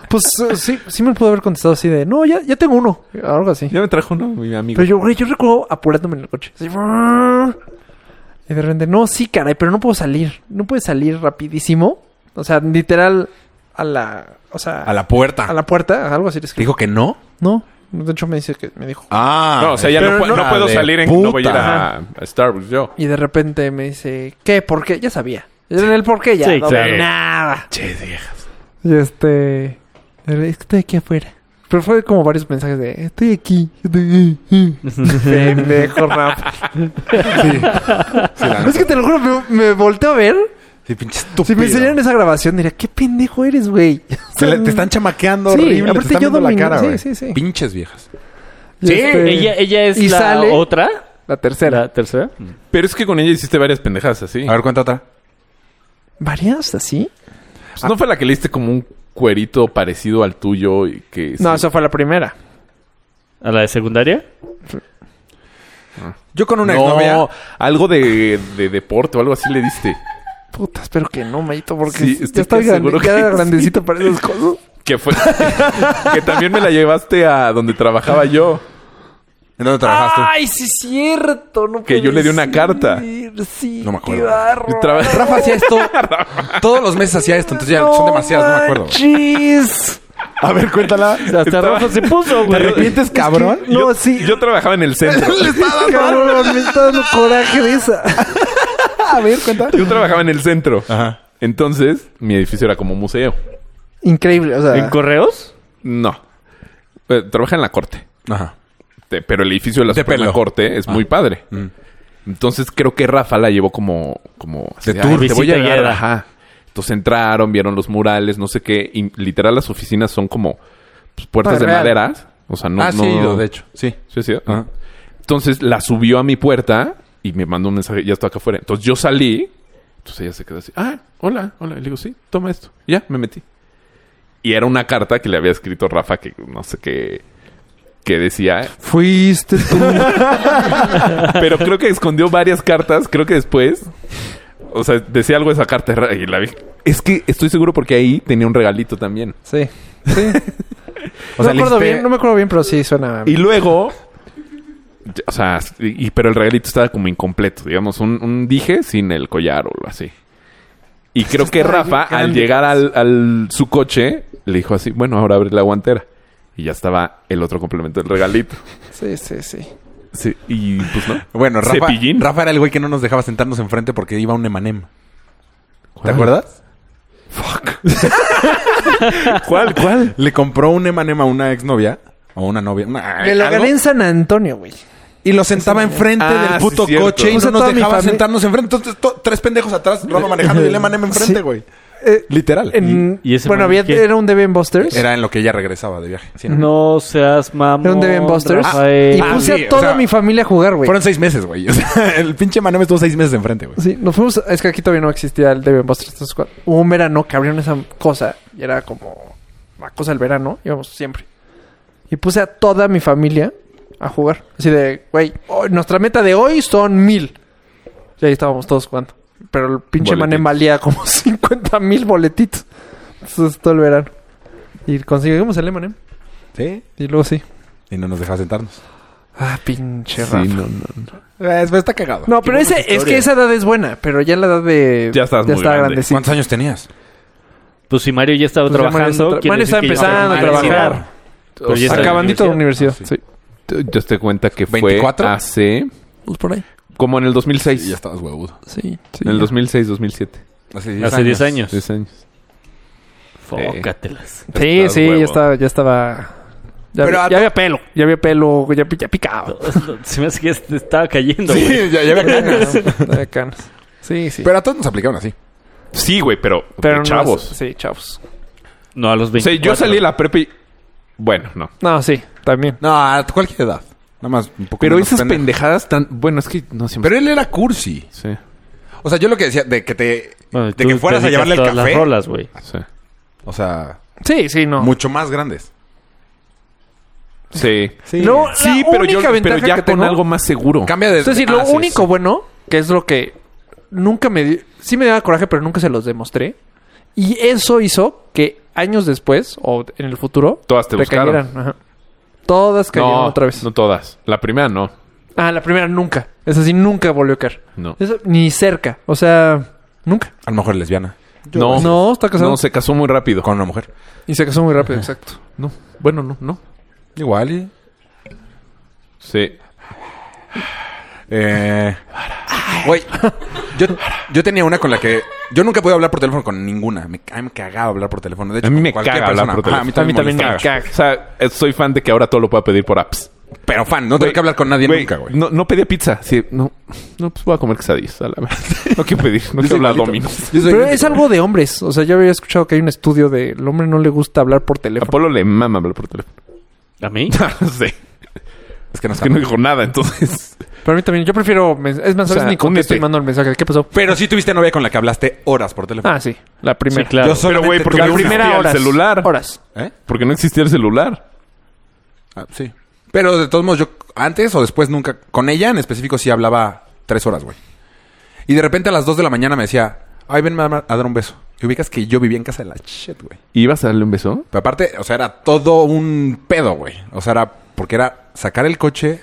Speaker 7: Pues eh, sí, sí me pudo haber contestado así de, no, ya, ya tengo uno, algo así.
Speaker 2: Ya me trajo uno, mi amigo.
Speaker 7: Pero yo, güey, yo recuerdo apurándome en el coche. Así, brrr. y de repente, no, sí, caray, pero no puedo salir. No puedes salir rapidísimo. O sea, literal a la... O sea,
Speaker 3: A la puerta.
Speaker 7: a la puerta, algo así. le
Speaker 3: ¿Te
Speaker 7: escribí.
Speaker 3: dijo que no?
Speaker 7: No, de hecho me dice que me dijo.
Speaker 3: Ah.
Speaker 2: no, o sea, ya
Speaker 3: pero
Speaker 2: no, pu- no
Speaker 3: la
Speaker 2: puedo
Speaker 3: Ah, de
Speaker 2: salir en... No voy a ir
Speaker 3: puta. Ah,
Speaker 2: a, a Starbucks yo.
Speaker 7: Y de repente me dice, ¿qué? ¿Por qué? Ya sabía. En el por qué ya.
Speaker 4: Sí,
Speaker 7: no
Speaker 4: sí.
Speaker 7: veo Nada.
Speaker 2: Che, viejas.
Speaker 7: Y este... Es que estoy aquí afuera. Pero fue como varios mensajes de, estoy aquí. estoy- Pendejo, rap.
Speaker 3: Sí, la-
Speaker 7: Es que te lo juro, me, me volteo a ver
Speaker 3: sí, Ah, pinche estúpido.
Speaker 7: Si me enseñaran esa grabación, diría, qué pendejo eres, güey.
Speaker 3: Te, la- te están chamaqueando
Speaker 7: Sí,
Speaker 3: horrible. Te
Speaker 7: aparte
Speaker 3: están
Speaker 7: yo
Speaker 3: viendo la
Speaker 7: dominé-
Speaker 3: cara,
Speaker 7: sí,
Speaker 3: güey.
Speaker 7: sí, sí.
Speaker 3: Pinches viejas.
Speaker 7: Sí,
Speaker 4: Ella, ella es
Speaker 7: Y
Speaker 4: la
Speaker 7: sale-
Speaker 4: otra.
Speaker 7: La tercera.
Speaker 4: La tercera.
Speaker 2: Pero es que con ella hiciste varias pendejadas así.
Speaker 3: A ver, cuenta otra.
Speaker 7: ¿Varias así?
Speaker 2: Pues, ¿No fue la que le diste como un cuerito parecido al tuyo y que...
Speaker 7: No,
Speaker 2: sí?
Speaker 7: esa fue la primera.
Speaker 4: ¿A la de secundaria?
Speaker 3: Yo con una
Speaker 2: No,
Speaker 3: exnovia.
Speaker 2: algo de, de deporte o algo así le diste.
Speaker 7: Puta, espero que no, Maito, porque
Speaker 2: Sí,
Speaker 7: ya
Speaker 2: estoy
Speaker 7: está
Speaker 2: casi seguro que sí.
Speaker 7: grandecito para esas cosas.
Speaker 2: Que fue... que también me la llevaste a donde trabajaba yo.
Speaker 3: ¿En dónde trabajaste?
Speaker 7: Ay, sí es cierto. No
Speaker 2: Que yo
Speaker 7: puede
Speaker 2: le di una
Speaker 7: ser,
Speaker 2: carta.
Speaker 7: Sí,
Speaker 3: No me acuerdo.
Speaker 7: Qué barro.
Speaker 2: Traba-
Speaker 3: Rafa hacía esto. Todos los meses hacía esto, entonces ya son demasiadas, no me
Speaker 7: ¡Oh,
Speaker 3: acuerdo.
Speaker 7: Chis.
Speaker 3: A ver, cuéntala.
Speaker 4: Hasta
Speaker 2: Estaba-
Speaker 4: rojo se puso,
Speaker 2: ¿Te
Speaker 4: güey.
Speaker 3: ¿Arrepientes, cabrón?
Speaker 7: No,
Speaker 2: yo,
Speaker 7: sí.
Speaker 2: Yo trabajaba en el centro.
Speaker 7: Cabrón, me está dando coraje de esa. A ver, cuenta.
Speaker 2: yo trabajaba en el centro.
Speaker 3: Ajá.
Speaker 2: Entonces, mi edificio era como un museo.
Speaker 7: Increíble, o sea.
Speaker 4: ¿En correos?
Speaker 2: No. Eh, trabaja en la corte.
Speaker 3: Ajá.
Speaker 2: Te- pero el edificio de la
Speaker 3: De
Speaker 2: Suprema
Speaker 3: pelo. Ah. Mm.
Speaker 2: Corte es muy padre. Entonces creo que Rafa la llevó como... como así
Speaker 3: De
Speaker 2: "Ay,
Speaker 3: tour.
Speaker 2: Te voy a
Speaker 4: Visita
Speaker 2: llevar.
Speaker 4: guiada.
Speaker 2: Ajá. Entonces entraron, vieron los murales, no sé qué. Y literal las oficinas son como pues, puertas
Speaker 7: Ah,
Speaker 2: de
Speaker 7: real.
Speaker 2: madera. O sea, no...
Speaker 3: ah, sí,
Speaker 2: no-
Speaker 3: he ido, de hecho. Ah. Sí.
Speaker 2: Sí, sí. ah.
Speaker 3: Ajá.
Speaker 2: Entonces la subió a mi puerta y me mandó un mensaje, ya está acá afuera. Entonces yo salí, entonces ella se quedó así, ah, hola, hola. Y le digo, sí, toma esto. Y ya, me metí. Y era una carta que le había escrito Rafa que no sé qué, que decía,
Speaker 7: Fuiste tú.
Speaker 2: pero creo que escondió varias cartas, creo que después. O sea, decía algo de esa carta ra- y la vi. Es que estoy seguro porque ahí tenía un regalito también.
Speaker 7: Sí. Sí.
Speaker 3: O
Speaker 7: no,
Speaker 3: sea,
Speaker 7: me
Speaker 3: le
Speaker 7: acuerdo
Speaker 3: hiciste-
Speaker 7: bien, no me acuerdo bien, pero sí suena.
Speaker 2: Y luego, ya, o sea, y, y- pero el regalito estaba como incompleto, digamos, un, un dije sin el collar o algo así. Y creo que Rafa, al llegar al, al- su coche, le dijo así, bueno, ahora abre la guantera. Y ya estaba el otro complemento del regalito.
Speaker 7: Sí, sí, sí.
Speaker 2: Sí, y pues no.
Speaker 3: Bueno, Rafa,
Speaker 2: Cepillín.
Speaker 3: Rafa era el güey que no nos dejaba sentarnos enfrente porque iba a un emanem. ¿Te acuerdas?
Speaker 2: ¿Cuál? ¿Cuál?
Speaker 3: Le compró un emanem a una exnovia o una novia. una-
Speaker 7: Me lo
Speaker 3: algo,
Speaker 7: gané en San Antonio, güey.
Speaker 3: Y lo sentaba enfrente
Speaker 2: Ah, sí,
Speaker 3: del puto
Speaker 2: cierto.
Speaker 3: coche y
Speaker 7: O sea,
Speaker 3: no nos
Speaker 7: toda mi
Speaker 3: dejaba
Speaker 7: fami- Eh,
Speaker 3: sentarnos enfrente. Entonces, to- tres pendejos atrás, Rafa manejando y el emanem enfrente,
Speaker 7: Sí.
Speaker 3: güey.
Speaker 7: Eh,
Speaker 3: Literal.
Speaker 7: en-
Speaker 4: ¿Y- y ese
Speaker 7: bueno, había,
Speaker 4: man qué?
Speaker 7: era un Debian Busters. Era,
Speaker 3: Era en lo que ella regresaba de viaje.
Speaker 7: Eh,
Speaker 3: Sí, ¿no?
Speaker 4: No seas mamón.
Speaker 7: un Debian Busters.
Speaker 4: Rafael.
Speaker 7: Y
Speaker 3: Ah,
Speaker 7: puse
Speaker 3: sí,
Speaker 7: a
Speaker 3: o
Speaker 7: toda
Speaker 3: sea,
Speaker 7: mi familia a jugar, güey.
Speaker 3: Fueron seis meses, güey. O sea, el pinche emanem estuvo seis meses enfrente, güey.
Speaker 7: Sí, nos fuimos. Es que aquí todavía no existía el Debian Busters. Entonces, cuando hubo un verano que abrieron esa cosa. Y era como la cosa del verano. Íbamos siempre. Y puse a toda mi familia a jugar. Así de, güey, hoy- nuestra meta de hoy son mil. Y ahí estábamos todos jugando. Pero el pinche mané
Speaker 2: Boletitos.
Speaker 7: valía como 50 mil boletitos. Entonces, todo el verano. Y conseguimos el Emanem.
Speaker 3: Sí.
Speaker 7: Y luego sí.
Speaker 3: Y no nos dejaba sentarnos.
Speaker 7: Ah, pinche
Speaker 2: Sí,
Speaker 7: Rafa.
Speaker 2: no, no, no.
Speaker 3: Eh, es- está cagado.
Speaker 7: No, pero ese, es que esa edad es buena, pero ya la edad de...
Speaker 2: Ya estás muy
Speaker 7: estaba
Speaker 2: grande.
Speaker 7: grandecito.
Speaker 3: ¿Cuántos años tenías?
Speaker 4: Pues si Mario ya estaba
Speaker 7: Pues ya Mario
Speaker 4: trabajando,
Speaker 7: está-
Speaker 4: quiere
Speaker 7: Mario
Speaker 4: decir
Speaker 7: está
Speaker 4: que ya
Speaker 7: empezando
Speaker 4: va
Speaker 7: a
Speaker 4: regresar.
Speaker 7: trabajar.
Speaker 4: Pero ya está en la
Speaker 7: Acabandito de la universidad. Sí.
Speaker 2: Tú- Yo te cuenta que fue
Speaker 3: 24?
Speaker 2: hace...
Speaker 7: Pues por ahí.
Speaker 2: Como en el 2006.
Speaker 3: Y ya estabas huevudo.
Speaker 7: Sí. sí.
Speaker 2: En el 2006, 2007.
Speaker 3: Hace
Speaker 4: Hace 10 años.
Speaker 2: 10 años.
Speaker 4: Fócatelas.
Speaker 7: Sí,
Speaker 2: Estás
Speaker 7: sí,
Speaker 2: huevo.
Speaker 7: ya estaba, ya estaba. Ya,
Speaker 3: Pero
Speaker 7: había-
Speaker 3: a
Speaker 7: ya
Speaker 3: to-
Speaker 7: había pelo, ya había pelo, ya, pi- ya picaba.
Speaker 4: Se me hace que este estaba cayendo, güey.
Speaker 3: Sí, ya, ya había canas.
Speaker 7: Había canas. Sí, sí.
Speaker 3: Pero a todos nos aplicaron así.
Speaker 2: Sí, güey, pero,
Speaker 7: Pero
Speaker 2: de
Speaker 7: no-
Speaker 2: chavos.
Speaker 7: sí, chavos.
Speaker 4: No, a los
Speaker 2: o sea,
Speaker 4: 20.
Speaker 2: yo salí de la prepa y... Bueno, no.
Speaker 7: No, sí, también.
Speaker 3: No, a cualquier edad. Nada más un poco
Speaker 2: Pero
Speaker 3: menos
Speaker 2: esas
Speaker 3: pendejo.
Speaker 2: pendejadas tan... Bueno, es que no siempre...
Speaker 3: Pero él era cursi.
Speaker 2: Sí,
Speaker 3: O sea, yo lo que decía, de que te. de que fueras a llevarle el
Speaker 4: todas las
Speaker 3: café.
Speaker 4: rolas, güey.
Speaker 2: sí.
Speaker 3: O sea,
Speaker 7: Sí, sí, no.
Speaker 3: mucho más grandes.
Speaker 2: Sí.
Speaker 7: No, la
Speaker 2: Sí, pero, yo,
Speaker 7: única
Speaker 2: pero
Speaker 7: ventaja
Speaker 2: ya
Speaker 7: que
Speaker 2: con
Speaker 7: tengo-
Speaker 2: algo más seguro.
Speaker 3: Cambia de.
Speaker 7: Es decir,
Speaker 3: Ah,
Speaker 7: lo
Speaker 3: sí, sí.
Speaker 7: único bueno, que es lo que nunca me di- sí me daba coraje, pero nunca se los demostré. Y eso hizo que años después, o en el futuro,
Speaker 2: Todas te buscaron.
Speaker 7: cayeran. Ajá. Todas cayeron
Speaker 2: No,
Speaker 7: otra vez.
Speaker 2: no todas. La primera no.
Speaker 7: Ah, la primera nunca. Es así, nunca volvió a caer.
Speaker 2: No.
Speaker 7: Eso, ni cerca. O sea, nunca.
Speaker 3: A lo mejor lesbiana.
Speaker 2: no,
Speaker 7: No, está casado.
Speaker 2: no, se casó muy rápido.
Speaker 3: Con una mujer.
Speaker 7: Y se casó muy rápido, exacto.
Speaker 2: No, bueno, no, no.
Speaker 3: Igual y.
Speaker 2: Sí.
Speaker 3: Eh. Güey, yo, yo tenía una con la que. Yo nunca pude hablar por teléfono con ninguna. Me, a mí me cagaba hablar por teléfono. De hecho,
Speaker 2: A mí
Speaker 3: con
Speaker 2: me
Speaker 3: cualquier
Speaker 2: caga hablar
Speaker 3: persona. Ah,
Speaker 2: por
Speaker 3: Ajá,
Speaker 2: teléfono.
Speaker 7: A mí también me
Speaker 3: molestaba.
Speaker 7: caga.
Speaker 2: O sea, eh, soy fan de que ahora todo lo pueda pedir por apps.
Speaker 3: Pero fan, no tengo que hablar con nadie nunca, güey.
Speaker 2: No, no pedía pizza. Sí, no, no, pues voy a comer quesadillas. A la verdad. No quiero pedir. No
Speaker 3: Yo
Speaker 2: quiero
Speaker 3: soy
Speaker 2: hablar
Speaker 3: igualito.
Speaker 2: dominos.
Speaker 3: Yo soy
Speaker 7: Pero
Speaker 3: idéntico.
Speaker 7: es algo de hombres. O sea, yo había escuchado que hay un estudio de... El hombre no le gusta hablar por
Speaker 2: A
Speaker 7: teléfono.
Speaker 2: Polo le mama hablar por teléfono.
Speaker 4: ¿A mí?
Speaker 2: no sé.
Speaker 3: Es que no
Speaker 2: Es que no dijo nada, entonces.
Speaker 7: Pero a mí también. Yo prefiero... mens- Es más,
Speaker 2: O
Speaker 7: a veces
Speaker 2: sea,
Speaker 7: ni contesto
Speaker 2: únete.
Speaker 7: y mando el mensaje. ¿Qué pasó?
Speaker 3: Pero sí tuviste novia con la que hablaste horas por teléfono.
Speaker 7: Ah, sí. La primera.
Speaker 4: Sí, claro.
Speaker 3: Yo solamente
Speaker 2: Pero, güey, porque
Speaker 3: tuve
Speaker 2: la
Speaker 3: una.
Speaker 2: primera- existía el
Speaker 7: Primera horas.
Speaker 2: celular.
Speaker 7: Horas.
Speaker 3: ¿Eh?
Speaker 2: Porque no existía el celular.
Speaker 3: Ah, sí. Pero de todos modos, yo antes o después nunca. Con ella en específico sí hablaba tres horas, güey. Y de repente a las dos de la mañana me decía, ay, venme a, a dar un beso. Y ubicas que yo vivía en casa de la shit, güey.
Speaker 2: ¿Ibas a darle un beso?
Speaker 3: Pero aparte, o sea, era todo un pedo, güey. O sea, era porque era sacar el coche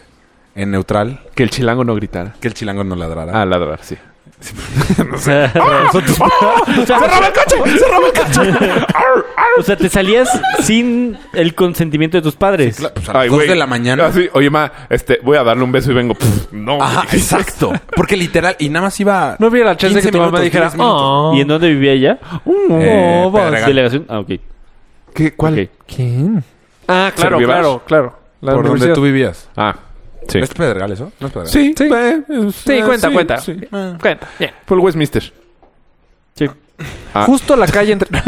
Speaker 3: en neutral,
Speaker 2: Que el chilango no gritara.
Speaker 3: que el chilango no ladrara.
Speaker 2: Ah, ladrar, sí.
Speaker 4: O sea,
Speaker 3: ¡Ah!
Speaker 4: o sea, o sea, te salías sin el consentimiento de tus padres.
Speaker 3: Claro, pues a las dos
Speaker 2: güey.
Speaker 3: de la mañana.
Speaker 2: Ah, sí. Oye, ma, este, voy a darle un beso y vengo. Pff, no.
Speaker 3: Ajá,
Speaker 2: güey.
Speaker 3: exacto. Porque literal, y nada más iba.
Speaker 7: No hubiera la chance de que
Speaker 3: 15
Speaker 7: tu mamá
Speaker 3: minutos,
Speaker 7: dijera...
Speaker 3: 10 minutos.
Speaker 7: "Oh,
Speaker 4: ¿Y en dónde vivía ella?
Speaker 3: Eh,
Speaker 7: oh, vas".
Speaker 3: Pedregal.
Speaker 4: ¿Delegación? Ah, ok.
Speaker 2: ¿Qué, ¿Cuál?
Speaker 4: Ok.
Speaker 7: ¿Quién? Ah, claro,
Speaker 2: Servivas.
Speaker 7: claro, claro. La
Speaker 3: por donde
Speaker 7: universidad.
Speaker 3: tú vivías.
Speaker 2: Ah, sí.
Speaker 3: ¿Es Pedregal eso? No es Pedregal.
Speaker 2: Sí,
Speaker 7: Sí.
Speaker 2: eh, es-
Speaker 7: Sí,
Speaker 2: eh,
Speaker 7: cuenta,
Speaker 2: sí,
Speaker 7: cuenta.
Speaker 2: sí.
Speaker 7: Cuenta. Bien.
Speaker 2: Por el Westminster.
Speaker 4: Sí.
Speaker 2: Ah.
Speaker 7: Justo la calle entre...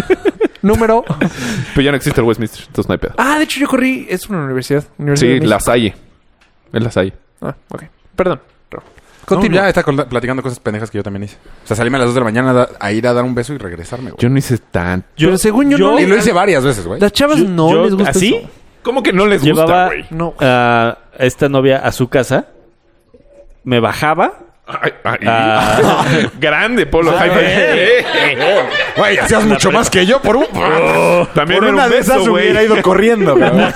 Speaker 7: Número...
Speaker 2: Pero ya no existe el Westminster, entonces no hay pedo.
Speaker 7: Ah, de hecho yo corrí... Es una universidad.
Speaker 2: sí,
Speaker 7: Universidad de México.
Speaker 2: La Salle. Es La Salle.
Speaker 7: Ah, ok. Perdón.
Speaker 3: No,
Speaker 7: Continúa.
Speaker 3: ya está col- platicando cosas pendejas que yo también hice. O sea, salirme a las 2 de la mañana da- a ir a dar un beso y regresarme, güey.
Speaker 2: Yo no hice tan...
Speaker 7: Pero según yo no
Speaker 3: Y
Speaker 7: le-
Speaker 3: lo hice varias veces, güey.
Speaker 7: Las chavas
Speaker 4: yo-
Speaker 7: no
Speaker 4: yo-
Speaker 7: les gusta
Speaker 4: ¿así?
Speaker 7: eso.
Speaker 2: ¿Cómo que no les
Speaker 4: Llevaba-
Speaker 2: gusta, güey?
Speaker 7: No.
Speaker 4: a esta novia a su casa, me bajaba.
Speaker 2: Ay, ay.
Speaker 4: Ah.
Speaker 2: Grande, Polo. Jaime. Eh.
Speaker 3: Güey, hacías mucho más que yo por un...
Speaker 2: También
Speaker 3: por
Speaker 2: era
Speaker 3: una
Speaker 2: un
Speaker 3: de
Speaker 2: beso,
Speaker 3: esas
Speaker 2: güey.
Speaker 3: hubiera ido corriendo, cabrón.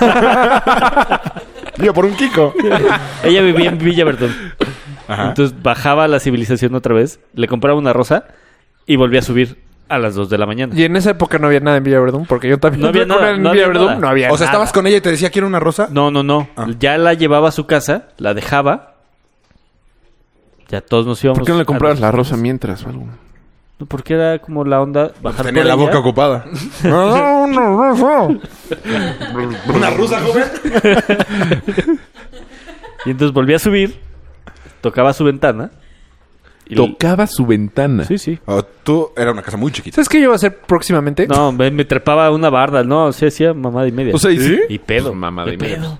Speaker 3: Yo por un Kiko.
Speaker 4: Ella vivía en Villa Bertón. Entonces bajaba a la civilización otra vez, le compraba una rosa y volvía a subir a las 2 de la mañana.
Speaker 7: Y en esa época no había nada en Villaverdum, porque yo también
Speaker 4: No había
Speaker 7: tuve con
Speaker 4: nada,
Speaker 7: él en
Speaker 4: no había
Speaker 7: Villaverdum,
Speaker 4: nada.
Speaker 7: no había
Speaker 3: O sea,
Speaker 7: nada.
Speaker 3: estabas con ella y te decía, ¿quiero una rosa?
Speaker 4: No, no, no.
Speaker 2: Ah.
Speaker 4: Ya la llevaba a su casa, la dejaba. Ya todos nos íbamos.
Speaker 2: ¿Por qué no le comprabas
Speaker 4: a-
Speaker 2: la rosa mientras o algo?
Speaker 4: No, Porque era como la onda bajar
Speaker 3: Tenía
Speaker 4: por
Speaker 3: la
Speaker 4: ella.
Speaker 3: boca ocupada.
Speaker 7: No, no, no, no.
Speaker 3: ¿Una rusa, joven?
Speaker 4: Y entonces volvía a subir, tocaba su ventana. y-
Speaker 2: Tocaba su ventana.
Speaker 4: Sí, sí.
Speaker 3: O tú... Era una casa muy chiquita.
Speaker 7: ¿Sabes qué yo voy a hacer próximamente?
Speaker 4: No, me, me trepaba a una barda. No, sí, hacía mamada y media.
Speaker 2: O sea, ¿y sí?
Speaker 4: Y pedo.
Speaker 2: Pues, mamá de
Speaker 4: Y
Speaker 2: menos.
Speaker 4: pedo.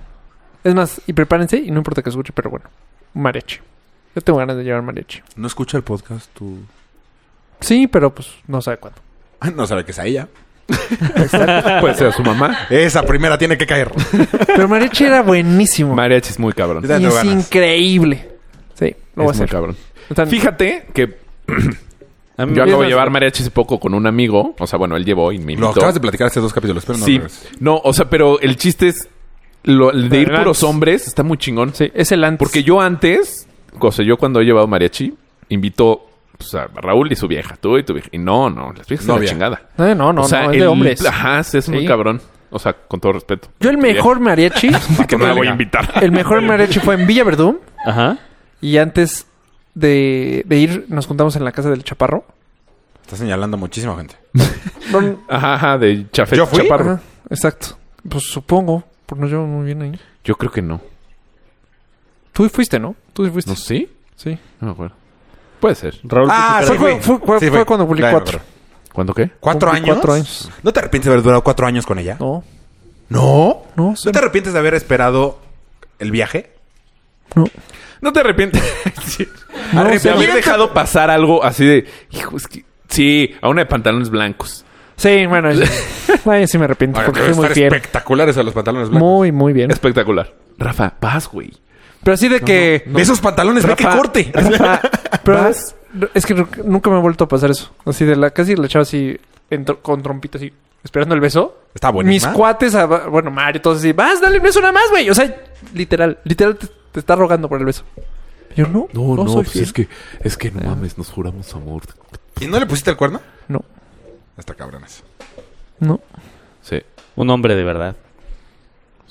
Speaker 7: Es más, y prepárense, y no importa que escuche, pero bueno. un Mariachi. Yo tengo ganas de llevar mariachi.
Speaker 3: No escucha el podcast, tú...
Speaker 7: Sí, pero pues no sabe cuándo.
Speaker 3: Ah, No sabe que es a ella.
Speaker 2: Puede ser a su mamá.
Speaker 3: Esa primera tiene que caer.
Speaker 7: Pero mariachi era buenísimo.
Speaker 2: Mariachi es muy cabrón.
Speaker 7: y
Speaker 3: tengo
Speaker 7: es
Speaker 3: ganas.
Speaker 7: increíble. Sí, lo voy a
Speaker 2: Es muy
Speaker 7: hacer.
Speaker 2: cabrón.
Speaker 7: Están-
Speaker 2: Fíjate que
Speaker 4: A mí
Speaker 2: yo
Speaker 4: me-
Speaker 2: acabo de llevar mariachi hace poco con un amigo. O sea, bueno, él llevó y me
Speaker 3: Lo
Speaker 2: invitó.
Speaker 3: acabas de platicar hace dos capítulos, pero no
Speaker 2: sí.
Speaker 3: regreses.
Speaker 2: No, o sea, pero el chiste es... Lo, el de ir
Speaker 7: Adelante.
Speaker 2: puros hombres está muy chingón.
Speaker 7: Sí, es el antes.
Speaker 2: Porque yo antes... O sea, yo cuando he llevado mariachi, invito pues, a Raúl y su vieja, tú y tu vieja. Y no, no, las viejas son la
Speaker 3: Novia.
Speaker 2: chingada.
Speaker 7: No, no, no,
Speaker 2: o sea,
Speaker 7: no, es
Speaker 2: el-
Speaker 7: de hombres.
Speaker 2: Ajá, sí, es muy
Speaker 7: Sí.
Speaker 2: cabrón. O sea, con todo respeto.
Speaker 7: Yo el mejor mariachi,
Speaker 2: que no la voy a invitar.
Speaker 7: el mejor mariachi fue en Villa Verdún.
Speaker 4: Ajá.
Speaker 7: Y antes de, de ir, nos juntamos en la casa del chaparro.
Speaker 3: Está señalando a muchísima gente.
Speaker 7: No,
Speaker 2: Ajá, ajá, de Chafet
Speaker 3: ¿Yo fui?
Speaker 2: Chaparro.
Speaker 7: ajá, exacto. Pues supongo, porque nos llevamos muy bien ahí.
Speaker 2: Yo creo que no.
Speaker 7: Tú fuiste, ¿no? Tú sí fuiste.
Speaker 2: ¿No sí?
Speaker 7: Sí.
Speaker 2: No me acuerdo. Puede ser.
Speaker 4: Raúl.
Speaker 3: Ah,
Speaker 7: sí fue- fue- fue- fue cuando cumplí
Speaker 3: Ya me
Speaker 7: cuatro.
Speaker 3: acuerdo.
Speaker 2: ¿Cuándo qué?
Speaker 3: ¿Cuatro
Speaker 7: Cumplí
Speaker 3: años?
Speaker 7: cuatro años.
Speaker 3: ¿No te arrepientes de haber durado cuatro años con ella?
Speaker 7: No,
Speaker 3: ¿No?
Speaker 7: no,
Speaker 3: ¿No
Speaker 7: cero.
Speaker 3: te arrepientes de haber esperado el viaje?
Speaker 7: No.
Speaker 2: No te arrepientes. sí.
Speaker 7: No,
Speaker 2: Arrepiento
Speaker 7: sí.
Speaker 2: de haber dejado pasar algo así de... Hijo, es que... Sí, a una de pantalones blancos.
Speaker 7: Sí, bueno, yo- ay, sí me arrepiento
Speaker 3: Ahora,
Speaker 7: porque
Speaker 3: deben
Speaker 7: soy muy
Speaker 3: estar
Speaker 7: fiel.
Speaker 3: espectaculares a los pantalones blancos.
Speaker 7: Muy, muy bien.
Speaker 2: Espectacular. Rafa, vas, güey.
Speaker 7: Pero así de que...
Speaker 3: De esos pantalones, ve que
Speaker 7: Rafa,
Speaker 3: corte.
Speaker 7: Rafa, pero es, es que nu- nunca me ha vuelto a pasar eso. Así de la casi la chava así en tro- con trompita así esperando el beso.
Speaker 3: Está buenísima.
Speaker 7: Mis cuates, a- bueno, Mario, todos así, vas, dale el beso nada más, güey. O sea, literal, literal te, te está rogando por el beso. Yo no, no, soy fiel.
Speaker 2: que... pues Es que no mames, nos juramos amor.
Speaker 3: ¿Y no le pusiste el cuerno?
Speaker 7: No,
Speaker 3: Está cabrones.
Speaker 7: no.
Speaker 2: Sí.
Speaker 4: Un hombre de verdad.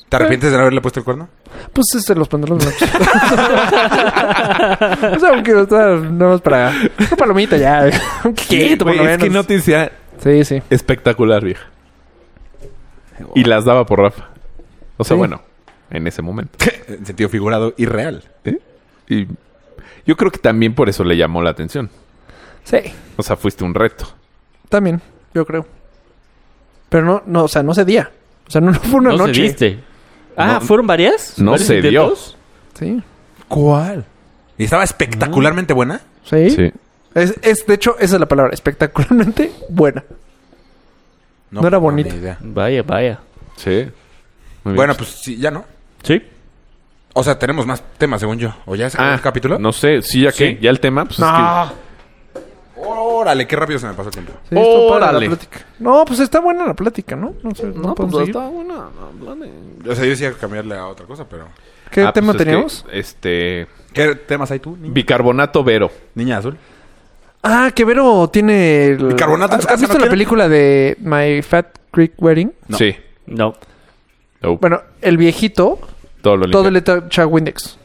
Speaker 3: ¿Te arrepientes de haberle puesto el cuerno?
Speaker 7: Pues este, los pantalones blancos. o sea, aunque o sea, nada más para una palomita ya. Un
Speaker 2: ¿Qué?
Speaker 7: quito, por lo
Speaker 2: es que
Speaker 7: menos.
Speaker 2: no te decía
Speaker 7: Sí, sí.
Speaker 2: espectacular, vieja. Y las daba por Rafa. O sea,
Speaker 7: Sí.
Speaker 2: bueno, en ese momento.
Speaker 3: En sentido figurado y real.
Speaker 2: Y yo creo que también por eso le llamó la atención.
Speaker 7: Sí.
Speaker 2: O sea, fuiste un reto.
Speaker 7: También, yo creo. Pero no, no, o sea, no cedía. O sea, no, no fue una
Speaker 4: no
Speaker 7: noche.
Speaker 4: cediste. Ah,
Speaker 2: No-
Speaker 4: ¿fueron varias?
Speaker 2: no
Speaker 4: ¿Varios
Speaker 2: se dio.
Speaker 4: intentos?
Speaker 7: Sí.
Speaker 3: ¿Cuál? ¿Y estaba espectacularmente buena?
Speaker 7: Sí.
Speaker 2: Sí.
Speaker 7: Es, es- de hecho, esa es la palabra. Espectacularmente buena. No era bonita.
Speaker 3: ni idea.
Speaker 4: Vaya, vaya.
Speaker 2: Sí. Muy bien.
Speaker 3: Bueno, pues sí, ya no.
Speaker 4: Sí.
Speaker 3: O sea, tenemos más temas, según yo. ¿O ya es
Speaker 2: Ah,
Speaker 3: el capítulo?
Speaker 2: No sé, sí, ya que,
Speaker 4: Sí.
Speaker 2: ya el tema, pues es
Speaker 3: Órale, qué rápido se me pasó el tiempo.
Speaker 7: Sí, estuvo padre
Speaker 2: Órale.
Speaker 7: la plática. No, pues está buena la plática, ¿no? No sé, no, podemos seguir.
Speaker 3: O sea, yo decía cambiarle a otra cosa, pero...
Speaker 7: ¿Qué
Speaker 2: que. Ah,
Speaker 7: tema
Speaker 2: pues es que,
Speaker 7: teníamos?
Speaker 2: este.
Speaker 3: ¿Qué temas hay tú, niña,
Speaker 2: Bicarbonato Vero.
Speaker 3: niña azul?
Speaker 7: Ah, que Vero tiene el...
Speaker 3: Bicarbonato en
Speaker 7: ¿Has,
Speaker 3: su casa,
Speaker 7: has visto
Speaker 3: ¿no
Speaker 7: la
Speaker 3: quieren?
Speaker 7: película de My Fat Creek Wedding?
Speaker 3: No.
Speaker 2: Sí.
Speaker 4: No.
Speaker 2: Oh,
Speaker 7: Bueno, el viejito,
Speaker 2: todo lo
Speaker 7: todo
Speaker 2: limpio.
Speaker 7: le echa Windex.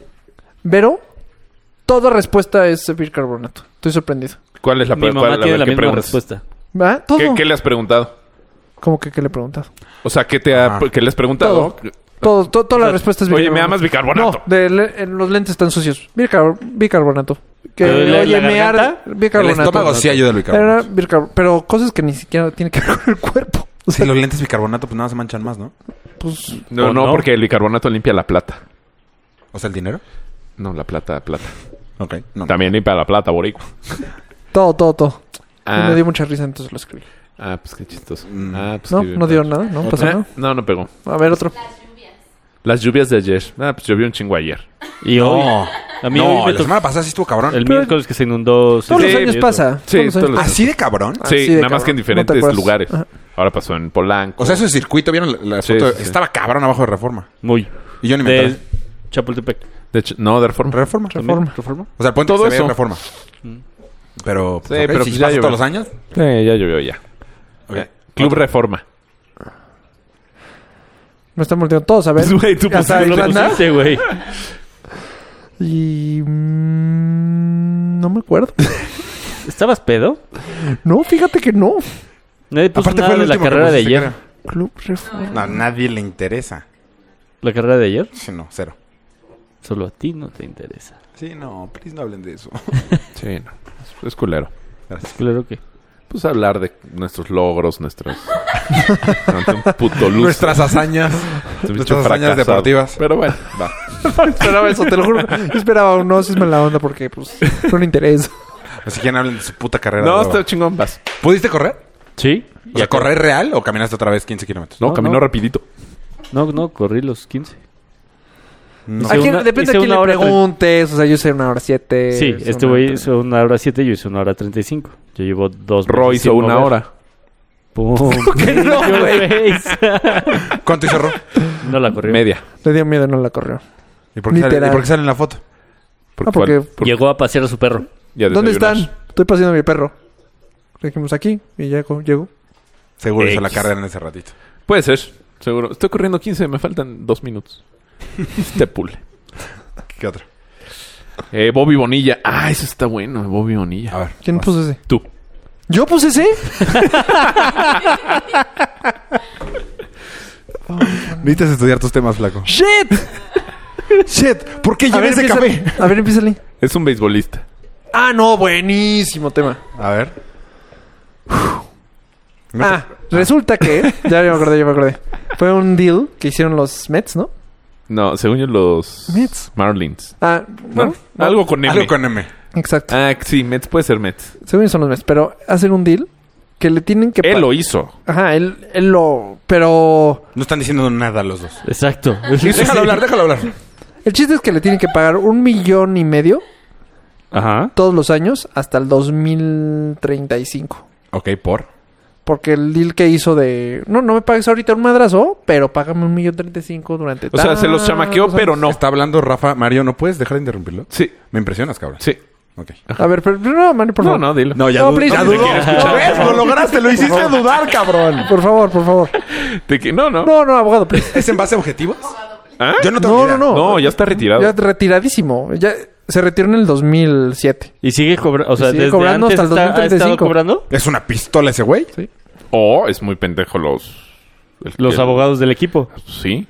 Speaker 7: Vero, toda respuesta es bicarbonato. Estoy sorprendido.
Speaker 2: ¿Cuál es la,
Speaker 4: Mi
Speaker 2: pre-
Speaker 4: mamá
Speaker 2: cuál- a
Speaker 4: tiene
Speaker 2: ver,
Speaker 4: la
Speaker 2: ¿qué
Speaker 4: misma
Speaker 2: preguntas?
Speaker 4: respuesta.
Speaker 7: ¿Va? Todo.
Speaker 2: ¿Qué, qué le has preguntado?
Speaker 7: ¿Cómo que qué le he preguntado?
Speaker 2: O sea, ¿qué te ha,
Speaker 3: Ajá.
Speaker 2: qué le has preguntado?
Speaker 7: Todo, todo, toda la respuesta es
Speaker 2: Oye, ¿me amas bicarbonato?
Speaker 7: No, de le- en los lentes están sucios. Bicar- bicarbonato. Que,
Speaker 4: ¿Te duele
Speaker 7: oye,
Speaker 4: la
Speaker 7: me arde.
Speaker 4: garganta?
Speaker 3: El
Speaker 7: Bicarbonato.
Speaker 3: estómago sí ayuda al
Speaker 7: Era
Speaker 3: bicarbonato.
Speaker 7: bicarb- pero cosas que ni siquiera tienen que ver con el cuerpo. O
Speaker 3: Si
Speaker 7: sea,
Speaker 3: los lentes bicarbonato, pues nada se manchan más, ¿no?
Speaker 7: pues,
Speaker 2: No,
Speaker 4: ¿O
Speaker 2: no,
Speaker 4: no?
Speaker 2: porque el bicarbonato limpia la plata.
Speaker 3: O sea, el dinero.
Speaker 2: No, la plata, plata.
Speaker 3: Ok. No.
Speaker 2: También limpia la plata, boricua.
Speaker 7: todo, todo, todo. Y
Speaker 2: Ah,
Speaker 7: me dio mucha risa, entonces lo escribí.
Speaker 2: ah, pues qué chistoso.
Speaker 3: Mm.
Speaker 2: Ah, pues
Speaker 7: No,
Speaker 2: qué bien.
Speaker 7: no dio nada, no pasó
Speaker 2: Ah,
Speaker 7: nada.
Speaker 2: No, no pegó.
Speaker 7: A ver, otro.
Speaker 2: Las lluvias de ayer. Ah, pues llovió un chingo ayer.
Speaker 4: Y hoy. A mí
Speaker 3: no,
Speaker 4: hoy me
Speaker 3: la
Speaker 4: tocó
Speaker 3: semana pasada sí estuvo cabrón.
Speaker 4: el miércoles que se inundó.
Speaker 7: Todos
Speaker 2: sí,
Speaker 7: los años
Speaker 4: eso.
Speaker 7: pasa.
Speaker 2: Sí,
Speaker 7: todos los años.
Speaker 2: todos los-
Speaker 3: ¿Así de cabrón?
Speaker 2: Sí,
Speaker 7: Así Ah, de
Speaker 2: nada más
Speaker 7: cabrón.
Speaker 2: que en
Speaker 7: No te
Speaker 2: diferentes
Speaker 7: acuerdas.
Speaker 2: lugares.
Speaker 7: Ajá.
Speaker 2: Ahora pasó en Polanco.
Speaker 3: O sea, eso es circuito, ¿vieron la, la
Speaker 2: Sí,
Speaker 3: foto?
Speaker 2: sí, sí.
Speaker 3: Estaba cabrón abajo de Reforma.
Speaker 4: Muy.
Speaker 3: Y yo ni me
Speaker 4: De
Speaker 3: enteré.
Speaker 4: Chapultepec.
Speaker 2: De hecho, no, de reforma.
Speaker 3: Reforma.
Speaker 7: Reforma.
Speaker 3: O sea, el puente
Speaker 2: Todo
Speaker 3: se ve
Speaker 2: eso.
Speaker 3: en Reforma. Pero, pues,
Speaker 2: Sí,
Speaker 3: ok,
Speaker 2: pero
Speaker 3: si
Speaker 2: pues ya
Speaker 3: pasa
Speaker 2: llovió. Eh,
Speaker 3: todos los años.
Speaker 2: Sí, ya llovió ya.
Speaker 3: ok.
Speaker 2: Club Reforma.
Speaker 7: Me están volteando todos, a ver.
Speaker 2: Güey, tú
Speaker 7: Hasta
Speaker 2: pusiste-
Speaker 4: Lo
Speaker 7: Irlanda.
Speaker 4: pusiste, güey.
Speaker 7: Y... mm, no me acuerdo.
Speaker 4: ¿Estabas pedo?
Speaker 7: No, fíjate que no.
Speaker 4: Nadie puso
Speaker 3: Aparte
Speaker 4: pues nada
Speaker 3: fue el
Speaker 4: de la
Speaker 3: último que
Speaker 4: carrera de
Speaker 3: pusiste,
Speaker 4: ayer.
Speaker 7: Club Reforma.
Speaker 3: A nadie le interesa.
Speaker 4: ¿La carrera de ayer?
Speaker 3: Sí, no, cero.
Speaker 4: Solo a ti no te interesa.
Speaker 3: Sí, no, please no hablen de eso.
Speaker 2: Sí, no. Es- Es culero.
Speaker 4: Claro que.
Speaker 2: Pues hablar de nuestros logros, nuestras. Ante un puto luz.
Speaker 3: Nuestras hazañas. nuestras hazañas deportivas.
Speaker 2: Pero bueno, va.
Speaker 7: esperaba eso, te lo juro. Yo esperaba un no, si es mala onda porque, pues, no le interesa.
Speaker 3: Así que no hablen de su puta carrera.
Speaker 2: No,
Speaker 3: de
Speaker 2: está
Speaker 3: droga.
Speaker 2: chingón, vas.
Speaker 3: ¿Pudiste correr?
Speaker 4: ¿Sí?
Speaker 3: O sea, ¿correr real o caminaste otra vez 15 kilómetros?
Speaker 2: No,
Speaker 4: No,
Speaker 2: caminó
Speaker 4: no.
Speaker 2: rapidito.
Speaker 4: No, no, corrí los 15.
Speaker 3: No.
Speaker 4: Hice una-
Speaker 7: depende
Speaker 4: hice
Speaker 7: a quién
Speaker 4: una
Speaker 7: le
Speaker 4: hora tre-
Speaker 7: preguntes. O sea, yo hice una hora siete.
Speaker 4: Sí,
Speaker 7: hice
Speaker 4: este
Speaker 7: una
Speaker 4: güey
Speaker 7: hora
Speaker 4: hizo una hora 7 y yo hice una hora 35. Yo llevo dos
Speaker 2: Roy
Speaker 4: meses sin
Speaker 2: hizo una
Speaker 4: mover.
Speaker 2: hora.
Speaker 4: ¡Pum!
Speaker 7: no, güey?
Speaker 3: ¿Cuánto hizo Ro?
Speaker 4: no la corrió.
Speaker 2: Media.
Speaker 7: tres. Le dio miedo, no la corrió.
Speaker 3: ¿Y por qué, sale,
Speaker 7: Literal.
Speaker 3: y por qué sale en la foto?
Speaker 7: Ah, porque-
Speaker 2: fue-
Speaker 4: Llegó a pasear a su perro.
Speaker 2: y a
Speaker 7: ¿Dónde
Speaker 2: desayunar.
Speaker 7: están? Estoy paseando a mi perro. Le dijimos aquí y llego. llego.
Speaker 3: Seguro
Speaker 2: X.
Speaker 3: se la cargan en ese ratito.
Speaker 2: Puede ser, seguro. Estoy corriendo 15, me faltan dos minutos. este pule.
Speaker 3: ¿Qué otro?
Speaker 2: Eh, Bobby Bonilla. Ah, eso está bueno, Bobby Bonilla.
Speaker 3: A ver.
Speaker 7: ¿Quién
Speaker 3: vas.
Speaker 7: puso ese?
Speaker 2: Tú.
Speaker 7: ¿Yo puse ese?
Speaker 3: Necesitas estudiar tus temas, flaco.
Speaker 7: ¡Shit!
Speaker 3: Shit, ¿por qué
Speaker 7: A ver,
Speaker 3: llevé ese
Speaker 7: empieza-
Speaker 3: café?
Speaker 7: A ver, empiézale.
Speaker 2: Es un beisbolista.
Speaker 7: Ah, no, buenísimo tema.
Speaker 3: A ver. No
Speaker 7: Ah, resulta que. Ya me acordé, ya me acordé. Fue un deal que hicieron los Mets, ¿no?
Speaker 2: No, según yo, los
Speaker 7: Mets.
Speaker 2: Marlins.
Speaker 7: Ah, ¿no?
Speaker 2: Bueno, algo con
Speaker 3: te-
Speaker 2: M.
Speaker 3: Algo con M.
Speaker 7: Exacto.
Speaker 2: Ah, sí, Mets puede ser Mets.
Speaker 7: Según yo son los Mets, pero hacen un deal que le tienen que. pa-
Speaker 2: Él lo hizo.
Speaker 7: Ajá, él, él lo. Pero.
Speaker 3: No están diciendo nada los dos.
Speaker 4: Exacto.
Speaker 3: Déjalo hablar, déjalo hablar.
Speaker 7: El chiste es que le tienen que pagar un millón y medio
Speaker 2: Ajá.
Speaker 7: todos los años hasta el 2035.
Speaker 3: Ok, por.
Speaker 7: Porque el deal que hizo de. No, no me pagues ahorita un madrazo, pero págame un millón treinta y cinco durante.
Speaker 2: O sea, se
Speaker 7: Ah,
Speaker 2: los chamaqueó,
Speaker 7: tantos años.
Speaker 2: pero no.
Speaker 3: Está hablando Rafa. Mario, ¿no puedes dejar de interrumpirlo?
Speaker 2: Sí,
Speaker 3: Me impresionas, cabrón.
Speaker 2: sí.
Speaker 3: Ok.
Speaker 7: A ver, pero, pero no, Mani, por
Speaker 2: No,
Speaker 7: favor.
Speaker 2: no, dilo.
Speaker 3: No, ya,
Speaker 7: No,
Speaker 3: dudó.
Speaker 7: please,
Speaker 3: ya
Speaker 7: no
Speaker 3: dudó.
Speaker 7: te quiero escuchar,
Speaker 3: No,
Speaker 7: por
Speaker 3: ves,
Speaker 7: favor.
Speaker 3: Lo lograste, lo hiciste dudar, cabrón.
Speaker 7: Por favor, por favor.
Speaker 2: De que- no, no.
Speaker 7: No, no, abogado, please.
Speaker 3: ¿Es en base a objetivos?
Speaker 2: ¿Ah?
Speaker 3: Yo no tengo
Speaker 7: No,
Speaker 3: idea.
Speaker 7: no, no.
Speaker 2: No, ya está retirado.
Speaker 7: Ya retiradísimo. Ya se retiró en el 2007.
Speaker 4: Y sigue cobrando. O sea,
Speaker 7: sigue
Speaker 4: desde
Speaker 7: cobrando
Speaker 4: antes
Speaker 7: hasta el
Speaker 4: está- ha estado
Speaker 7: 2035.
Speaker 4: cobrando
Speaker 3: ¿Es una pistola ese güey?
Speaker 2: O es muy pendejo los... el-
Speaker 4: los
Speaker 2: el-
Speaker 4: abogados del equipo.
Speaker 2: Sí.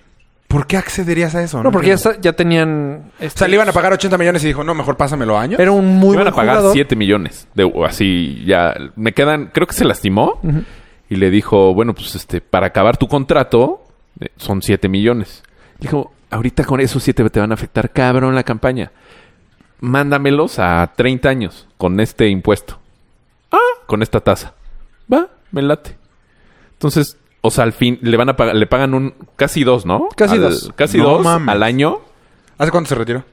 Speaker 3: ¿Por qué accederías a eso?
Speaker 7: No, porque ya,
Speaker 3: entiendo.
Speaker 7: sa- ya tenían.
Speaker 3: O sea,
Speaker 7: este,
Speaker 3: le iban a pagar 80 millones y dijo, no, mejor pásamelo a años.
Speaker 7: Era un muy
Speaker 2: Me van
Speaker 7: buen
Speaker 2: a pagar
Speaker 7: jugador.
Speaker 2: 7 millones. De, o así ya. Me quedan. Creo que se lastimó. Y le dijo, bueno, pues este, para acabar tu contrato, eh, son 7 millones. Dijo, ahorita con esos 7 te van a afectar cabrón la campaña. Mándamelos a 30 años con este impuesto. Ah, con esta tasa. Va, me late. Entonces, o sea, al fin le van a pagar, le pagan un casi dos, ¿no?
Speaker 7: Casi
Speaker 2: Al-
Speaker 7: dos.
Speaker 2: Casi
Speaker 3: No
Speaker 2: dos
Speaker 3: mames.
Speaker 2: al año.
Speaker 3: ¿Hace cuánto se retiró?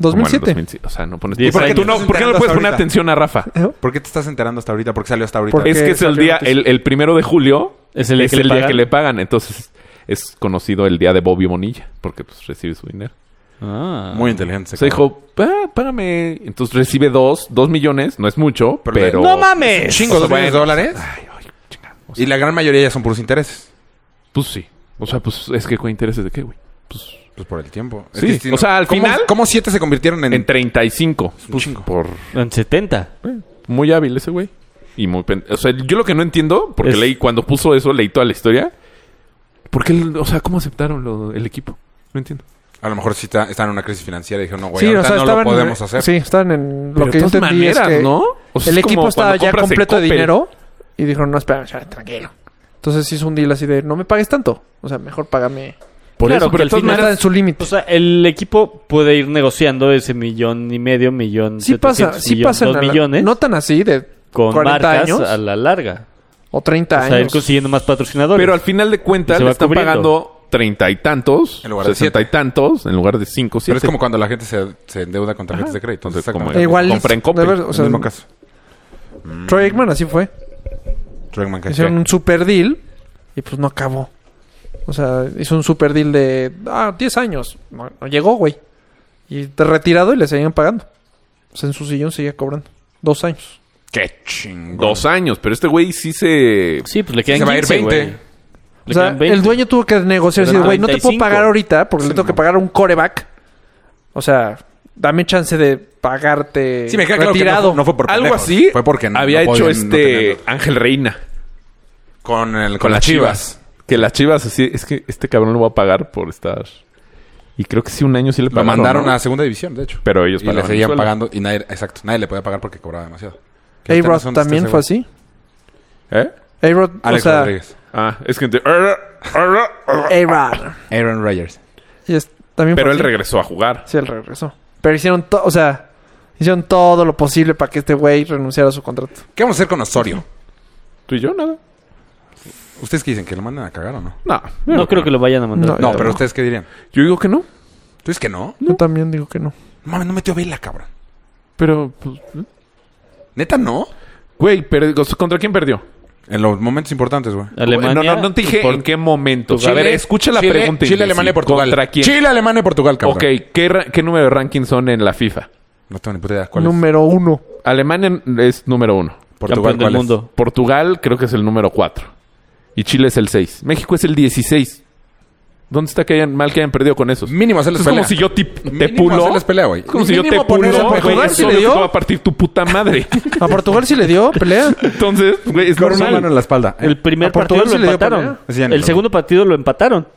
Speaker 2: Como en
Speaker 7: 2007.
Speaker 2: 2007. O sea, no pones.
Speaker 4: ¿Y
Speaker 2: ¿Y
Speaker 4: por
Speaker 2: por,
Speaker 4: qué
Speaker 2: tú
Speaker 3: te
Speaker 2: no,
Speaker 3: estás
Speaker 2: ¿Por qué no le
Speaker 3: enterando
Speaker 2: puedes
Speaker 3: hasta
Speaker 2: poner
Speaker 3: ahorita?
Speaker 2: atención a Rafa?
Speaker 7: ¿Eh?
Speaker 3: ¿Por qué te estás enterando hasta ahorita? ¿Por qué salió hasta ahorita?
Speaker 7: Porque-
Speaker 2: Es que es el
Speaker 7: salió
Speaker 2: día,
Speaker 7: noticia.
Speaker 2: el, el primero de julio
Speaker 4: Es el día que le pagan.
Speaker 2: pagan. Entonces es conocido el día de Bobby Bonilla, porque pues recibe su dinero.
Speaker 4: Ah.
Speaker 3: Muy inteligente.
Speaker 2: Se dijo, "Ah, págame. Entonces recibe dos, dos millones, no es mucho,
Speaker 3: Pero-
Speaker 2: pero.
Speaker 3: ¡No
Speaker 2: mames!
Speaker 3: Chingo, dos millones de dólares.
Speaker 2: Ay, ay, chinga. O sea,
Speaker 3: Y la gran mayoría ya son puros intereses.
Speaker 2: Pues sí. O sea, pues es que con intereses de qué, güey. Pues
Speaker 3: Pues por el tiempo.
Speaker 2: Sí,
Speaker 3: si
Speaker 2: o sea, al
Speaker 3: ¿cómo-
Speaker 2: final-
Speaker 3: ¿Cómo siete se convirtieron en...?
Speaker 2: en 35. Pues,
Speaker 3: chingo.
Speaker 2: por.
Speaker 4: En 70.
Speaker 2: eh, Muy hábil ese güey. Y muy. pen- O sea, yo lo que no entiendo, porque
Speaker 4: Es-
Speaker 2: leí, cuando puso eso, leí toda la historia. ¿Por qué, el- o sea, cómo aceptaron lo- el equipo? No entiendo.
Speaker 3: A lo mejor sí está, están en una crisis financiera y dijeron, no, güey,
Speaker 7: Sí, o
Speaker 3: ahorita
Speaker 7: sea,
Speaker 3: no
Speaker 7: estaban.
Speaker 3: lo podemos hacer.
Speaker 7: Sí, estaban en. Lo
Speaker 2: Pero
Speaker 7: que yo
Speaker 2: de todas
Speaker 7: entendí
Speaker 2: maneras,
Speaker 7: es que
Speaker 2: ¿no? O sea,
Speaker 7: el
Speaker 2: es como
Speaker 7: equipo estaba
Speaker 2: cuando
Speaker 7: ya
Speaker 2: compras en
Speaker 7: completo de
Speaker 2: Coppel.
Speaker 7: dinero y dijeron, no, espera, espera, tranquilo. Entonces hizo un deal así de, no me pagues tanto. O sea, mejor págame.
Speaker 2: Por
Speaker 4: Claro,
Speaker 2: eso,
Speaker 4: que
Speaker 2: pero
Speaker 4: al
Speaker 2: de todas
Speaker 7: No
Speaker 4: final-
Speaker 2: maneras-
Speaker 7: está en su límite.
Speaker 4: O sea, el equipo puede ir negociando ese millón y medio, millón.
Speaker 7: sí pasa,
Speaker 4: 700,
Speaker 7: sí
Speaker 4: millón,
Speaker 7: pasa.
Speaker 4: dos millones
Speaker 7: No tan así de
Speaker 4: con
Speaker 7: 40
Speaker 4: marcas
Speaker 7: años
Speaker 4: a la larga.
Speaker 7: o 30
Speaker 4: O sea, ir
Speaker 7: años.
Speaker 4: consiguiendo más patrocinadores.
Speaker 2: Pero al final de
Speaker 4: Y
Speaker 2: cuentas
Speaker 4: se
Speaker 2: le
Speaker 4: va
Speaker 2: están
Speaker 4: cubriendo.
Speaker 2: pagando treinta y tantos,
Speaker 3: En lugar de
Speaker 2: sesenta y
Speaker 3: siete.
Speaker 2: tantos, en lugar de cinco,
Speaker 3: Pero
Speaker 2: siete.
Speaker 3: es como cuando la gente se, se endeuda con tarjetas de crédito.
Speaker 2: Entonces, como-
Speaker 3: Exactamente.
Speaker 7: Eh, Igual.
Speaker 2: Compré en Coppel,
Speaker 7: de ver, o
Speaker 3: El
Speaker 7: sea,
Speaker 3: mismo caso.
Speaker 7: Troy Aikman así fue.
Speaker 3: Dragman Cash.
Speaker 7: Hicieron un super deal y pues no acabó. O sea, hizo un super deal de ah, 10 años. No, no llegó, güey. Y te retirado y le seguían pagando. O sea, en su sillón seguía cobrando. Dos años.
Speaker 3: Qué chingón.
Speaker 2: Dos años, pero este güey sí se...
Speaker 4: Sí, pues le quedan
Speaker 3: Se va a ir
Speaker 4: 15,
Speaker 3: 20.
Speaker 4: güey.
Speaker 7: O
Speaker 4: Le
Speaker 7: sea,
Speaker 4: quedan 20.
Speaker 7: el dueño tuvo que negociar.
Speaker 4: Pero
Speaker 7: Decir,
Speaker 4: no,
Speaker 7: güey, no te puedo
Speaker 4: 35.
Speaker 7: pagar ahorita porque le tengo que pagar un coreback. O sea, dame chance de pagarte
Speaker 3: Sí, me queda claro que no,
Speaker 7: retirado.
Speaker 3: fue- no fue por
Speaker 2: Algo
Speaker 3: pendejos,
Speaker 2: así
Speaker 3: Fue porque no-
Speaker 2: había
Speaker 3: no
Speaker 2: hecho
Speaker 3: podían- no
Speaker 2: este
Speaker 3: tenían-
Speaker 2: Ángel Reina
Speaker 3: con, el, con,
Speaker 2: con
Speaker 3: las
Speaker 2: las
Speaker 3: chivas.
Speaker 2: chivas. Que las chivas así, es que este cabrón lo va a pagar por estar... Y creo que sí, un año sí le
Speaker 3: Lo
Speaker 2: pagaron.
Speaker 3: mandaron
Speaker 2: ¿no?
Speaker 3: a segunda división, de hecho.
Speaker 2: Pero ellos
Speaker 3: y le
Speaker 2: pagaban el
Speaker 3: seguían
Speaker 2: sueldo.
Speaker 3: pagando. Y nadie, exacto, nadie le podía pagar porque cobraba demasiado. Que ahorita Este no sé
Speaker 7: A-Rod
Speaker 3: dónde está
Speaker 7: también
Speaker 3: ese
Speaker 7: fue
Speaker 3: güey.
Speaker 7: así.
Speaker 2: ¿Eh?
Speaker 7: A-Rod, o
Speaker 3: Alex
Speaker 7: sea,
Speaker 3: Rodríguez.
Speaker 2: Ah, es que...
Speaker 7: A-Rod.
Speaker 3: Aaron Rodgers.
Speaker 7: Y es- también fue
Speaker 2: Pero él
Speaker 7: así.
Speaker 2: regresó a jugar.
Speaker 7: Sí, él regresó. Pero hicieron todo, o sea, hicieron todo lo posible para que este güey renunciara a su contrato.
Speaker 3: ¿Qué vamos a hacer con Osorio?
Speaker 2: ¿Tú y yo nada?
Speaker 3: ¿Ustedes qué dicen? ¿Que lo manden a cagar o no?
Speaker 2: No.
Speaker 4: No creo que lo vayan a mandar.
Speaker 7: No,
Speaker 3: No, pero ¿ustedes qué dirían?
Speaker 2: Yo digo que no.
Speaker 3: ¿Tú dices que no?
Speaker 7: Yo también digo que no.
Speaker 3: Mames, no metió vela, cabrón.
Speaker 2: Pero, pues...
Speaker 3: ¿Neta no?
Speaker 2: Güey, pero, ¿contra quién perdió?
Speaker 3: En los momentos importantes, güey.
Speaker 4: Alemania.
Speaker 2: No, no, no te dije en qué momento.
Speaker 3: Chile-
Speaker 2: a ver, escucha la
Speaker 3: Chile-
Speaker 2: pregunta.
Speaker 3: Chile,
Speaker 2: imbécil.
Speaker 3: Alemania y Portugal.
Speaker 2: ¿Contra quién?
Speaker 3: Chile, Alemania y Portugal, cabrón.
Speaker 2: ok, ¿qué, ra- qué número de ranking son en la FIFA?
Speaker 3: No tengo ni puta idea. ¿Cuál es?
Speaker 7: Número uno.
Speaker 2: Alemania es número uno.
Speaker 3: Portugal,
Speaker 4: Campeón del
Speaker 3: ¿cuál es?
Speaker 4: mundo.
Speaker 2: Portugal creo que es el número 4. Y Chile es el 6. México es el 16. ¿Dónde está que hayan, mal que hayan perdido con esos?
Speaker 3: Mínimo hacerles
Speaker 2: es
Speaker 3: pelea.
Speaker 2: como si yo te, te
Speaker 3: Mínimo
Speaker 2: pulo.
Speaker 3: hacerles pelea, güey.
Speaker 2: Es como si yo te
Speaker 7: Mínimo poner a
Speaker 2: pulo, güey.
Speaker 7: Portugal
Speaker 2: Es
Speaker 7: si le
Speaker 2: obvio que
Speaker 7: dio.
Speaker 2: te va a partir tu puta madre.
Speaker 7: A Portugal sí le dio pelea.
Speaker 2: Entonces, güey, es
Speaker 3: Con una mano
Speaker 2: normal.
Speaker 3: en la espalda. ¿eh?
Speaker 4: El primer
Speaker 7: A Portugal
Speaker 4: partido lo
Speaker 7: sí le dio
Speaker 4: empataron.
Speaker 7: pelea.
Speaker 3: Ese ya ni
Speaker 4: El
Speaker 3: lo-
Speaker 4: segundo partido lo empataron.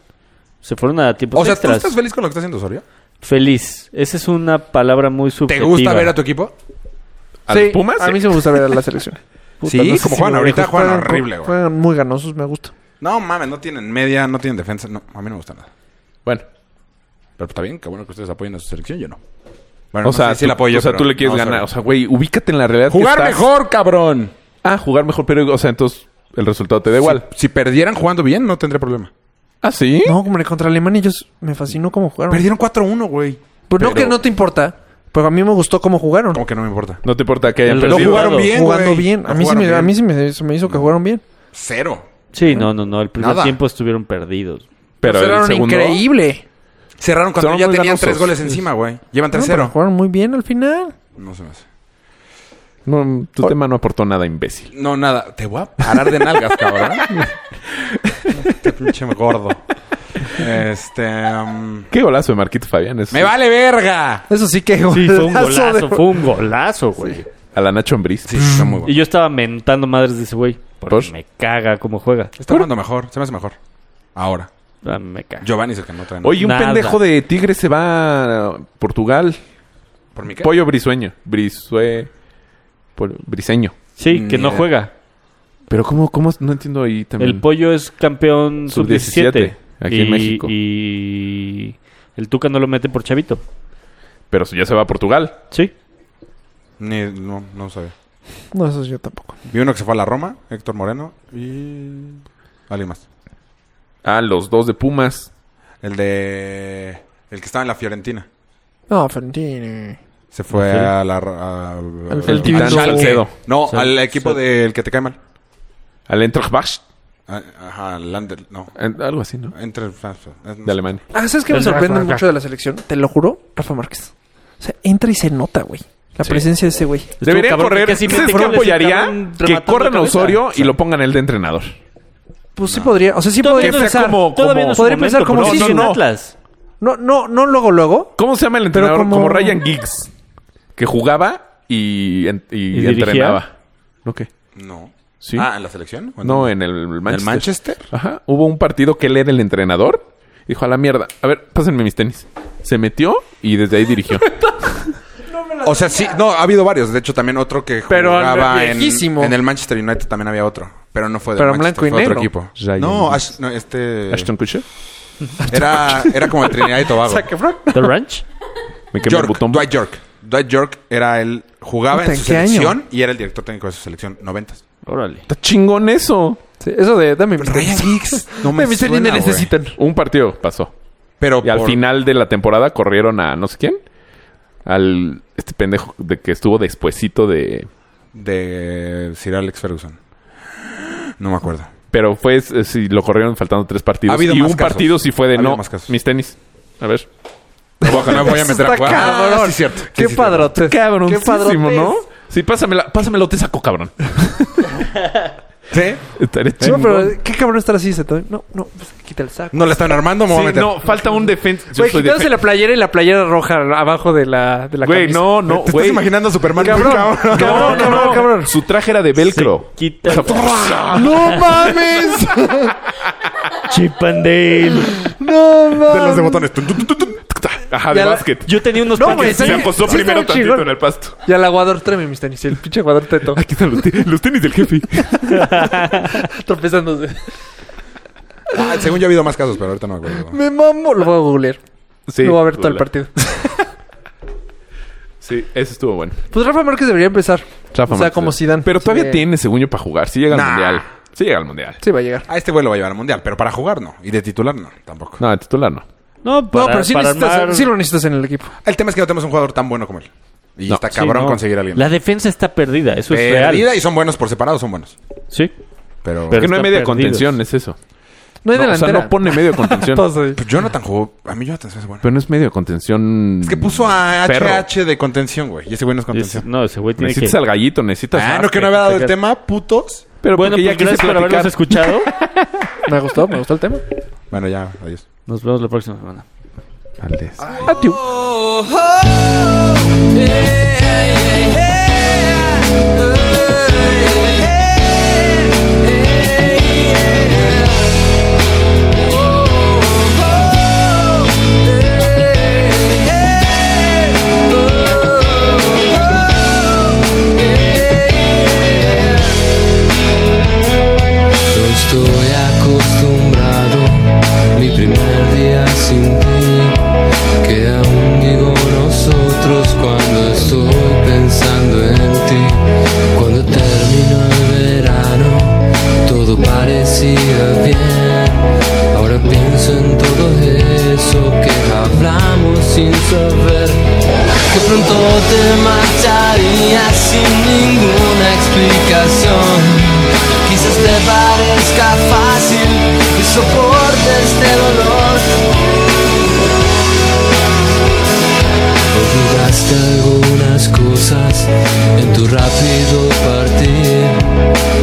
Speaker 4: Se fueron a tiempos
Speaker 3: o sea, ¿tú
Speaker 4: extras.
Speaker 3: estás feliz con lo que está haciendo Osorio?
Speaker 4: Feliz. Esa es una palabra muy
Speaker 3: ¿Te
Speaker 4: subjetiva.
Speaker 3: gusta ver a tu equipo?
Speaker 2: ¿A los Pumas?
Speaker 7: A mí sí me gusta ver a la selección.
Speaker 4: Puta,
Speaker 3: sí,
Speaker 4: no sé
Speaker 3: como
Speaker 4: si
Speaker 3: juegan
Speaker 4: me
Speaker 3: ahorita,
Speaker 4: gusta.
Speaker 3: juegan
Speaker 7: Juegan-
Speaker 3: horrible, güey.
Speaker 7: Juegan muy ganosos, me gusta.
Speaker 3: No mames, no tienen media, no tienen defensa. No, a mí no me gusta nada.
Speaker 2: Bueno,
Speaker 3: Pero está bien, qué bueno que ustedes apoyen a su selección, yo no.
Speaker 2: o
Speaker 3: Bueno, no
Speaker 2: sea,
Speaker 3: sé si la
Speaker 2: tú,
Speaker 3: apoyo,
Speaker 2: o sea,
Speaker 3: pero
Speaker 2: tú le quieres
Speaker 3: no,
Speaker 2: ganar.
Speaker 3: sorry.
Speaker 2: O sea, güey, ubícate en la realidad. que
Speaker 3: ¡Jugar
Speaker 2: estás.
Speaker 3: mejor, cabrón!
Speaker 2: Ah, jugar mejor, pero, o sea, entonces el resultado te da igual.
Speaker 3: Si, si perdieran jugando bien, no tendría problema.
Speaker 2: ¿Ah, sí?
Speaker 7: No, hombre, contra Alemania ellos me fascinó cómo jugaron.
Speaker 3: Perdieron 4-1, güey.
Speaker 7: pero no que no te importa, pero a mí me gustó cómo jugaron.
Speaker 3: Como que no me importa.
Speaker 2: No te importa que hayan
Speaker 4: El
Speaker 3: Lo
Speaker 2: perdido.
Speaker 4: resultado.
Speaker 3: jugaron bien,
Speaker 7: jugando
Speaker 3: güey.
Speaker 7: bien.
Speaker 3: Lo
Speaker 7: A mí, sí
Speaker 3: jugaron
Speaker 7: me, a
Speaker 3: bien.
Speaker 7: mí sí me- se me hizo que jugaron bien.
Speaker 3: Cero.
Speaker 4: Sí, no, no, no. El primer
Speaker 3: Nada.
Speaker 4: tiempo estuvieron perdidos.
Speaker 2: Pero el
Speaker 7: Cerraron
Speaker 2: segundo...
Speaker 7: increíble.
Speaker 3: Cerraron cuando
Speaker 2: Son
Speaker 3: ya
Speaker 2: muy
Speaker 3: tenían
Speaker 2: ganosos.
Speaker 3: tres goles encima, güey. Llevan
Speaker 7: No, pero
Speaker 3: 3-0.
Speaker 7: jugaron muy bien al final.
Speaker 3: No se me hace.
Speaker 2: No, tu tema no aportó nada, imbécil.
Speaker 3: No, nada. Te voy a parar de nalgas, cabrón. Este pinche gordo. Este... um,
Speaker 2: Qué golazo de Marquito Fabián. Es
Speaker 3: ¡Me vale verga!
Speaker 7: Eso sí que
Speaker 4: Sí, fue un
Speaker 7: golazo de-
Speaker 4: golazo. Fue un golazo, güey.
Speaker 2: A la Nacho Ambriz.
Speaker 3: Sí, está muy
Speaker 4: Y
Speaker 3: bueno.
Speaker 4: yo estaba mentando madres de ese güey. Porque
Speaker 2: ¿Por?
Speaker 4: me caga cómo juega.
Speaker 3: Está jugando mejor. Se me hace mejor. Ahora.
Speaker 4: Ah, me caga.
Speaker 3: Giovanni es el que no trae.
Speaker 2: Oye, un
Speaker 4: Nada.
Speaker 2: pendejo de Tigres se va a Portugal.
Speaker 3: ¿Por mi qué?
Speaker 2: Pollo Brizueño. Brisue... Pol- Briseño.
Speaker 4: Sí, que no
Speaker 3: Mira.
Speaker 4: juega.
Speaker 2: Pero ¿cómo? cómo no entiendo ahí también.
Speaker 4: El pollo es campeón sub-17.
Speaker 2: Sub-17, aquí en
Speaker 4: Y-
Speaker 2: México.
Speaker 4: Y el Tuca no lo mete por chavito.
Speaker 2: Pero si ya se va a Portugal.
Speaker 4: Sí.
Speaker 3: Ni, no, no sabía.
Speaker 7: No, eso yo tampoco.
Speaker 3: Vi uno que se fue a la Roma, Héctor Moreno y... Alguien más.
Speaker 2: Ah, los dos de Pumas.
Speaker 3: El de... El que estaba en la Fiorentina.
Speaker 7: No, Ferentini.
Speaker 3: Se fue a la... a-
Speaker 7: El
Speaker 3: a-
Speaker 2: Titán
Speaker 7: Titán
Speaker 2: Salcedo.
Speaker 3: No,
Speaker 4: Sal-
Speaker 3: al equipo
Speaker 4: Sal-
Speaker 3: del que te cae mal.
Speaker 2: Al Eintracht Bach.
Speaker 3: A- Ajá, al Lander, no.
Speaker 2: En- Algo así, ¿no?
Speaker 3: Entre...
Speaker 2: De Alemania.
Speaker 7: Ah, ¿sabes qué me
Speaker 4: El
Speaker 7: sorprende
Speaker 4: Rafa.
Speaker 7: mucho de la selección? Te lo juro, Rafa Márquez. O sea, entra y se nota, güey. La presencia de ese güey.
Speaker 2: Debería
Speaker 4: cabrón,
Speaker 2: correr.
Speaker 4: que casi
Speaker 2: ¿Sabes
Speaker 4: mete
Speaker 2: qué
Speaker 4: goles,
Speaker 2: apoyaría?
Speaker 4: cabrón,
Speaker 2: Que
Speaker 4: rematando
Speaker 2: corran a
Speaker 4: cabeza.
Speaker 2: Osorio y lo pongan él de entrenador.
Speaker 7: Pues sí podría. O sea, sí
Speaker 4: Todavía
Speaker 7: podría
Speaker 4: no es-
Speaker 7: pensar.
Speaker 2: como-
Speaker 4: Todavía no es su
Speaker 7: podría
Speaker 4: momento,
Speaker 7: pensar como
Speaker 4: pero
Speaker 7: si
Speaker 4: sí
Speaker 7: sí,
Speaker 4: en
Speaker 7: no.
Speaker 4: Atlas.
Speaker 7: No, no, no luego, luego.
Speaker 2: ¿Cómo se llama el entrenador?
Speaker 7: Pero
Speaker 2: Como...
Speaker 7: como-
Speaker 2: Ryan Giggs. Que jugaba y, en- y
Speaker 4: ¿Y dirigía?
Speaker 2: entrenaba. ¿No qué?
Speaker 3: No.
Speaker 2: Sí.
Speaker 3: Ah, ¿en la selección? ¿O
Speaker 2: No, en el Manchester.
Speaker 3: ¿El Manchester?
Speaker 2: Ajá. Hubo un partido que él era el entrenador. Dijo a la mierda. A ver, pásenme mis tenis. Se metió y desde ahí dirigió.
Speaker 3: O sea, sí. No, ha habido varios. De hecho, también otro que
Speaker 7: Pero
Speaker 3: jugaba en,
Speaker 7: viejísimo.
Speaker 3: en el Manchester United también había otro. Pero no fue de
Speaker 7: Pero en
Speaker 3: Manchester,
Speaker 7: blanco y
Speaker 3: fue otro
Speaker 7: negro.
Speaker 3: equipo.
Speaker 2: Ryan
Speaker 3: no,
Speaker 2: Giggs.
Speaker 3: Ash- no, este...
Speaker 2: Ashton Kutcher.
Speaker 3: Era, era como de Trinidad y Tobago.
Speaker 7: Saque, Frank.
Speaker 4: ¿The Ranch?
Speaker 2: Me quemé el
Speaker 3: York,
Speaker 2: botón.
Speaker 3: Dwight York. Dwight York era el... Jugaba
Speaker 7: Puta,
Speaker 3: en su
Speaker 7: ¿en qué año?
Speaker 3: selección y era el director técnico de su selección. Noventas.
Speaker 4: Órale.
Speaker 2: Está chingón eso.
Speaker 7: Sí, eso de dame mis
Speaker 3: Ryan
Speaker 7: tenis.
Speaker 3: Giggs. No
Speaker 7: Dame mis tenis, me
Speaker 3: suena, güey.
Speaker 7: necesitan.
Speaker 2: Un partido pasó.
Speaker 3: Pero
Speaker 2: Y al
Speaker 3: por-
Speaker 2: final de la temporada corrieron a no sé quién. Al este pendejo de que estuvo despuesito de.
Speaker 3: de Sir Alex Ferguson. No me acuerdo.
Speaker 2: Pero fue eh, si lo corrieron faltando tres partidos.
Speaker 3: Ha habido
Speaker 2: y
Speaker 3: más
Speaker 2: un
Speaker 3: casos.
Speaker 2: partido sí fue de
Speaker 3: Ha habido
Speaker 2: no.
Speaker 3: más casos.
Speaker 2: Mis tenis. A ver.
Speaker 3: No me voy a meter a
Speaker 7: Está
Speaker 3: jugar.
Speaker 7: cabrón.
Speaker 3: Ah, sí, cierto. Sí,
Speaker 7: Qué
Speaker 3: sí,
Speaker 7: padrote. Qué
Speaker 2: Cabroncísimo,
Speaker 7: padrote.
Speaker 2: ¿no? Sí, pásamela, pásamelo, te saco, cabrón.
Speaker 3: ¿Sí?
Speaker 2: Estaré
Speaker 7: No,
Speaker 2: chingón.
Speaker 7: pero qué cabrón estar así sentado. No, no, pues, quita el saco.
Speaker 3: No la están armando, me voy a
Speaker 2: Sí,
Speaker 3: meter.
Speaker 2: no, falta un defensa.
Speaker 7: Güey, quitándose la playera y la playera roja abajo de la, de la
Speaker 2: Güey,
Speaker 7: camisa.
Speaker 2: no, no,
Speaker 3: ¿Te
Speaker 2: güey.
Speaker 3: estás imaginando a Superman?
Speaker 7: Cabrón.
Speaker 2: No,
Speaker 7: Cabrón,
Speaker 2: no,
Speaker 7: cabrón,
Speaker 2: no.
Speaker 7: cabrón.
Speaker 2: Su traje era de velcro.
Speaker 4: Quita.
Speaker 3: ¡No mames!
Speaker 4: Chipandel.
Speaker 7: No,
Speaker 3: De los
Speaker 7: mames.
Speaker 3: de botones. Tun, tun, tun, tun.
Speaker 2: Ajá, de
Speaker 7: Ya la-
Speaker 2: básquet.
Speaker 4: Yo tenía unos
Speaker 7: No,
Speaker 4: patines-
Speaker 7: güey,
Speaker 2: Se
Speaker 7: sí,
Speaker 2: acostó
Speaker 7: sí,
Speaker 2: primero
Speaker 7: está
Speaker 2: tantito
Speaker 7: muy chingón.
Speaker 2: en el pasto.
Speaker 7: Y al aguador tráeme mis tenis. El pinche aguador teto.
Speaker 2: Aquí están los, te- los tenis del jefe.
Speaker 7: tropezándose.
Speaker 3: Ah, según yo ha habido más casos, pero ahorita no me acuerdo.
Speaker 7: Me mamo. Lo voy a googlear.
Speaker 2: Sí.
Speaker 7: lo voy a ver todo el
Speaker 2: hola.
Speaker 7: partido.
Speaker 2: Sí, eso estuvo bueno.
Speaker 7: Pues Rafa Márquez debería empezar.
Speaker 2: Rafa
Speaker 7: o sea,
Speaker 2: Márquez.
Speaker 7: como Zidane.
Speaker 2: Pero todavía
Speaker 7: Sí.
Speaker 2: tiene, según yo, para jugar. Sí llega al
Speaker 3: Nah.
Speaker 2: mundial. Sí llega al mundial.
Speaker 7: Sí va a llegar.
Speaker 3: A este güey lo va a llevar al mundial, pero para jugar no. Y de titular no, tampoco.
Speaker 2: No, de titular no.
Speaker 4: No, para,
Speaker 7: no, pero sí,
Speaker 4: para
Speaker 7: necesitas,
Speaker 4: armar-
Speaker 7: sí lo necesitas en el equipo.
Speaker 3: El tema es que no tenemos un jugador tan bueno como él. Y
Speaker 2: No,
Speaker 3: está
Speaker 4: Sí,
Speaker 3: cabrón
Speaker 4: no.
Speaker 3: conseguir a alguien.
Speaker 4: La defensa está perdida, eso es
Speaker 3: Perdida
Speaker 4: real.
Speaker 3: y son buenos por separado, son buenos.
Speaker 4: Sí.
Speaker 3: Pero,
Speaker 2: que
Speaker 4: Pero-
Speaker 2: no hay media
Speaker 4: están perdidos.
Speaker 2: contención, es eso.
Speaker 7: No hay
Speaker 2: No, o sea,
Speaker 7: delantera.
Speaker 2: no pone medio de contención.
Speaker 7: Todos ahí.
Speaker 3: Pues Jonathan jugó. A mí Jonathan se me hace bueno.
Speaker 2: pero no es medio de contención.
Speaker 3: Es que pues, puso a
Speaker 2: Perro.
Speaker 3: HH de contención, güey. Y ese güey no es
Speaker 4: Y es-
Speaker 3: contención.
Speaker 4: no, ese güey tiene que...
Speaker 2: Necesitas al gallito, necesitas.
Speaker 3: Ah,
Speaker 2: a-
Speaker 3: no, que no había dado el
Speaker 4: sacar.
Speaker 3: tema, putos.
Speaker 2: Pero
Speaker 4: Bueno,
Speaker 2: porque
Speaker 4: pues
Speaker 2: ya
Speaker 4: gracias
Speaker 2: quise
Speaker 4: por habernos
Speaker 2: platicar.
Speaker 4: escuchado.
Speaker 7: Me gustó, me gustó el tema.
Speaker 3: Bueno, ya, adiós.
Speaker 4: Nos vemos la próxima semana.
Speaker 2: Maldes.
Speaker 7: Adiós.
Speaker 6: Yo estoy acostumbrado, mi primer día sin ti, que aún digo nosotros cuando estoy pensando en ti. Cuando terminó el verano, todo parecía bien. Ahora pienso en todo eso que hablamos sin saber. Que pronto te marcharías sin ninguna explicación. Quizás te parezca fácil que soporte este dolor. Olvidaste algunas cosas en tu rápido partir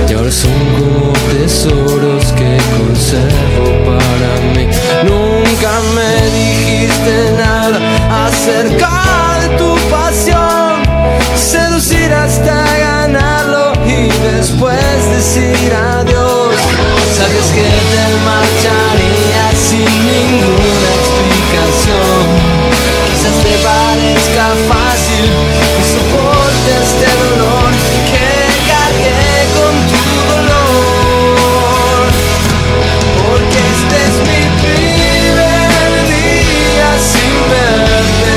Speaker 6: y ahora son como tesoros que conservo para mí. Nunca me dijiste nada acerca de tu pasión, seducir hasta ganarlo y después decir adiós. Sabes que te marcharías sin ninguna explicación. Quizás te parezca fácil que soporte este dolor que cargué con tu dolor. Porque este es mi primer día sin verte.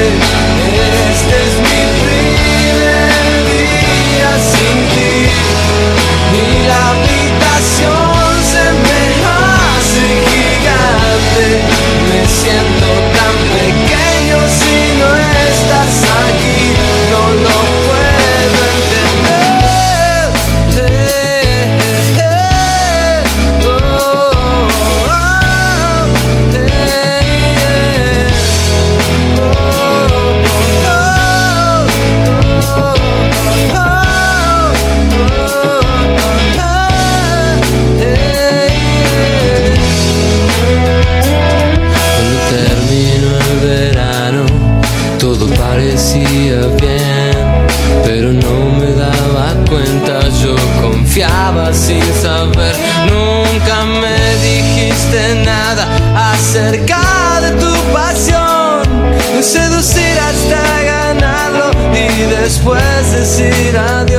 Speaker 6: Este es mi primer día sin ti. Y la habitación se me hace gigante. Me siento tan pequeño si no estás aquí. No lo puedo entender. Eh, eh, oh, oh, eh, eh, oh, oh, oh, oh. Cuando terminó el verano, todo parecía bien, pero no me daba cuenta, yo confiaba sin saber, nunca me dijiste nada acerca de tu pasión, seducir hasta ganarlo y después decir adiós. este este Este este Este Eh, eh, eh.